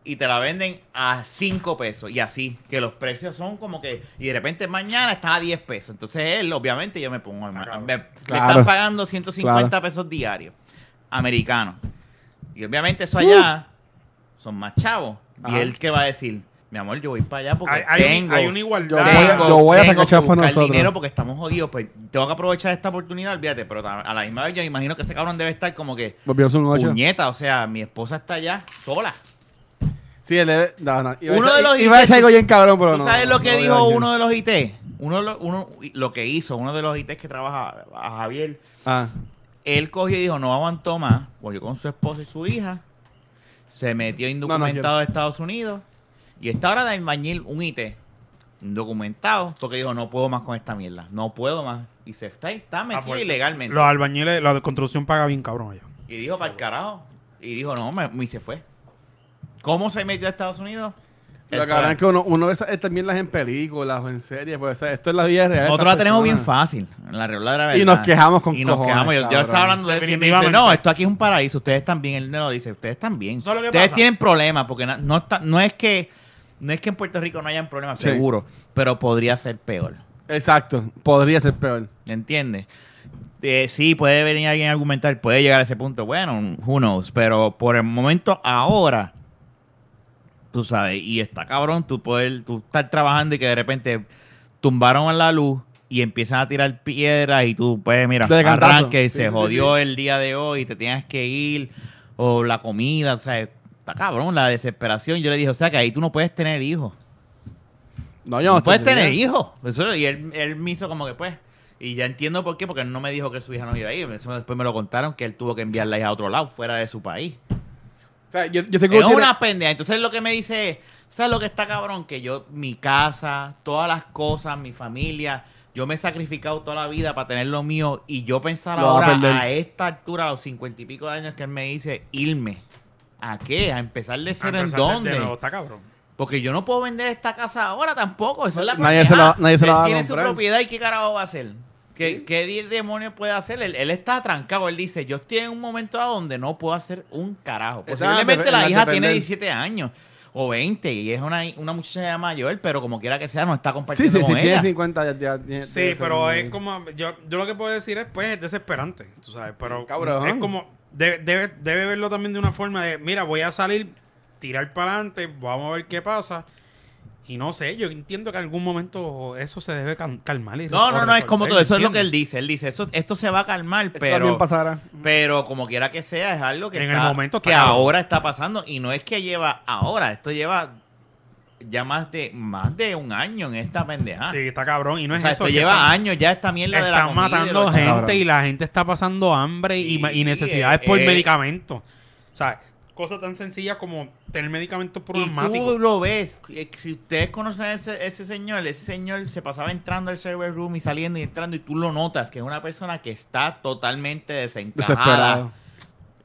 [SPEAKER 1] y te la venden a 5 pesos. Y así, que los precios son como que. Y de repente mañana está a 10 pesos. Entonces él, obviamente, yo me pongo. en ma-
[SPEAKER 2] Claro.
[SPEAKER 1] Me, me
[SPEAKER 3] Claro.
[SPEAKER 1] están pagando 150
[SPEAKER 3] Claro.
[SPEAKER 1] pesos diarios americanos. Y obviamente eso allá son más chavos. Y
[SPEAKER 3] Uh. Ajá.
[SPEAKER 1] él, ¿qué va a decir? Mi amor, yo voy para allá porque
[SPEAKER 2] Hay, hay un-
[SPEAKER 1] tengo.
[SPEAKER 2] hay una
[SPEAKER 3] Yo-
[SPEAKER 2] igualdad.
[SPEAKER 1] Tengo,
[SPEAKER 3] Lo voy a
[SPEAKER 1] tengo
[SPEAKER 3] sacar
[SPEAKER 1] que
[SPEAKER 3] chavo
[SPEAKER 1] buscar
[SPEAKER 3] nosotros.
[SPEAKER 1] dinero porque estamos jodidos. Pues tengo que aprovechar esta oportunidad, olvídate. Pero ta- a la misma vez yo imagino que ese cabrón debe estar como que
[SPEAKER 3] Volvimos un 8.
[SPEAKER 1] puñeta. O sea, mi esposa está allá sola.
[SPEAKER 3] Sí, él es. No, no. Iba a
[SPEAKER 1] Uno
[SPEAKER 3] decir-
[SPEAKER 1] de los
[SPEAKER 3] Iba a decir
[SPEAKER 1] ingleses-
[SPEAKER 3] algo bien cabrón, pero
[SPEAKER 1] ¿Tú
[SPEAKER 3] no.
[SPEAKER 1] sabes
[SPEAKER 3] no,
[SPEAKER 1] lo que
[SPEAKER 3] no voy a
[SPEAKER 1] dijo
[SPEAKER 3] decir.
[SPEAKER 1] uno de los IT? Uno, de los- uno, lo que hizo, uno de los IT que trabaja a Javier,
[SPEAKER 3] Ah.
[SPEAKER 1] él cogió y dijo, no aguantó más, cogió con su esposa y su hija, se metió indocumentado
[SPEAKER 3] yo-
[SPEAKER 1] de Estados Unidos y está ahora de albañil un IT, indocumentado, porque dijo, no puedo más con esta mierda, no puedo más. Y se está, está
[SPEAKER 2] Ah,
[SPEAKER 1] metido
[SPEAKER 2] pues,
[SPEAKER 1] ilegalmente.
[SPEAKER 2] Los albañiles, la construcción paga bien cabrón allá.
[SPEAKER 1] Y dijo, para el carajo. Y dijo, no, me, me- y se fue. ¿Cómo se metió a Estados Unidos?
[SPEAKER 3] Lo
[SPEAKER 1] Él
[SPEAKER 3] cabrón
[SPEAKER 1] sabe.
[SPEAKER 3] es que uno, uno ve esas- también las en películas o en series, pues o sea, esto es la vida real. de
[SPEAKER 1] Nosotros la
[SPEAKER 3] estas
[SPEAKER 1] tenemos bien
[SPEAKER 3] personas.
[SPEAKER 1] fácil, en la regla de la verdad.
[SPEAKER 3] Y nos quejamos con
[SPEAKER 1] Y nos
[SPEAKER 3] cojones,
[SPEAKER 1] quejamos. Yo, yo
[SPEAKER 3] cabrón.
[SPEAKER 1] estaba hablando de eso y me dice,
[SPEAKER 2] Definitivamente.
[SPEAKER 1] no, esto aquí es un paraíso. Ustedes están bien. Él me lo dice, ustedes están bien.
[SPEAKER 2] ¿Sabes lo que
[SPEAKER 1] Ustedes
[SPEAKER 2] pasa?
[SPEAKER 1] tienen problemas porque na- no, está- no es que no es que en Puerto Rico no hayan problemas,
[SPEAKER 3] Sí.
[SPEAKER 1] seguro, pero podría ser peor.
[SPEAKER 3] Exacto, podría ser peor.
[SPEAKER 1] ¿Entiendes? Eh, sí, puede venir alguien a argumentar, puede llegar a ese punto. Bueno, who knows, pero por el momento, ahora, tú sabes, y está cabrón, tú poder, tú estar trabajando y que de repente tumbaron a la luz y empiezan a tirar piedras y tú, pues mira,
[SPEAKER 3] De cantazo.
[SPEAKER 1] arranque,
[SPEAKER 3] Sí,
[SPEAKER 1] se
[SPEAKER 3] sí, sí,
[SPEAKER 1] jodió el día de hoy, y te tienes que ir, o la comida, o sea, está cabrón, la desesperación. Yo le dije, o sea, que ahí tú no puedes tener hijos.
[SPEAKER 3] No, yo no
[SPEAKER 1] No puedes
[SPEAKER 3] estoy-
[SPEAKER 1] tener hijos. Eso- y él, él me hizo como que pues. Y ya entiendo por qué, porque él no me dijo que su hija no iba a ir. Eso después me lo contaron que él tuvo que enviar la hija a otro lado, fuera de su país.
[SPEAKER 3] O sea, yo, yo sé que
[SPEAKER 1] Es
[SPEAKER 3] uno tiene-
[SPEAKER 1] una pendeja. Entonces lo que me dice es, ¿sabes lo que está cabrón? Que yo, mi casa, todas las cosas, mi familia, yo me he sacrificado toda la vida para tener lo mío y yo pensar
[SPEAKER 3] Lo va a
[SPEAKER 1] ahora
[SPEAKER 3] perder.
[SPEAKER 1] a, esta altura, a los cincuenta y pico de años que él me dice, irme. ¿A qué? ¿A empezar de cero en
[SPEAKER 2] Empezar desde
[SPEAKER 1] dónde?
[SPEAKER 2] nuevo, está cabrón.
[SPEAKER 1] Porque yo no puedo vender esta casa ahora tampoco. Esa es la
[SPEAKER 3] Nadie se la-
[SPEAKER 1] pendeja.
[SPEAKER 3] nadie se la
[SPEAKER 1] Él
[SPEAKER 3] va a
[SPEAKER 1] tiene su
[SPEAKER 3] comprar.
[SPEAKER 1] propiedad y qué carajo va a hacer. ¿Qué, qué di- demonios puede hacer? Él, él está trancado. Él dice, yo estoy en un momento a donde no puedo hacer un carajo.
[SPEAKER 3] Está
[SPEAKER 1] Posiblemente
[SPEAKER 3] depe-
[SPEAKER 1] la
[SPEAKER 3] la
[SPEAKER 1] hija tiene
[SPEAKER 3] dependencia.
[SPEAKER 1] 17 años o 20 y es una, una muchacha ya mayor, pero como quiera que sea, no está
[SPEAKER 3] Sí,
[SPEAKER 1] compartiendo
[SPEAKER 3] sí, sí,
[SPEAKER 1] con
[SPEAKER 3] tiene
[SPEAKER 1] ella.
[SPEAKER 3] 50 ya- ya- ya-
[SPEAKER 2] Sí,
[SPEAKER 3] ya-
[SPEAKER 2] pero
[SPEAKER 3] ya-
[SPEAKER 2] es como. Yo, yo lo que puedo decir es, pues, es desesperante, tú sabes. Pero
[SPEAKER 3] Cabrón.
[SPEAKER 2] es como. de- Debe, debe verlo también de una forma de: mira, voy a salir, tirar para adelante, vamos a ver qué pasa. Y no sé, yo entiendo que en algún momento eso se debe cal- calmar. Y
[SPEAKER 1] No, no, no, es como todo. Eso es lo que él
[SPEAKER 2] ¿entiendes?
[SPEAKER 1] dice. Él dice, eso, esto se va a calmar,
[SPEAKER 3] Esto
[SPEAKER 1] pero...
[SPEAKER 3] también pasará.
[SPEAKER 1] Pero como quiera que sea, es algo que,
[SPEAKER 2] En
[SPEAKER 1] está-
[SPEAKER 2] el momento está
[SPEAKER 1] que
[SPEAKER 2] cabrón.
[SPEAKER 1] ahora está pasando. Y no es que lleva ahora, esto lleva ya más de más de un año en esta pendejada.
[SPEAKER 2] Sí, está cabrón. Y no
[SPEAKER 1] o
[SPEAKER 2] es
[SPEAKER 1] sea,
[SPEAKER 2] eso.
[SPEAKER 1] esto
[SPEAKER 2] que
[SPEAKER 1] lleva
[SPEAKER 2] están-
[SPEAKER 1] años ya esta mierda de la
[SPEAKER 2] Están
[SPEAKER 1] comida y de
[SPEAKER 2] matando
[SPEAKER 1] los-
[SPEAKER 2] gente
[SPEAKER 3] Cabrón.
[SPEAKER 2] y la gente está pasando hambre y, ma- y
[SPEAKER 1] Sí,
[SPEAKER 2] necesidades por
[SPEAKER 1] eh, eh.
[SPEAKER 2] medicamentos. O sea, cosas tan sencillas como tener medicamentos por un
[SPEAKER 1] Y tú
[SPEAKER 2] asmático.
[SPEAKER 1] lo ves. eh, Si ustedes conocen a ese, ese señor, ese señor se pasaba entrando al server room y saliendo y entrando y tú lo notas, que es una persona que está totalmente desencajada.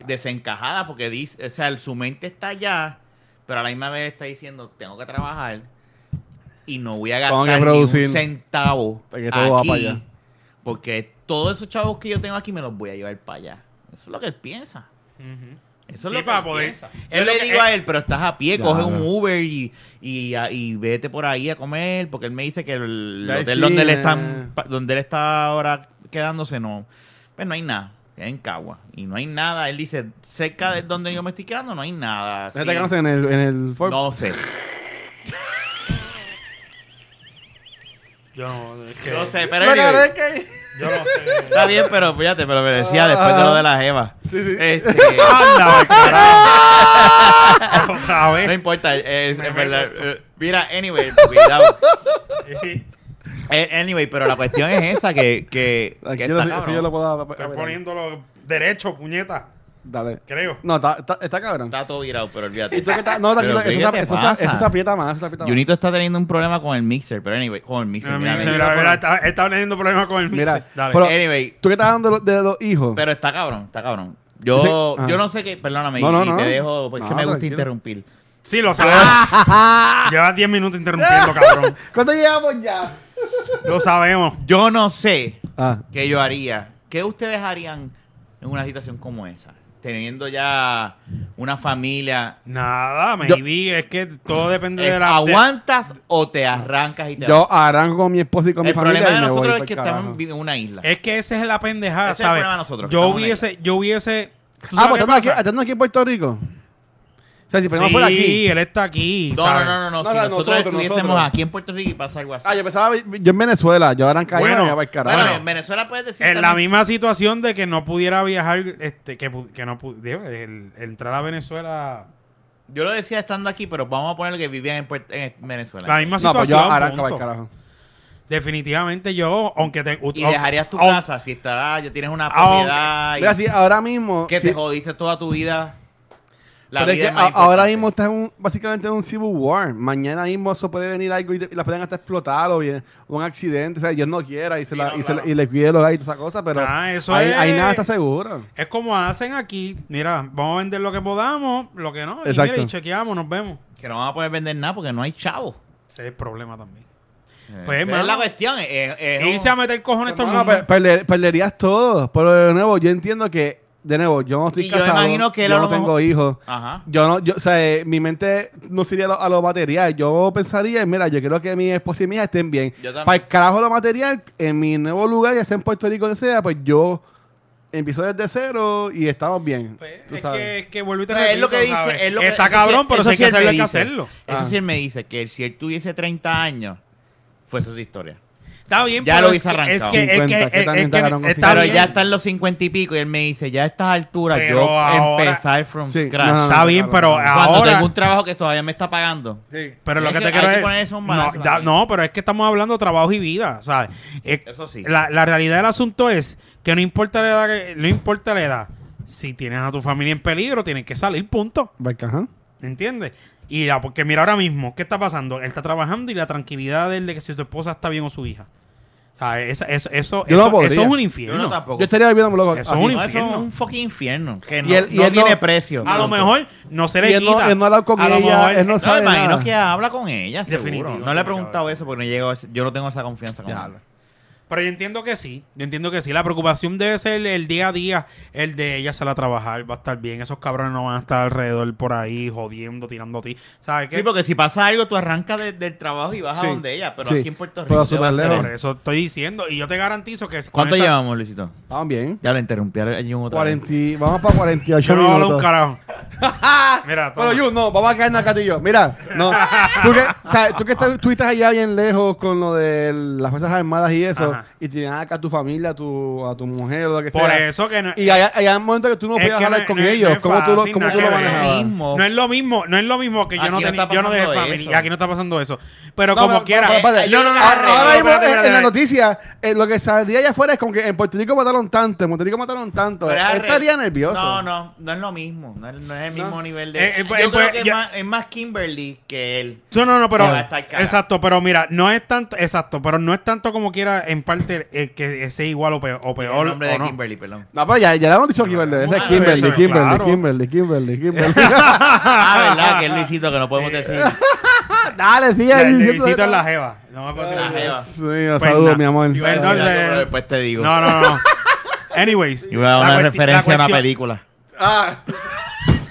[SPEAKER 3] Desesperado.
[SPEAKER 1] desencajada porque dice, o sea, su mente está allá, pero a la misma vez está diciendo, tengo que trabajar y no voy a
[SPEAKER 3] Tengo
[SPEAKER 1] gastar
[SPEAKER 3] que
[SPEAKER 1] ni un
[SPEAKER 3] producir.
[SPEAKER 1] centavo
[SPEAKER 3] Porque todo va
[SPEAKER 1] aquí,
[SPEAKER 3] para allá.
[SPEAKER 1] porque todos esos chavos que yo tengo aquí me los voy a llevar para allá. Eso es lo que él piensa.
[SPEAKER 2] Ujú.
[SPEAKER 1] Eso es
[SPEAKER 2] Sí,
[SPEAKER 1] lo que
[SPEAKER 2] para
[SPEAKER 1] él
[SPEAKER 2] poder-
[SPEAKER 1] piensa.
[SPEAKER 2] es
[SPEAKER 1] Yo
[SPEAKER 2] lo
[SPEAKER 1] le
[SPEAKER 2] que-
[SPEAKER 1] digo a él, pero estás a pie,
[SPEAKER 3] Ya,
[SPEAKER 1] coge un
[SPEAKER 3] ya.
[SPEAKER 1] Uber y, y, y vete por ahí a comer, porque él me dice que el,
[SPEAKER 3] Ay,
[SPEAKER 1] hotel
[SPEAKER 3] sí,
[SPEAKER 1] donde, él
[SPEAKER 3] eh.
[SPEAKER 1] está, pa- donde él está ahora quedándose, no. Pues no hay nada. Es en Cagua. Y no hay nada. Él dice, cerca de donde yo me estoy quedando, no hay nada.
[SPEAKER 3] ¿Te
[SPEAKER 1] Sí.
[SPEAKER 3] atacamos en el, en el Ford?
[SPEAKER 1] No sé.
[SPEAKER 2] Yo no, es que-
[SPEAKER 1] No sé,
[SPEAKER 3] Lo
[SPEAKER 1] pero
[SPEAKER 3] que
[SPEAKER 1] anyway,
[SPEAKER 3] es que-
[SPEAKER 2] Yo no sé.
[SPEAKER 1] está bien, pero fíjate, pero me decía después de lo de la Eva.
[SPEAKER 3] Ah, Sí, sí.
[SPEAKER 1] Este,
[SPEAKER 2] Anda, carajo. Otra
[SPEAKER 1] no
[SPEAKER 2] vez.
[SPEAKER 1] importa. eh, es
[SPEAKER 2] Me
[SPEAKER 1] verdad.
[SPEAKER 2] meto.
[SPEAKER 1] eh, Mira, anyway, cuidado. Eh, Anyway, pero la cuestión es esa que, que, que
[SPEAKER 3] Aquí
[SPEAKER 1] está
[SPEAKER 3] yo lo-
[SPEAKER 1] cabrón.
[SPEAKER 3] eso yo lo puedo- eh,
[SPEAKER 2] Estoy poniéndolo derecho, puñeta.
[SPEAKER 3] Dale.
[SPEAKER 2] Creo.
[SPEAKER 3] No, está, está, está cabrón.
[SPEAKER 1] Está todo virado, pero
[SPEAKER 3] Y
[SPEAKER 1] olvídate.
[SPEAKER 3] tú que estás- no, tranquilo,
[SPEAKER 1] Pero,
[SPEAKER 3] eso,
[SPEAKER 1] ¿qué
[SPEAKER 3] se-
[SPEAKER 1] te
[SPEAKER 3] eso se-
[SPEAKER 1] pasa?
[SPEAKER 3] eso se aprieta más. Eso se aprieta más.
[SPEAKER 1] Junito está teniendo un problema con el mixer, pero anyway, con el mixer.
[SPEAKER 2] Mira,
[SPEAKER 1] mira,
[SPEAKER 2] mira,
[SPEAKER 1] mira.
[SPEAKER 2] mira, mira, está, está teniendo problemas con el mixer.
[SPEAKER 3] Mira,
[SPEAKER 2] Dale.
[SPEAKER 3] pero-
[SPEAKER 1] anyway,
[SPEAKER 3] Tú que estás hablando de los- de los hijos.
[SPEAKER 1] pero está cabrón, está cabrón. Yo,
[SPEAKER 3] Ese-
[SPEAKER 1] yo
[SPEAKER 3] ah.
[SPEAKER 1] no sé qué, perdóname,
[SPEAKER 3] No, no,
[SPEAKER 1] y
[SPEAKER 3] no.
[SPEAKER 1] te dejo, porque
[SPEAKER 3] No,
[SPEAKER 1] es que me gusta
[SPEAKER 3] tranquilo.
[SPEAKER 1] interrumpir.
[SPEAKER 2] sí, lo sabemos. Llevas 10 minutos interrumpiendo, cabrón.
[SPEAKER 3] ¿Cuánto llevamos ya?
[SPEAKER 2] Lo sabemos.
[SPEAKER 1] Yo no sé
[SPEAKER 3] Ah,
[SPEAKER 1] qué yo haría. ¿Qué ustedes harían en una situación como esa? Teniendo ya una familia.
[SPEAKER 2] Nada, maybe. es que todo depende
[SPEAKER 1] Eh,
[SPEAKER 2] de la. de-
[SPEAKER 1] ¿Aguantas o te arrancas y te vas?
[SPEAKER 3] Yo arranco con mi esposa y con mi
[SPEAKER 1] El
[SPEAKER 3] familia.
[SPEAKER 1] problema de
[SPEAKER 3] y me voy
[SPEAKER 1] nosotros es
[SPEAKER 3] pa'l
[SPEAKER 1] que
[SPEAKER 3] carajo.
[SPEAKER 1] estamos en una isla.
[SPEAKER 2] Es que esa es la pendejada,
[SPEAKER 1] Ese es el
[SPEAKER 2] ¿sabes?
[SPEAKER 1] problema de nosotros, que
[SPEAKER 2] yo
[SPEAKER 1] estamos en
[SPEAKER 2] hubiese, yo hubiese. ¿tú sabes
[SPEAKER 3] Ah, pues
[SPEAKER 2] qué
[SPEAKER 3] estando aquí,
[SPEAKER 2] pasa?
[SPEAKER 3] estando aquí en Puerto Rico. O sea, si pegamos
[SPEAKER 2] Sí,
[SPEAKER 3] por aquí.
[SPEAKER 2] él está aquí.
[SPEAKER 1] no, no,
[SPEAKER 2] ¿sabes?
[SPEAKER 1] no, no, no,
[SPEAKER 3] No,
[SPEAKER 1] Si
[SPEAKER 3] no,
[SPEAKER 1] nosotros,
[SPEAKER 3] nosotros,
[SPEAKER 1] estuviésemos
[SPEAKER 3] nosotros.
[SPEAKER 1] aquí en Puerto Rico y pasa algo así.
[SPEAKER 3] Ah, yo pensaba, yo en Venezuela, yo arrancaría
[SPEAKER 2] Bueno,
[SPEAKER 3] y me voy pa'l carajo.
[SPEAKER 1] bueno,
[SPEAKER 2] bueno.
[SPEAKER 1] en Venezuela puedes decir.
[SPEAKER 2] En la
[SPEAKER 1] también-
[SPEAKER 2] misma situación de que no pudiera viajar, este, que, pu- que no pudiera entrar a Venezuela.
[SPEAKER 1] Yo lo decía estando aquí, pero vamos a poner que vivían en, Puerto- en Venezuela.
[SPEAKER 2] La misma
[SPEAKER 3] no, pues yo
[SPEAKER 2] situación.
[SPEAKER 3] arranco
[SPEAKER 2] punto.
[SPEAKER 3] pa'l carajo.
[SPEAKER 2] Definitivamente yo, aunque te.
[SPEAKER 1] y dejarías tu
[SPEAKER 2] aunque-
[SPEAKER 1] casa si estarás, ya tienes una
[SPEAKER 2] Aunque-
[SPEAKER 1] propiedad y
[SPEAKER 3] Mira, si ahora mismo.
[SPEAKER 1] que
[SPEAKER 3] si-
[SPEAKER 1] te jodiste toda tu vida. La
[SPEAKER 3] pero es
[SPEAKER 1] vida
[SPEAKER 3] que
[SPEAKER 1] es más
[SPEAKER 3] a-
[SPEAKER 1] importante.
[SPEAKER 3] ahora mismo está en un, básicamente en un civil war. Mañana mismo eso puede venir algo y, te- y la pueden hasta explotar o bien un accidente. O sea, Dios no quiera y, se
[SPEAKER 1] Sí,
[SPEAKER 3] la,
[SPEAKER 1] no,
[SPEAKER 3] y, se la-
[SPEAKER 1] claro.
[SPEAKER 3] y le cuide los gallos y toda esa cosa, pero
[SPEAKER 2] Ah, eso
[SPEAKER 3] ahí,
[SPEAKER 2] es-
[SPEAKER 3] ahí nada está seguro.
[SPEAKER 2] Es como hacen aquí. Mira, vamos a vender lo que podamos, lo que no. Y, mira,
[SPEAKER 3] Exacto.
[SPEAKER 2] y chequeamos, nos vemos.
[SPEAKER 1] Que no van a poder vender nada porque no hay chavo.
[SPEAKER 2] Ese es el problema también.
[SPEAKER 1] Eh,
[SPEAKER 2] Pues,
[SPEAKER 1] Esa
[SPEAKER 2] hermano.
[SPEAKER 1] es la cuestión. es- es un-
[SPEAKER 2] Irse a meter cojones todo el
[SPEAKER 3] Hermano, pues,
[SPEAKER 2] mundo.
[SPEAKER 3] per- perder- perderías todo. Pero de nuevo, yo entiendo que, de nuevo, yo no estoy
[SPEAKER 1] Y yo
[SPEAKER 3] casado.
[SPEAKER 1] imagino que él a
[SPEAKER 3] yo
[SPEAKER 1] lo
[SPEAKER 3] no tengo
[SPEAKER 1] mejor-
[SPEAKER 3] hijos.
[SPEAKER 1] Ajá.
[SPEAKER 3] Yo no, yo, o sea, eh, mi mente no sería a lo, a lo material. Yo pensaría, mira, yo quiero que mi esposa y mi hija estén bien.
[SPEAKER 1] Yo también.
[SPEAKER 3] Para el carajo lo material, en mi nuevo lugar, ya sea en Puerto Rico, donde sea, pues yo empiezo desde cero y estamos bien.
[SPEAKER 2] Pues,
[SPEAKER 3] tú
[SPEAKER 2] es,
[SPEAKER 3] sabes.
[SPEAKER 2] que, es que vuelvo y te
[SPEAKER 1] Pues es lo que
[SPEAKER 2] repito,
[SPEAKER 1] dice.
[SPEAKER 2] ¿sabes?
[SPEAKER 1] es lo que-
[SPEAKER 2] Está
[SPEAKER 1] eso sí-
[SPEAKER 2] cabrón, pero
[SPEAKER 1] eso
[SPEAKER 2] sí hay que
[SPEAKER 1] él
[SPEAKER 2] hacer hay que
[SPEAKER 1] dice.
[SPEAKER 2] hacerlo.
[SPEAKER 1] Eso
[SPEAKER 3] Ah.
[SPEAKER 1] sí él me dice que él- si él tuviese 30 años, fuese su historia.
[SPEAKER 2] Está bien,
[SPEAKER 1] Ya
[SPEAKER 2] pero
[SPEAKER 1] lo
[SPEAKER 2] es que-
[SPEAKER 1] hice
[SPEAKER 2] es
[SPEAKER 1] arrancado.
[SPEAKER 2] que- es que-
[SPEAKER 3] 50,
[SPEAKER 2] es que-
[SPEAKER 3] que
[SPEAKER 2] es
[SPEAKER 3] también
[SPEAKER 2] que-
[SPEAKER 3] cagaron con
[SPEAKER 2] está
[SPEAKER 1] Pero
[SPEAKER 2] bien.
[SPEAKER 1] ya está en los 50 y pico y él me dice, ya a estas alturas
[SPEAKER 2] Pero
[SPEAKER 1] yo
[SPEAKER 2] ahora-
[SPEAKER 1] empezar from
[SPEAKER 3] Sí,
[SPEAKER 1] scratch.
[SPEAKER 3] no, no,
[SPEAKER 2] Está bien, pero
[SPEAKER 1] Cuando
[SPEAKER 2] ahora.
[SPEAKER 1] tengo un trabajo que todavía me está pagando.
[SPEAKER 3] Sí.
[SPEAKER 2] Pero lo
[SPEAKER 1] Hay
[SPEAKER 2] que
[SPEAKER 1] que-
[SPEAKER 2] te
[SPEAKER 1] hay
[SPEAKER 2] quiero
[SPEAKER 1] que
[SPEAKER 2] es-
[SPEAKER 1] poner eso en
[SPEAKER 2] no,
[SPEAKER 1] balance
[SPEAKER 2] ya-
[SPEAKER 1] también.
[SPEAKER 2] no, pero es que estamos hablando de trabajo y vida, ¿sabes? Es-
[SPEAKER 1] Eso sí.
[SPEAKER 2] La, la realidad del asunto es que no importa la edad, que- no importa la edad. Si tienes a tu familia en peligro, tienes que salir, punto.
[SPEAKER 3] Barca, ajá.
[SPEAKER 2] ¿Entiendes? Y ya, porque mira ahora mismo, ¿qué está pasando? Él está trabajando y la tranquilidad de él de que si su esposa está bien o su hija. O sea, esa- eso, eso,
[SPEAKER 3] Yo no
[SPEAKER 2] eso-
[SPEAKER 3] podría.
[SPEAKER 2] eso es un
[SPEAKER 1] Yo
[SPEAKER 2] infierno.
[SPEAKER 1] no tampoco.
[SPEAKER 3] Yo estaría viviendo loco.
[SPEAKER 2] Eso es
[SPEAKER 3] aquí.
[SPEAKER 2] un
[SPEAKER 1] No, eso es
[SPEAKER 2] infierno.
[SPEAKER 1] un fucking infierno. Que no,
[SPEAKER 3] Y él- y
[SPEAKER 1] no
[SPEAKER 3] él no-
[SPEAKER 1] tiene precio.
[SPEAKER 2] a lo
[SPEAKER 1] punto.
[SPEAKER 2] mejor no se
[SPEAKER 3] Y
[SPEAKER 2] le
[SPEAKER 3] él no,
[SPEAKER 2] quita.
[SPEAKER 3] él no ha hablado con
[SPEAKER 2] A lo
[SPEAKER 3] ella,
[SPEAKER 2] mejor-
[SPEAKER 3] él no,
[SPEAKER 1] No, me
[SPEAKER 3] sabe
[SPEAKER 1] imagino
[SPEAKER 3] nada.
[SPEAKER 1] que habla con ella,
[SPEAKER 2] Definitivo,
[SPEAKER 1] seguro. No le he
[SPEAKER 2] sí,
[SPEAKER 1] preguntado
[SPEAKER 2] cabrón.
[SPEAKER 1] eso porque no llego a ese- yo no tengo esa confianza con
[SPEAKER 3] Ya,
[SPEAKER 1] él.
[SPEAKER 2] Pero yo entiendo que sí, yo entiendo que sí. La preocupación debe ser el día a día, el de ella sale a trabajar, va a estar bien, esos cabrones no van a estar alrededor por ahí jodiendo, tirando a ti. ¿Sabes qué?
[SPEAKER 1] Sí, porque si pasa algo, tú arrancas de- del trabajo y vas
[SPEAKER 3] Sí.
[SPEAKER 1] a donde ella. Pero
[SPEAKER 3] Sí.
[SPEAKER 1] aquí en Puerto Rico. ¿qué
[SPEAKER 3] Pero
[SPEAKER 1] va a
[SPEAKER 3] súper
[SPEAKER 1] hacer
[SPEAKER 2] Por
[SPEAKER 1] él?
[SPEAKER 2] eso estoy diciendo, y yo te garantizo que con
[SPEAKER 1] ¿Cuánto
[SPEAKER 2] esa-
[SPEAKER 1] llevamos, Luisito?
[SPEAKER 3] Estamos bien.
[SPEAKER 1] Ya lo interrumpí a Jun otra vez.
[SPEAKER 3] 40, y- vamos para
[SPEAKER 2] Yo
[SPEAKER 3] 48
[SPEAKER 2] no hablo un
[SPEAKER 3] minutos.
[SPEAKER 2] carajo. Mira, toma.
[SPEAKER 3] Bueno, Jun, no, vamos a caernos acá tú y yo. Mira, no. Tú que, o sea, tú que estás- tú estás allá bien lejos con lo de las Fuerzas Armadas y eso,
[SPEAKER 2] Ajá.
[SPEAKER 3] y tienes acá a tu familia, a tu, a tu mujer o lo que
[SPEAKER 2] Por
[SPEAKER 3] sea.
[SPEAKER 2] eso que no.
[SPEAKER 3] Y hay, hay un momento que tú no
[SPEAKER 2] Es
[SPEAKER 3] podías
[SPEAKER 2] que
[SPEAKER 3] hablar
[SPEAKER 2] no-
[SPEAKER 3] con
[SPEAKER 2] no es-
[SPEAKER 3] ellos.
[SPEAKER 2] no es
[SPEAKER 3] ¿Cómo tú lo,
[SPEAKER 2] fácil,
[SPEAKER 3] cómo
[SPEAKER 2] nada
[SPEAKER 3] tú
[SPEAKER 2] que
[SPEAKER 3] lo
[SPEAKER 2] ver.
[SPEAKER 3] manejabas?
[SPEAKER 1] Mismo.
[SPEAKER 2] No es lo mismo, no es lo mismo que yo
[SPEAKER 1] Aquí
[SPEAKER 2] no,
[SPEAKER 1] no
[SPEAKER 2] tenía-
[SPEAKER 1] está
[SPEAKER 2] yo no dejé
[SPEAKER 1] pasando
[SPEAKER 2] familia.
[SPEAKER 1] eso.
[SPEAKER 2] Aquí no está pasando eso. Pero
[SPEAKER 3] No,
[SPEAKER 2] como
[SPEAKER 3] pero-
[SPEAKER 2] quiera.
[SPEAKER 3] pero espérate,
[SPEAKER 1] Eh, yo-
[SPEAKER 2] no, no, no,
[SPEAKER 1] ahora-
[SPEAKER 2] no,
[SPEAKER 3] Ahora mismo
[SPEAKER 2] espérate,
[SPEAKER 3] en- en
[SPEAKER 2] espérate.
[SPEAKER 3] la noticia, eh, lo que saldría allá afuera es como que en Puerto Rico mataron tanto, en Puerto Rico mataron tanto.
[SPEAKER 1] Pero es
[SPEAKER 3] Él
[SPEAKER 1] arre-
[SPEAKER 3] estaría nervioso.
[SPEAKER 1] No, no, no es lo mismo. No es, no es el mismo
[SPEAKER 3] No.
[SPEAKER 1] nivel
[SPEAKER 2] Eh,
[SPEAKER 1] de.
[SPEAKER 2] eh,
[SPEAKER 1] yo
[SPEAKER 2] pues,
[SPEAKER 1] creo
[SPEAKER 2] pues,
[SPEAKER 1] que es
[SPEAKER 2] ya-
[SPEAKER 1] más- es más Kimberly que él.
[SPEAKER 2] No, no, no, pero.
[SPEAKER 1] Que va a estar cara.
[SPEAKER 2] Exacto, pero mira, no es tanto. Exacto, pero no es tanto como quiera, en parte, el que sea igual o peor. O
[SPEAKER 1] El
[SPEAKER 2] peor
[SPEAKER 1] nombre
[SPEAKER 2] o
[SPEAKER 1] de
[SPEAKER 2] no.
[SPEAKER 1] Kimberly, perdón.
[SPEAKER 3] No, pero ya, ya le hemos dicho a Kimberly. Esa es
[SPEAKER 2] Muchas
[SPEAKER 3] Kimberly,
[SPEAKER 2] veces,
[SPEAKER 3] Kimberly,
[SPEAKER 2] claro.
[SPEAKER 3] Kimberly, Kimberly, Kimberly,
[SPEAKER 1] Ah, ¿verdad? Que es Luisito, que no
[SPEAKER 2] Eh,
[SPEAKER 1] podemos decir.
[SPEAKER 3] Dale, sigue
[SPEAKER 2] El
[SPEAKER 3] diciendo
[SPEAKER 2] de visita
[SPEAKER 3] eso.
[SPEAKER 2] en la Jeva. No me puedo decir
[SPEAKER 1] Ay,
[SPEAKER 2] nada.
[SPEAKER 1] Jeva.
[SPEAKER 3] Sí, los
[SPEAKER 2] Pues
[SPEAKER 3] saludos,
[SPEAKER 2] nada.
[SPEAKER 3] mi amor.
[SPEAKER 2] Iba a decir
[SPEAKER 1] No,
[SPEAKER 2] algo, pero
[SPEAKER 1] después te digo.
[SPEAKER 2] No, no, no. Anyways.
[SPEAKER 1] Yo voy a dar
[SPEAKER 2] la
[SPEAKER 1] una
[SPEAKER 2] cuesti- la
[SPEAKER 1] referencia a una
[SPEAKER 2] cuestión-
[SPEAKER 1] película.
[SPEAKER 3] Ah.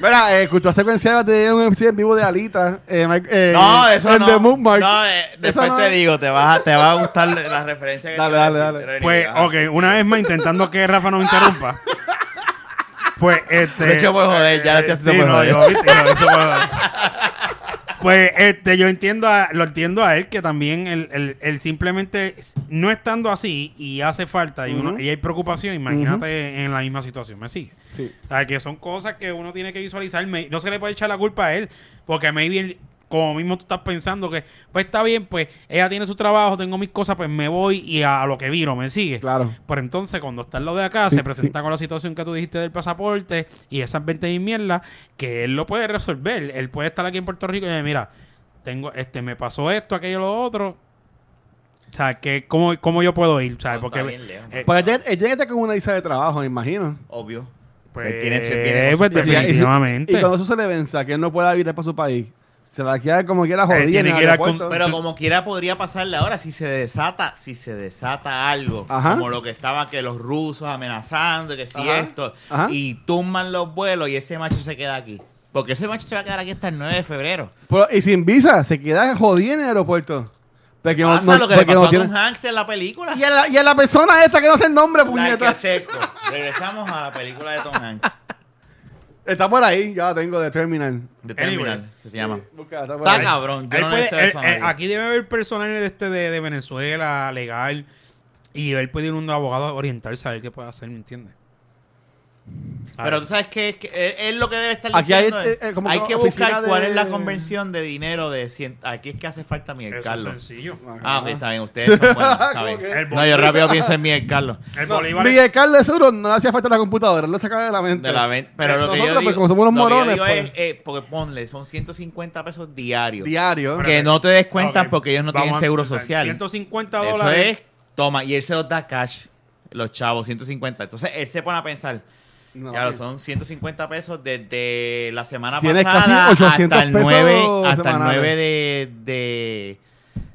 [SPEAKER 3] Mira, eh, cultura secuencial de un episodio en vivo de Alita. eh, Mike- eh,
[SPEAKER 1] No, eso
[SPEAKER 3] en
[SPEAKER 1] no.
[SPEAKER 3] The Moon Mark.
[SPEAKER 1] No, eh, después
[SPEAKER 3] no
[SPEAKER 1] te
[SPEAKER 3] es.
[SPEAKER 1] digo, te, vas a- te va a gustar la referencia que
[SPEAKER 3] Dale,
[SPEAKER 1] te voy a
[SPEAKER 3] dale,
[SPEAKER 1] decir,
[SPEAKER 3] dale.
[SPEAKER 1] pero
[SPEAKER 2] Pues,
[SPEAKER 1] anyway,
[SPEAKER 2] ok, una vez más intentando que Rafa no me interrumpa. Pues, este.
[SPEAKER 1] De hecho, por joder, ya lo estoy haciendo
[SPEAKER 2] sí,
[SPEAKER 1] por
[SPEAKER 2] no,
[SPEAKER 1] joder.
[SPEAKER 2] yo- viste, yo lo hice por joder. Pues, este, yo entiendo, a- lo entiendo a él que también el, el- el simplemente no estando así y hace falta y, uno-
[SPEAKER 3] Ujú.
[SPEAKER 2] y hay preocupación, imagínate en la misma situación, ¿me sigue?
[SPEAKER 3] Sí.
[SPEAKER 2] O sea, que son cosas que uno tiene que visualizar. Me- No se le puede echar la culpa a él, porque maybe él- como mismo tú estás pensando que, pues está bien, pues ella tiene su trabajo, tengo mis cosas, pues me voy y a, lo que vino, me sigue.
[SPEAKER 3] Claro.
[SPEAKER 2] Pero entonces, cuando está en lo de acá,
[SPEAKER 3] Sí,
[SPEAKER 2] se presenta con la situación que tú dijiste del pasaporte y esas 20 mil mierdas, que él lo puede resolver. Él puede estar aquí en Puerto Rico y decir, mira, tengo, este, me pasó esto, aquello, lo otro. O sea, que, ¿cómo, cómo yo puedo ir? ¿Sabes?
[SPEAKER 1] No,
[SPEAKER 2] Porque,
[SPEAKER 1] está bien lejos,
[SPEAKER 2] eh,
[SPEAKER 3] Pues él tiene- él tiene que estar con una visa de trabajo, me imagino.
[SPEAKER 1] Obvio.
[SPEAKER 2] pues,
[SPEAKER 1] Él tiene- tiene-
[SPEAKER 2] pues,
[SPEAKER 3] Y si- y si-
[SPEAKER 2] definitivamente.
[SPEAKER 3] Y, cuando eso se le venza, que él no pueda vivir para su país, se va a quedar como quiera
[SPEAKER 2] Eh,
[SPEAKER 3] jodido.
[SPEAKER 2] tiene
[SPEAKER 3] en el
[SPEAKER 2] que ir a
[SPEAKER 3] aeropuerto.
[SPEAKER 2] con-
[SPEAKER 1] Pero como quiera podría pasarle ahora si se desata, si se desata algo,
[SPEAKER 3] Ajá.
[SPEAKER 1] como lo que estaba que los rusos amenazando, que si
[SPEAKER 3] Ajá.
[SPEAKER 1] esto,
[SPEAKER 3] Ajá.
[SPEAKER 1] y tumban los vuelos y ese macho se queda aquí. Porque ese macho se va a quedar aquí hasta el 9 de febrero.
[SPEAKER 3] Pero- y sin visa, se queda jodido en el aeropuerto. Porque no-
[SPEAKER 1] Pasa
[SPEAKER 3] no-
[SPEAKER 1] lo que le
[SPEAKER 3] porque
[SPEAKER 1] pasó
[SPEAKER 3] no
[SPEAKER 1] a
[SPEAKER 3] tiene-
[SPEAKER 1] Tom Hanks en la película.
[SPEAKER 3] Y a la, y a la persona esta que no sé el nombre,
[SPEAKER 1] Like
[SPEAKER 3] puñeta.
[SPEAKER 1] a seco. Regresamos a la película de Tom Hanks.
[SPEAKER 3] Está por ahí, ya la tengo de Terminal.
[SPEAKER 1] De
[SPEAKER 2] Anyway.
[SPEAKER 1] Terminal, que se llama.
[SPEAKER 3] Búscala, está por
[SPEAKER 1] Está
[SPEAKER 3] ahí.
[SPEAKER 1] cabrón. Yo
[SPEAKER 2] Él
[SPEAKER 1] no
[SPEAKER 2] puede-
[SPEAKER 1] le deseo
[SPEAKER 2] él-
[SPEAKER 1] eso a
[SPEAKER 2] eh,
[SPEAKER 1] nadie.
[SPEAKER 2] aquí debe haber personal de, este de, de Venezuela, legal, y él puede ir a un abogado a orientarse a ver qué puede hacer, ¿me entiendes? A
[SPEAKER 1] Pero
[SPEAKER 2] ver.
[SPEAKER 1] tú sabes que es, que es- es lo que debe estar
[SPEAKER 3] Aquí hay,
[SPEAKER 1] diciendo. es,
[SPEAKER 3] eh, eh, como
[SPEAKER 1] hay
[SPEAKER 3] que
[SPEAKER 1] que
[SPEAKER 3] oficina
[SPEAKER 1] buscar
[SPEAKER 3] de-
[SPEAKER 1] cuál es la conversión de dinero de cien- Aquí es que hace falta Miguel
[SPEAKER 2] Eso es
[SPEAKER 1] Carlos.
[SPEAKER 2] sencillo.
[SPEAKER 1] Ah, ok, está bien. Ustedes son buenos. Está bien.
[SPEAKER 3] ¿Cómo que?
[SPEAKER 2] El
[SPEAKER 1] No, yo rápido pienso en Miguel Carlos.
[SPEAKER 2] El
[SPEAKER 3] No,
[SPEAKER 2] Bolívar es-
[SPEAKER 3] Miguel Carlos seguro no le hacía falta la computadora, él lo sacaba de la mente.
[SPEAKER 1] De la ven- pero lo que yo
[SPEAKER 3] Nosotros,
[SPEAKER 1] digo,
[SPEAKER 3] pues, como somos unos
[SPEAKER 1] lo que yo
[SPEAKER 3] morones,
[SPEAKER 1] digo
[SPEAKER 3] pues.
[SPEAKER 1] es, eh, porque ponle, son 150 pesos diarios.
[SPEAKER 3] Diario.
[SPEAKER 1] que no te des cuenta
[SPEAKER 2] Ok,
[SPEAKER 1] porque ellos no
[SPEAKER 2] vamos
[SPEAKER 1] tienen
[SPEAKER 2] a
[SPEAKER 1] seguro
[SPEAKER 2] empezar.
[SPEAKER 1] social.
[SPEAKER 2] 150
[SPEAKER 1] Eso
[SPEAKER 2] dólares.
[SPEAKER 1] es, toma, y él se los da cash, los chavos, 150. Entonces él se pone a pensar,
[SPEAKER 3] No,
[SPEAKER 1] claro,
[SPEAKER 3] bien.
[SPEAKER 1] son 150 pesos desde la semana
[SPEAKER 3] Tienes
[SPEAKER 1] pasada
[SPEAKER 3] casi 800
[SPEAKER 1] hasta el
[SPEAKER 3] pesos
[SPEAKER 1] 9, hasta el
[SPEAKER 3] semanales.
[SPEAKER 1] 9 de, de,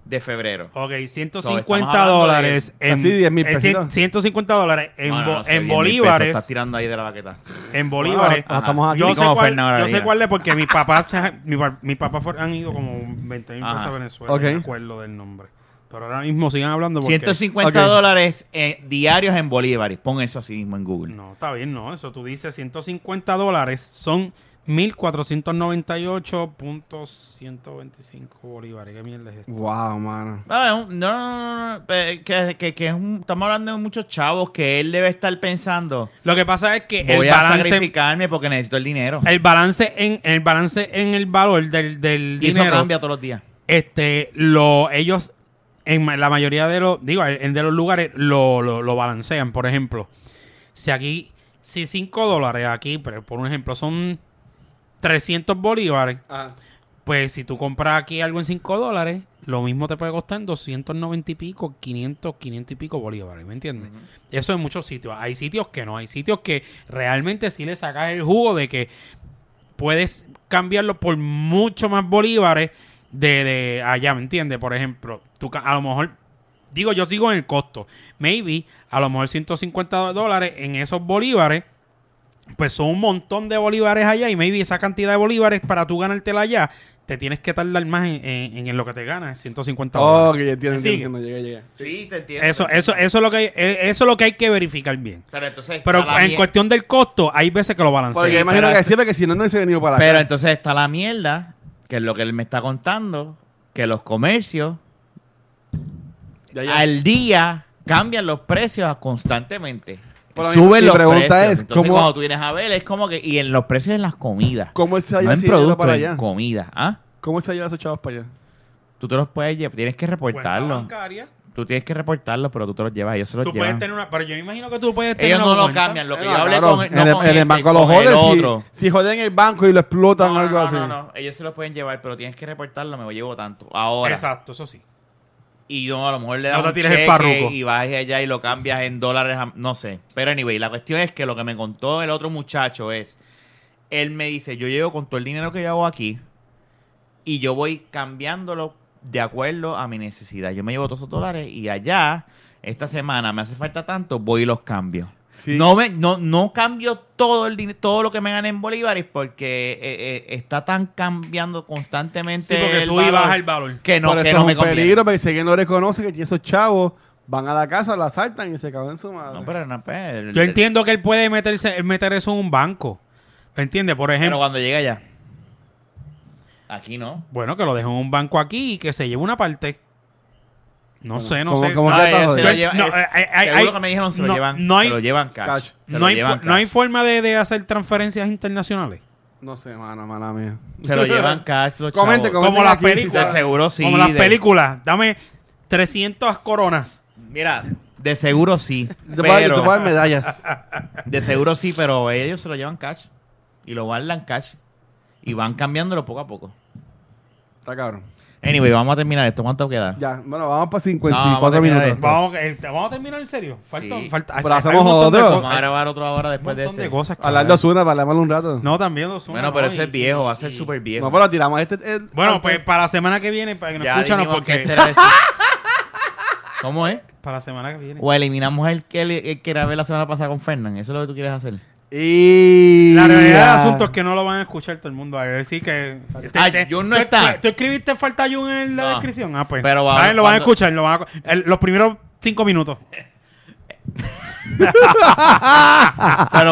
[SPEAKER 1] de febrero.
[SPEAKER 2] Ok,
[SPEAKER 1] So,
[SPEAKER 2] 150
[SPEAKER 1] estamos hablando de
[SPEAKER 2] dólares en,
[SPEAKER 3] casi 10.000
[SPEAKER 2] eh, cien-
[SPEAKER 3] pesitos.
[SPEAKER 2] 150 dólares en,
[SPEAKER 1] No, no,
[SPEAKER 2] bo-
[SPEAKER 1] no sé,
[SPEAKER 2] en
[SPEAKER 1] 10.000 pesos, Estás
[SPEAKER 2] bolívares.
[SPEAKER 1] tirando ahí de la baqueta.
[SPEAKER 2] En bolívares.
[SPEAKER 3] Ah, estamos
[SPEAKER 1] Ajá.
[SPEAKER 3] aquí.
[SPEAKER 2] Yo,
[SPEAKER 1] Y
[SPEAKER 2] sé
[SPEAKER 1] como
[SPEAKER 2] cuál,
[SPEAKER 1] Fernando ahora
[SPEAKER 2] yo sé
[SPEAKER 1] diga.
[SPEAKER 2] cuál es porque mi papá, mi, pa- mi papá fue- han ido como 20 mil pesos
[SPEAKER 1] Ajá.
[SPEAKER 2] a Venezuela.
[SPEAKER 3] Ok.
[SPEAKER 2] No me acuerdo del nombre. Pero ahora mismo sigan hablando porque...
[SPEAKER 1] 150
[SPEAKER 3] Ok.
[SPEAKER 1] dólares eh, diarios en bolívares. Pon eso así mismo en Google.
[SPEAKER 2] No, está bien, no. Eso tú dices 150 dólares son 1498.125 bolívares. ¿Qué mierda es esto?
[SPEAKER 3] Wow, mano.
[SPEAKER 1] No, es un- no, no, no, no, pe- que, que- que es un- estamos hablando de muchos chavos que él debe estar pensando.
[SPEAKER 2] Lo que pasa es que
[SPEAKER 1] Voy
[SPEAKER 2] el
[SPEAKER 1] a
[SPEAKER 2] balance...
[SPEAKER 1] sacrificarme porque necesito el dinero.
[SPEAKER 2] El balance en el balance en el valor del, del
[SPEAKER 1] Y eso
[SPEAKER 2] dinero
[SPEAKER 1] cambia todos los días.
[SPEAKER 2] este lo ellos en ma- la mayoría de los digo en de los lugares lo, lo, lo balancean por ejemplo si aquí si 5 dólares aquí pero por un ejemplo son 300 bolívares pues si tú compras aquí algo en 5 dólares lo mismo te puede costar en 290 y pico 500 500 y pico bolívares ¿me entiendes? eso en muchos sitios hay sitios que no hay sitios que realmente sí le sacas el jugo de que puedes cambiarlo por mucho más bolívares de, de allá, ¿me entiendes? Por ejemplo, tú ca- a lo mejor, digo, yo sigo en el costo. Maybe, a lo mejor 150 dólares en esos bolívares, pues son un montón de bolívares allá y maybe esa cantidad de bolívares para tú ganártela allá, te tienes que tardar más en, en- en lo que te ganas, 150
[SPEAKER 3] Oh,
[SPEAKER 2] dólares.
[SPEAKER 3] que ya entiendo,
[SPEAKER 2] Sigue.
[SPEAKER 3] entiendo, entiendo, llegué, llegué.
[SPEAKER 1] Sí, te entiendo.
[SPEAKER 2] Eso, eso, eso, es lo que hay, eh, eso es lo que hay que verificar bien.
[SPEAKER 1] Pero entonces está
[SPEAKER 2] Pero
[SPEAKER 1] la
[SPEAKER 2] en
[SPEAKER 1] mier-
[SPEAKER 2] cuestión del costo, hay veces que lo balancean.
[SPEAKER 3] Porque imagino
[SPEAKER 1] pero-
[SPEAKER 3] que siempre que si no, no hubiese venido para acá.
[SPEAKER 1] Pero entonces está la mierda, que es lo que él me está contando, que los comercios
[SPEAKER 3] Ya, ya.
[SPEAKER 1] al día cambian los precios constantemente.
[SPEAKER 3] Por lo
[SPEAKER 1] Suben
[SPEAKER 3] mismo,
[SPEAKER 1] los
[SPEAKER 3] mi pregunta
[SPEAKER 1] precios.
[SPEAKER 3] es,
[SPEAKER 1] entonces,
[SPEAKER 3] ¿cómo-
[SPEAKER 1] cuando tú vienes a ver, es como que. Y en los precios en las comidas.
[SPEAKER 3] ¿Cómo él se
[SPEAKER 1] No
[SPEAKER 3] haya
[SPEAKER 1] en
[SPEAKER 3] ese dinero
[SPEAKER 1] productos,
[SPEAKER 3] para
[SPEAKER 1] en
[SPEAKER 3] allá?
[SPEAKER 1] comida. ¿Ah?
[SPEAKER 3] ¿Cómo él se lleva esos chavos para allá?
[SPEAKER 1] Tú te los puedes llevar, tienes que
[SPEAKER 2] Cuenta
[SPEAKER 1] reportarlo.
[SPEAKER 2] Pues, bancaria.
[SPEAKER 1] Tú tienes que reportarlo, pero tú te los llevas, ellos se los
[SPEAKER 2] Tú puedes
[SPEAKER 1] llevan.
[SPEAKER 2] tener una, pero yo me imagino que tú puedes tener
[SPEAKER 1] Ellos no
[SPEAKER 2] una
[SPEAKER 1] lo
[SPEAKER 2] cuenta.
[SPEAKER 1] cambian, lo que
[SPEAKER 3] Eh,
[SPEAKER 1] yo
[SPEAKER 3] no,
[SPEAKER 1] hablé
[SPEAKER 3] cabrón,
[SPEAKER 1] con
[SPEAKER 3] en el,
[SPEAKER 1] no con
[SPEAKER 3] en el
[SPEAKER 1] este,
[SPEAKER 3] banco lo
[SPEAKER 1] con el
[SPEAKER 3] joden
[SPEAKER 1] otro.
[SPEAKER 3] si, si joden el banco y lo explotan
[SPEAKER 1] No,
[SPEAKER 3] o
[SPEAKER 1] no,
[SPEAKER 3] algo
[SPEAKER 1] no,
[SPEAKER 3] así.
[SPEAKER 1] no, no, ellos se lo pueden llevar, pero tienes que reportarlo, me llevo tanto. Ahora.
[SPEAKER 2] Exacto, eso sí.
[SPEAKER 1] Y yo a lo mejor le
[SPEAKER 2] No
[SPEAKER 1] das
[SPEAKER 2] te
[SPEAKER 1] un
[SPEAKER 2] tires el
[SPEAKER 1] cheque
[SPEAKER 2] parruco.
[SPEAKER 1] y vas allá y lo cambias en dólares, a- no sé. Pero anyway, la cuestión es que lo que me contó el otro muchacho es, él me dice, yo llego con todo el dinero que yo hago aquí y yo voy cambiándolo de acuerdo a mi necesidad. Yo me llevo todos esos dólares y allá, esta semana me hace falta tanto, voy y los cambio.
[SPEAKER 3] Sí.
[SPEAKER 1] No, me, no, no cambio todo el dinero, todo lo que me gané en bolívares porque eh, eh, está tan cambiando constantemente.
[SPEAKER 2] Sí, porque
[SPEAKER 1] el
[SPEAKER 2] sube y
[SPEAKER 1] valor
[SPEAKER 2] baja el valor.
[SPEAKER 1] Que no,
[SPEAKER 3] Por eso
[SPEAKER 1] que no
[SPEAKER 3] es
[SPEAKER 1] me
[SPEAKER 3] un
[SPEAKER 1] conviene.
[SPEAKER 3] peligro, porque si alguien no reconoce que esos chavos van a la casa, la asaltan y se cagan en su madre.
[SPEAKER 1] No, pero no, pues, el-
[SPEAKER 2] Yo entiendo que él puede meterse, él meter eso en un banco. ¿Me entiendes? Por
[SPEAKER 1] Pero
[SPEAKER 2] ejemplo,
[SPEAKER 1] cuando llega allá. Aquí no.
[SPEAKER 2] bueno, que lo deje en un banco aquí y que se lleve una parte. No sé, no
[SPEAKER 3] ¿cómo-
[SPEAKER 2] sé.
[SPEAKER 3] cómo
[SPEAKER 2] no,
[SPEAKER 3] que
[SPEAKER 1] Ay,
[SPEAKER 3] estás
[SPEAKER 1] se lo
[SPEAKER 3] jodiendo?
[SPEAKER 1] lleva-
[SPEAKER 2] No,
[SPEAKER 1] es-
[SPEAKER 2] eh, eh, hay-
[SPEAKER 1] seguro
[SPEAKER 2] hay-
[SPEAKER 1] que me dijeron se
[SPEAKER 2] no-
[SPEAKER 1] lo llevan.
[SPEAKER 2] no
[SPEAKER 1] se
[SPEAKER 2] hay-
[SPEAKER 1] lo llevan cash.
[SPEAKER 3] cash.
[SPEAKER 1] se
[SPEAKER 2] no
[SPEAKER 1] lo
[SPEAKER 2] hay,
[SPEAKER 1] llevan
[SPEAKER 2] fo- no hay
[SPEAKER 1] cash.
[SPEAKER 2] forma de, de hacer transferencias internacionales.
[SPEAKER 3] No sé, mano, mala mía.
[SPEAKER 1] Se lo llevan cash los
[SPEAKER 3] Comente,
[SPEAKER 1] chavos.
[SPEAKER 3] comente.
[SPEAKER 2] Como las
[SPEAKER 3] aquí, sí,
[SPEAKER 1] De
[SPEAKER 2] películas.
[SPEAKER 3] sí.
[SPEAKER 1] seguro sí.
[SPEAKER 2] como las
[SPEAKER 1] de-
[SPEAKER 2] películas. Dame 300 coronas.
[SPEAKER 1] Mira, de seguro sí.
[SPEAKER 3] Te voy a- te voy a dar
[SPEAKER 1] pero,
[SPEAKER 3] medallas.
[SPEAKER 1] de seguro sí, pero ellos se lo llevan cash. Y lo guardan cash. Y van cambiándolo poco a poco.
[SPEAKER 3] Está cabrón.
[SPEAKER 1] Anyway, vamos a terminar esto. ¿Cuánto queda?
[SPEAKER 3] Ya,
[SPEAKER 1] No,
[SPEAKER 3] bueno, vamos para
[SPEAKER 1] vamos a
[SPEAKER 3] 54
[SPEAKER 1] terminar
[SPEAKER 3] minutos.
[SPEAKER 1] esto.
[SPEAKER 2] Vamos, eh, vamos a terminar en serio. Falta,
[SPEAKER 1] Sí.
[SPEAKER 2] falta,
[SPEAKER 3] Pero
[SPEAKER 2] hay-
[SPEAKER 3] hacemos
[SPEAKER 2] hay un montón de
[SPEAKER 3] otro.
[SPEAKER 2] cosas-
[SPEAKER 1] Vamos a grabar otra hora después de
[SPEAKER 2] un montón de
[SPEAKER 1] este.
[SPEAKER 2] cosas. que
[SPEAKER 3] Hablar de
[SPEAKER 2] hablar.
[SPEAKER 3] Osuna, para hablarle un rato.
[SPEAKER 2] No, también dos.
[SPEAKER 1] Bueno, pero ese es viejo. Va a ser súper viejo.
[SPEAKER 3] No, pero tiramos este. el-
[SPEAKER 2] Bueno,
[SPEAKER 3] antes.
[SPEAKER 2] pues para la semana que viene, para que nos
[SPEAKER 1] Ya
[SPEAKER 2] escuchanos,
[SPEAKER 1] dijimos que
[SPEAKER 2] porque
[SPEAKER 1] este era el- ¿Cómo es?
[SPEAKER 2] para la semana que viene.
[SPEAKER 1] O eliminamos el que, el que grabé la semana pasada con Fernán. Eso es lo que tú quieres hacer.
[SPEAKER 3] Y...
[SPEAKER 2] La realidad del asunto es que no lo van a escuchar todo el mundo. Es decir, que.
[SPEAKER 1] Ah, Jun no
[SPEAKER 2] tú-
[SPEAKER 1] está.
[SPEAKER 2] tú- ¿Tú escribiste falta Jun en la
[SPEAKER 1] No.
[SPEAKER 2] descripción? Ah, pues.
[SPEAKER 1] Pero va-
[SPEAKER 2] ¿saben? Lo van a
[SPEAKER 1] cuando-
[SPEAKER 2] escuchar. Lo van a- el- los primeros cinco minutos.
[SPEAKER 1] Pero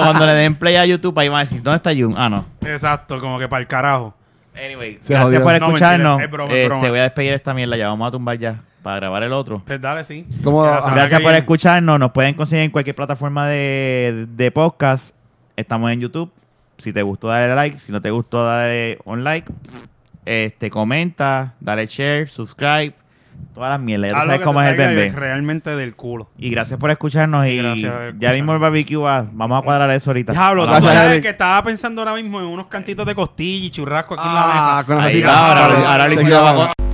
[SPEAKER 1] cuando le den play a YouTube, ahí van a decir, ¿dónde está Jun? Ah, no.
[SPEAKER 2] Exacto, como que para el carajo.
[SPEAKER 1] Anyway,
[SPEAKER 3] Se
[SPEAKER 1] gracias
[SPEAKER 3] jodió.
[SPEAKER 1] por
[SPEAKER 2] No,
[SPEAKER 1] escucharnos.
[SPEAKER 2] mentira, es broma, es
[SPEAKER 1] Eh,
[SPEAKER 2] broma.
[SPEAKER 1] Te voy a despedir esta mierda, ya vamos a tumbar ya para grabar el otro.
[SPEAKER 2] Pues dale, sí.
[SPEAKER 3] ¿Cómo-
[SPEAKER 2] Que la semana
[SPEAKER 1] Gracias
[SPEAKER 2] que
[SPEAKER 1] por
[SPEAKER 2] viene-
[SPEAKER 1] escucharnos. Nos pueden conseguir en cualquier plataforma de, de podcast. Estamos en YouTube. Si te gustó, dale like. Si no te gustó, dale un like. Este, comenta, dale share, subscribe. Todas las mierdas. Ya tú
[SPEAKER 2] Haz lo
[SPEAKER 1] sabes
[SPEAKER 2] que
[SPEAKER 1] cómo
[SPEAKER 2] te
[SPEAKER 1] es el
[SPEAKER 2] salga de-
[SPEAKER 1] bebé.
[SPEAKER 2] realmente del culo.
[SPEAKER 1] Y gracias por escucharnos. Y,
[SPEAKER 2] Y gracias por
[SPEAKER 1] ya mismo el barbecue va. Vamos a cuadrar eso ahorita.
[SPEAKER 2] Diablo, tú
[SPEAKER 1] Hablamos.
[SPEAKER 3] Gracias,
[SPEAKER 2] sabes
[SPEAKER 3] Eric.
[SPEAKER 2] que estaba pensando ahora mismo en unos cantitos de costilla y churrasco aquí en la
[SPEAKER 3] Ah,
[SPEAKER 2] mesa.
[SPEAKER 3] con la
[SPEAKER 1] Ahí
[SPEAKER 3] cosita.
[SPEAKER 1] va, ahora,
[SPEAKER 2] Ah,
[SPEAKER 1] ahora le
[SPEAKER 2] te
[SPEAKER 1] hicimos la
[SPEAKER 3] quedaba.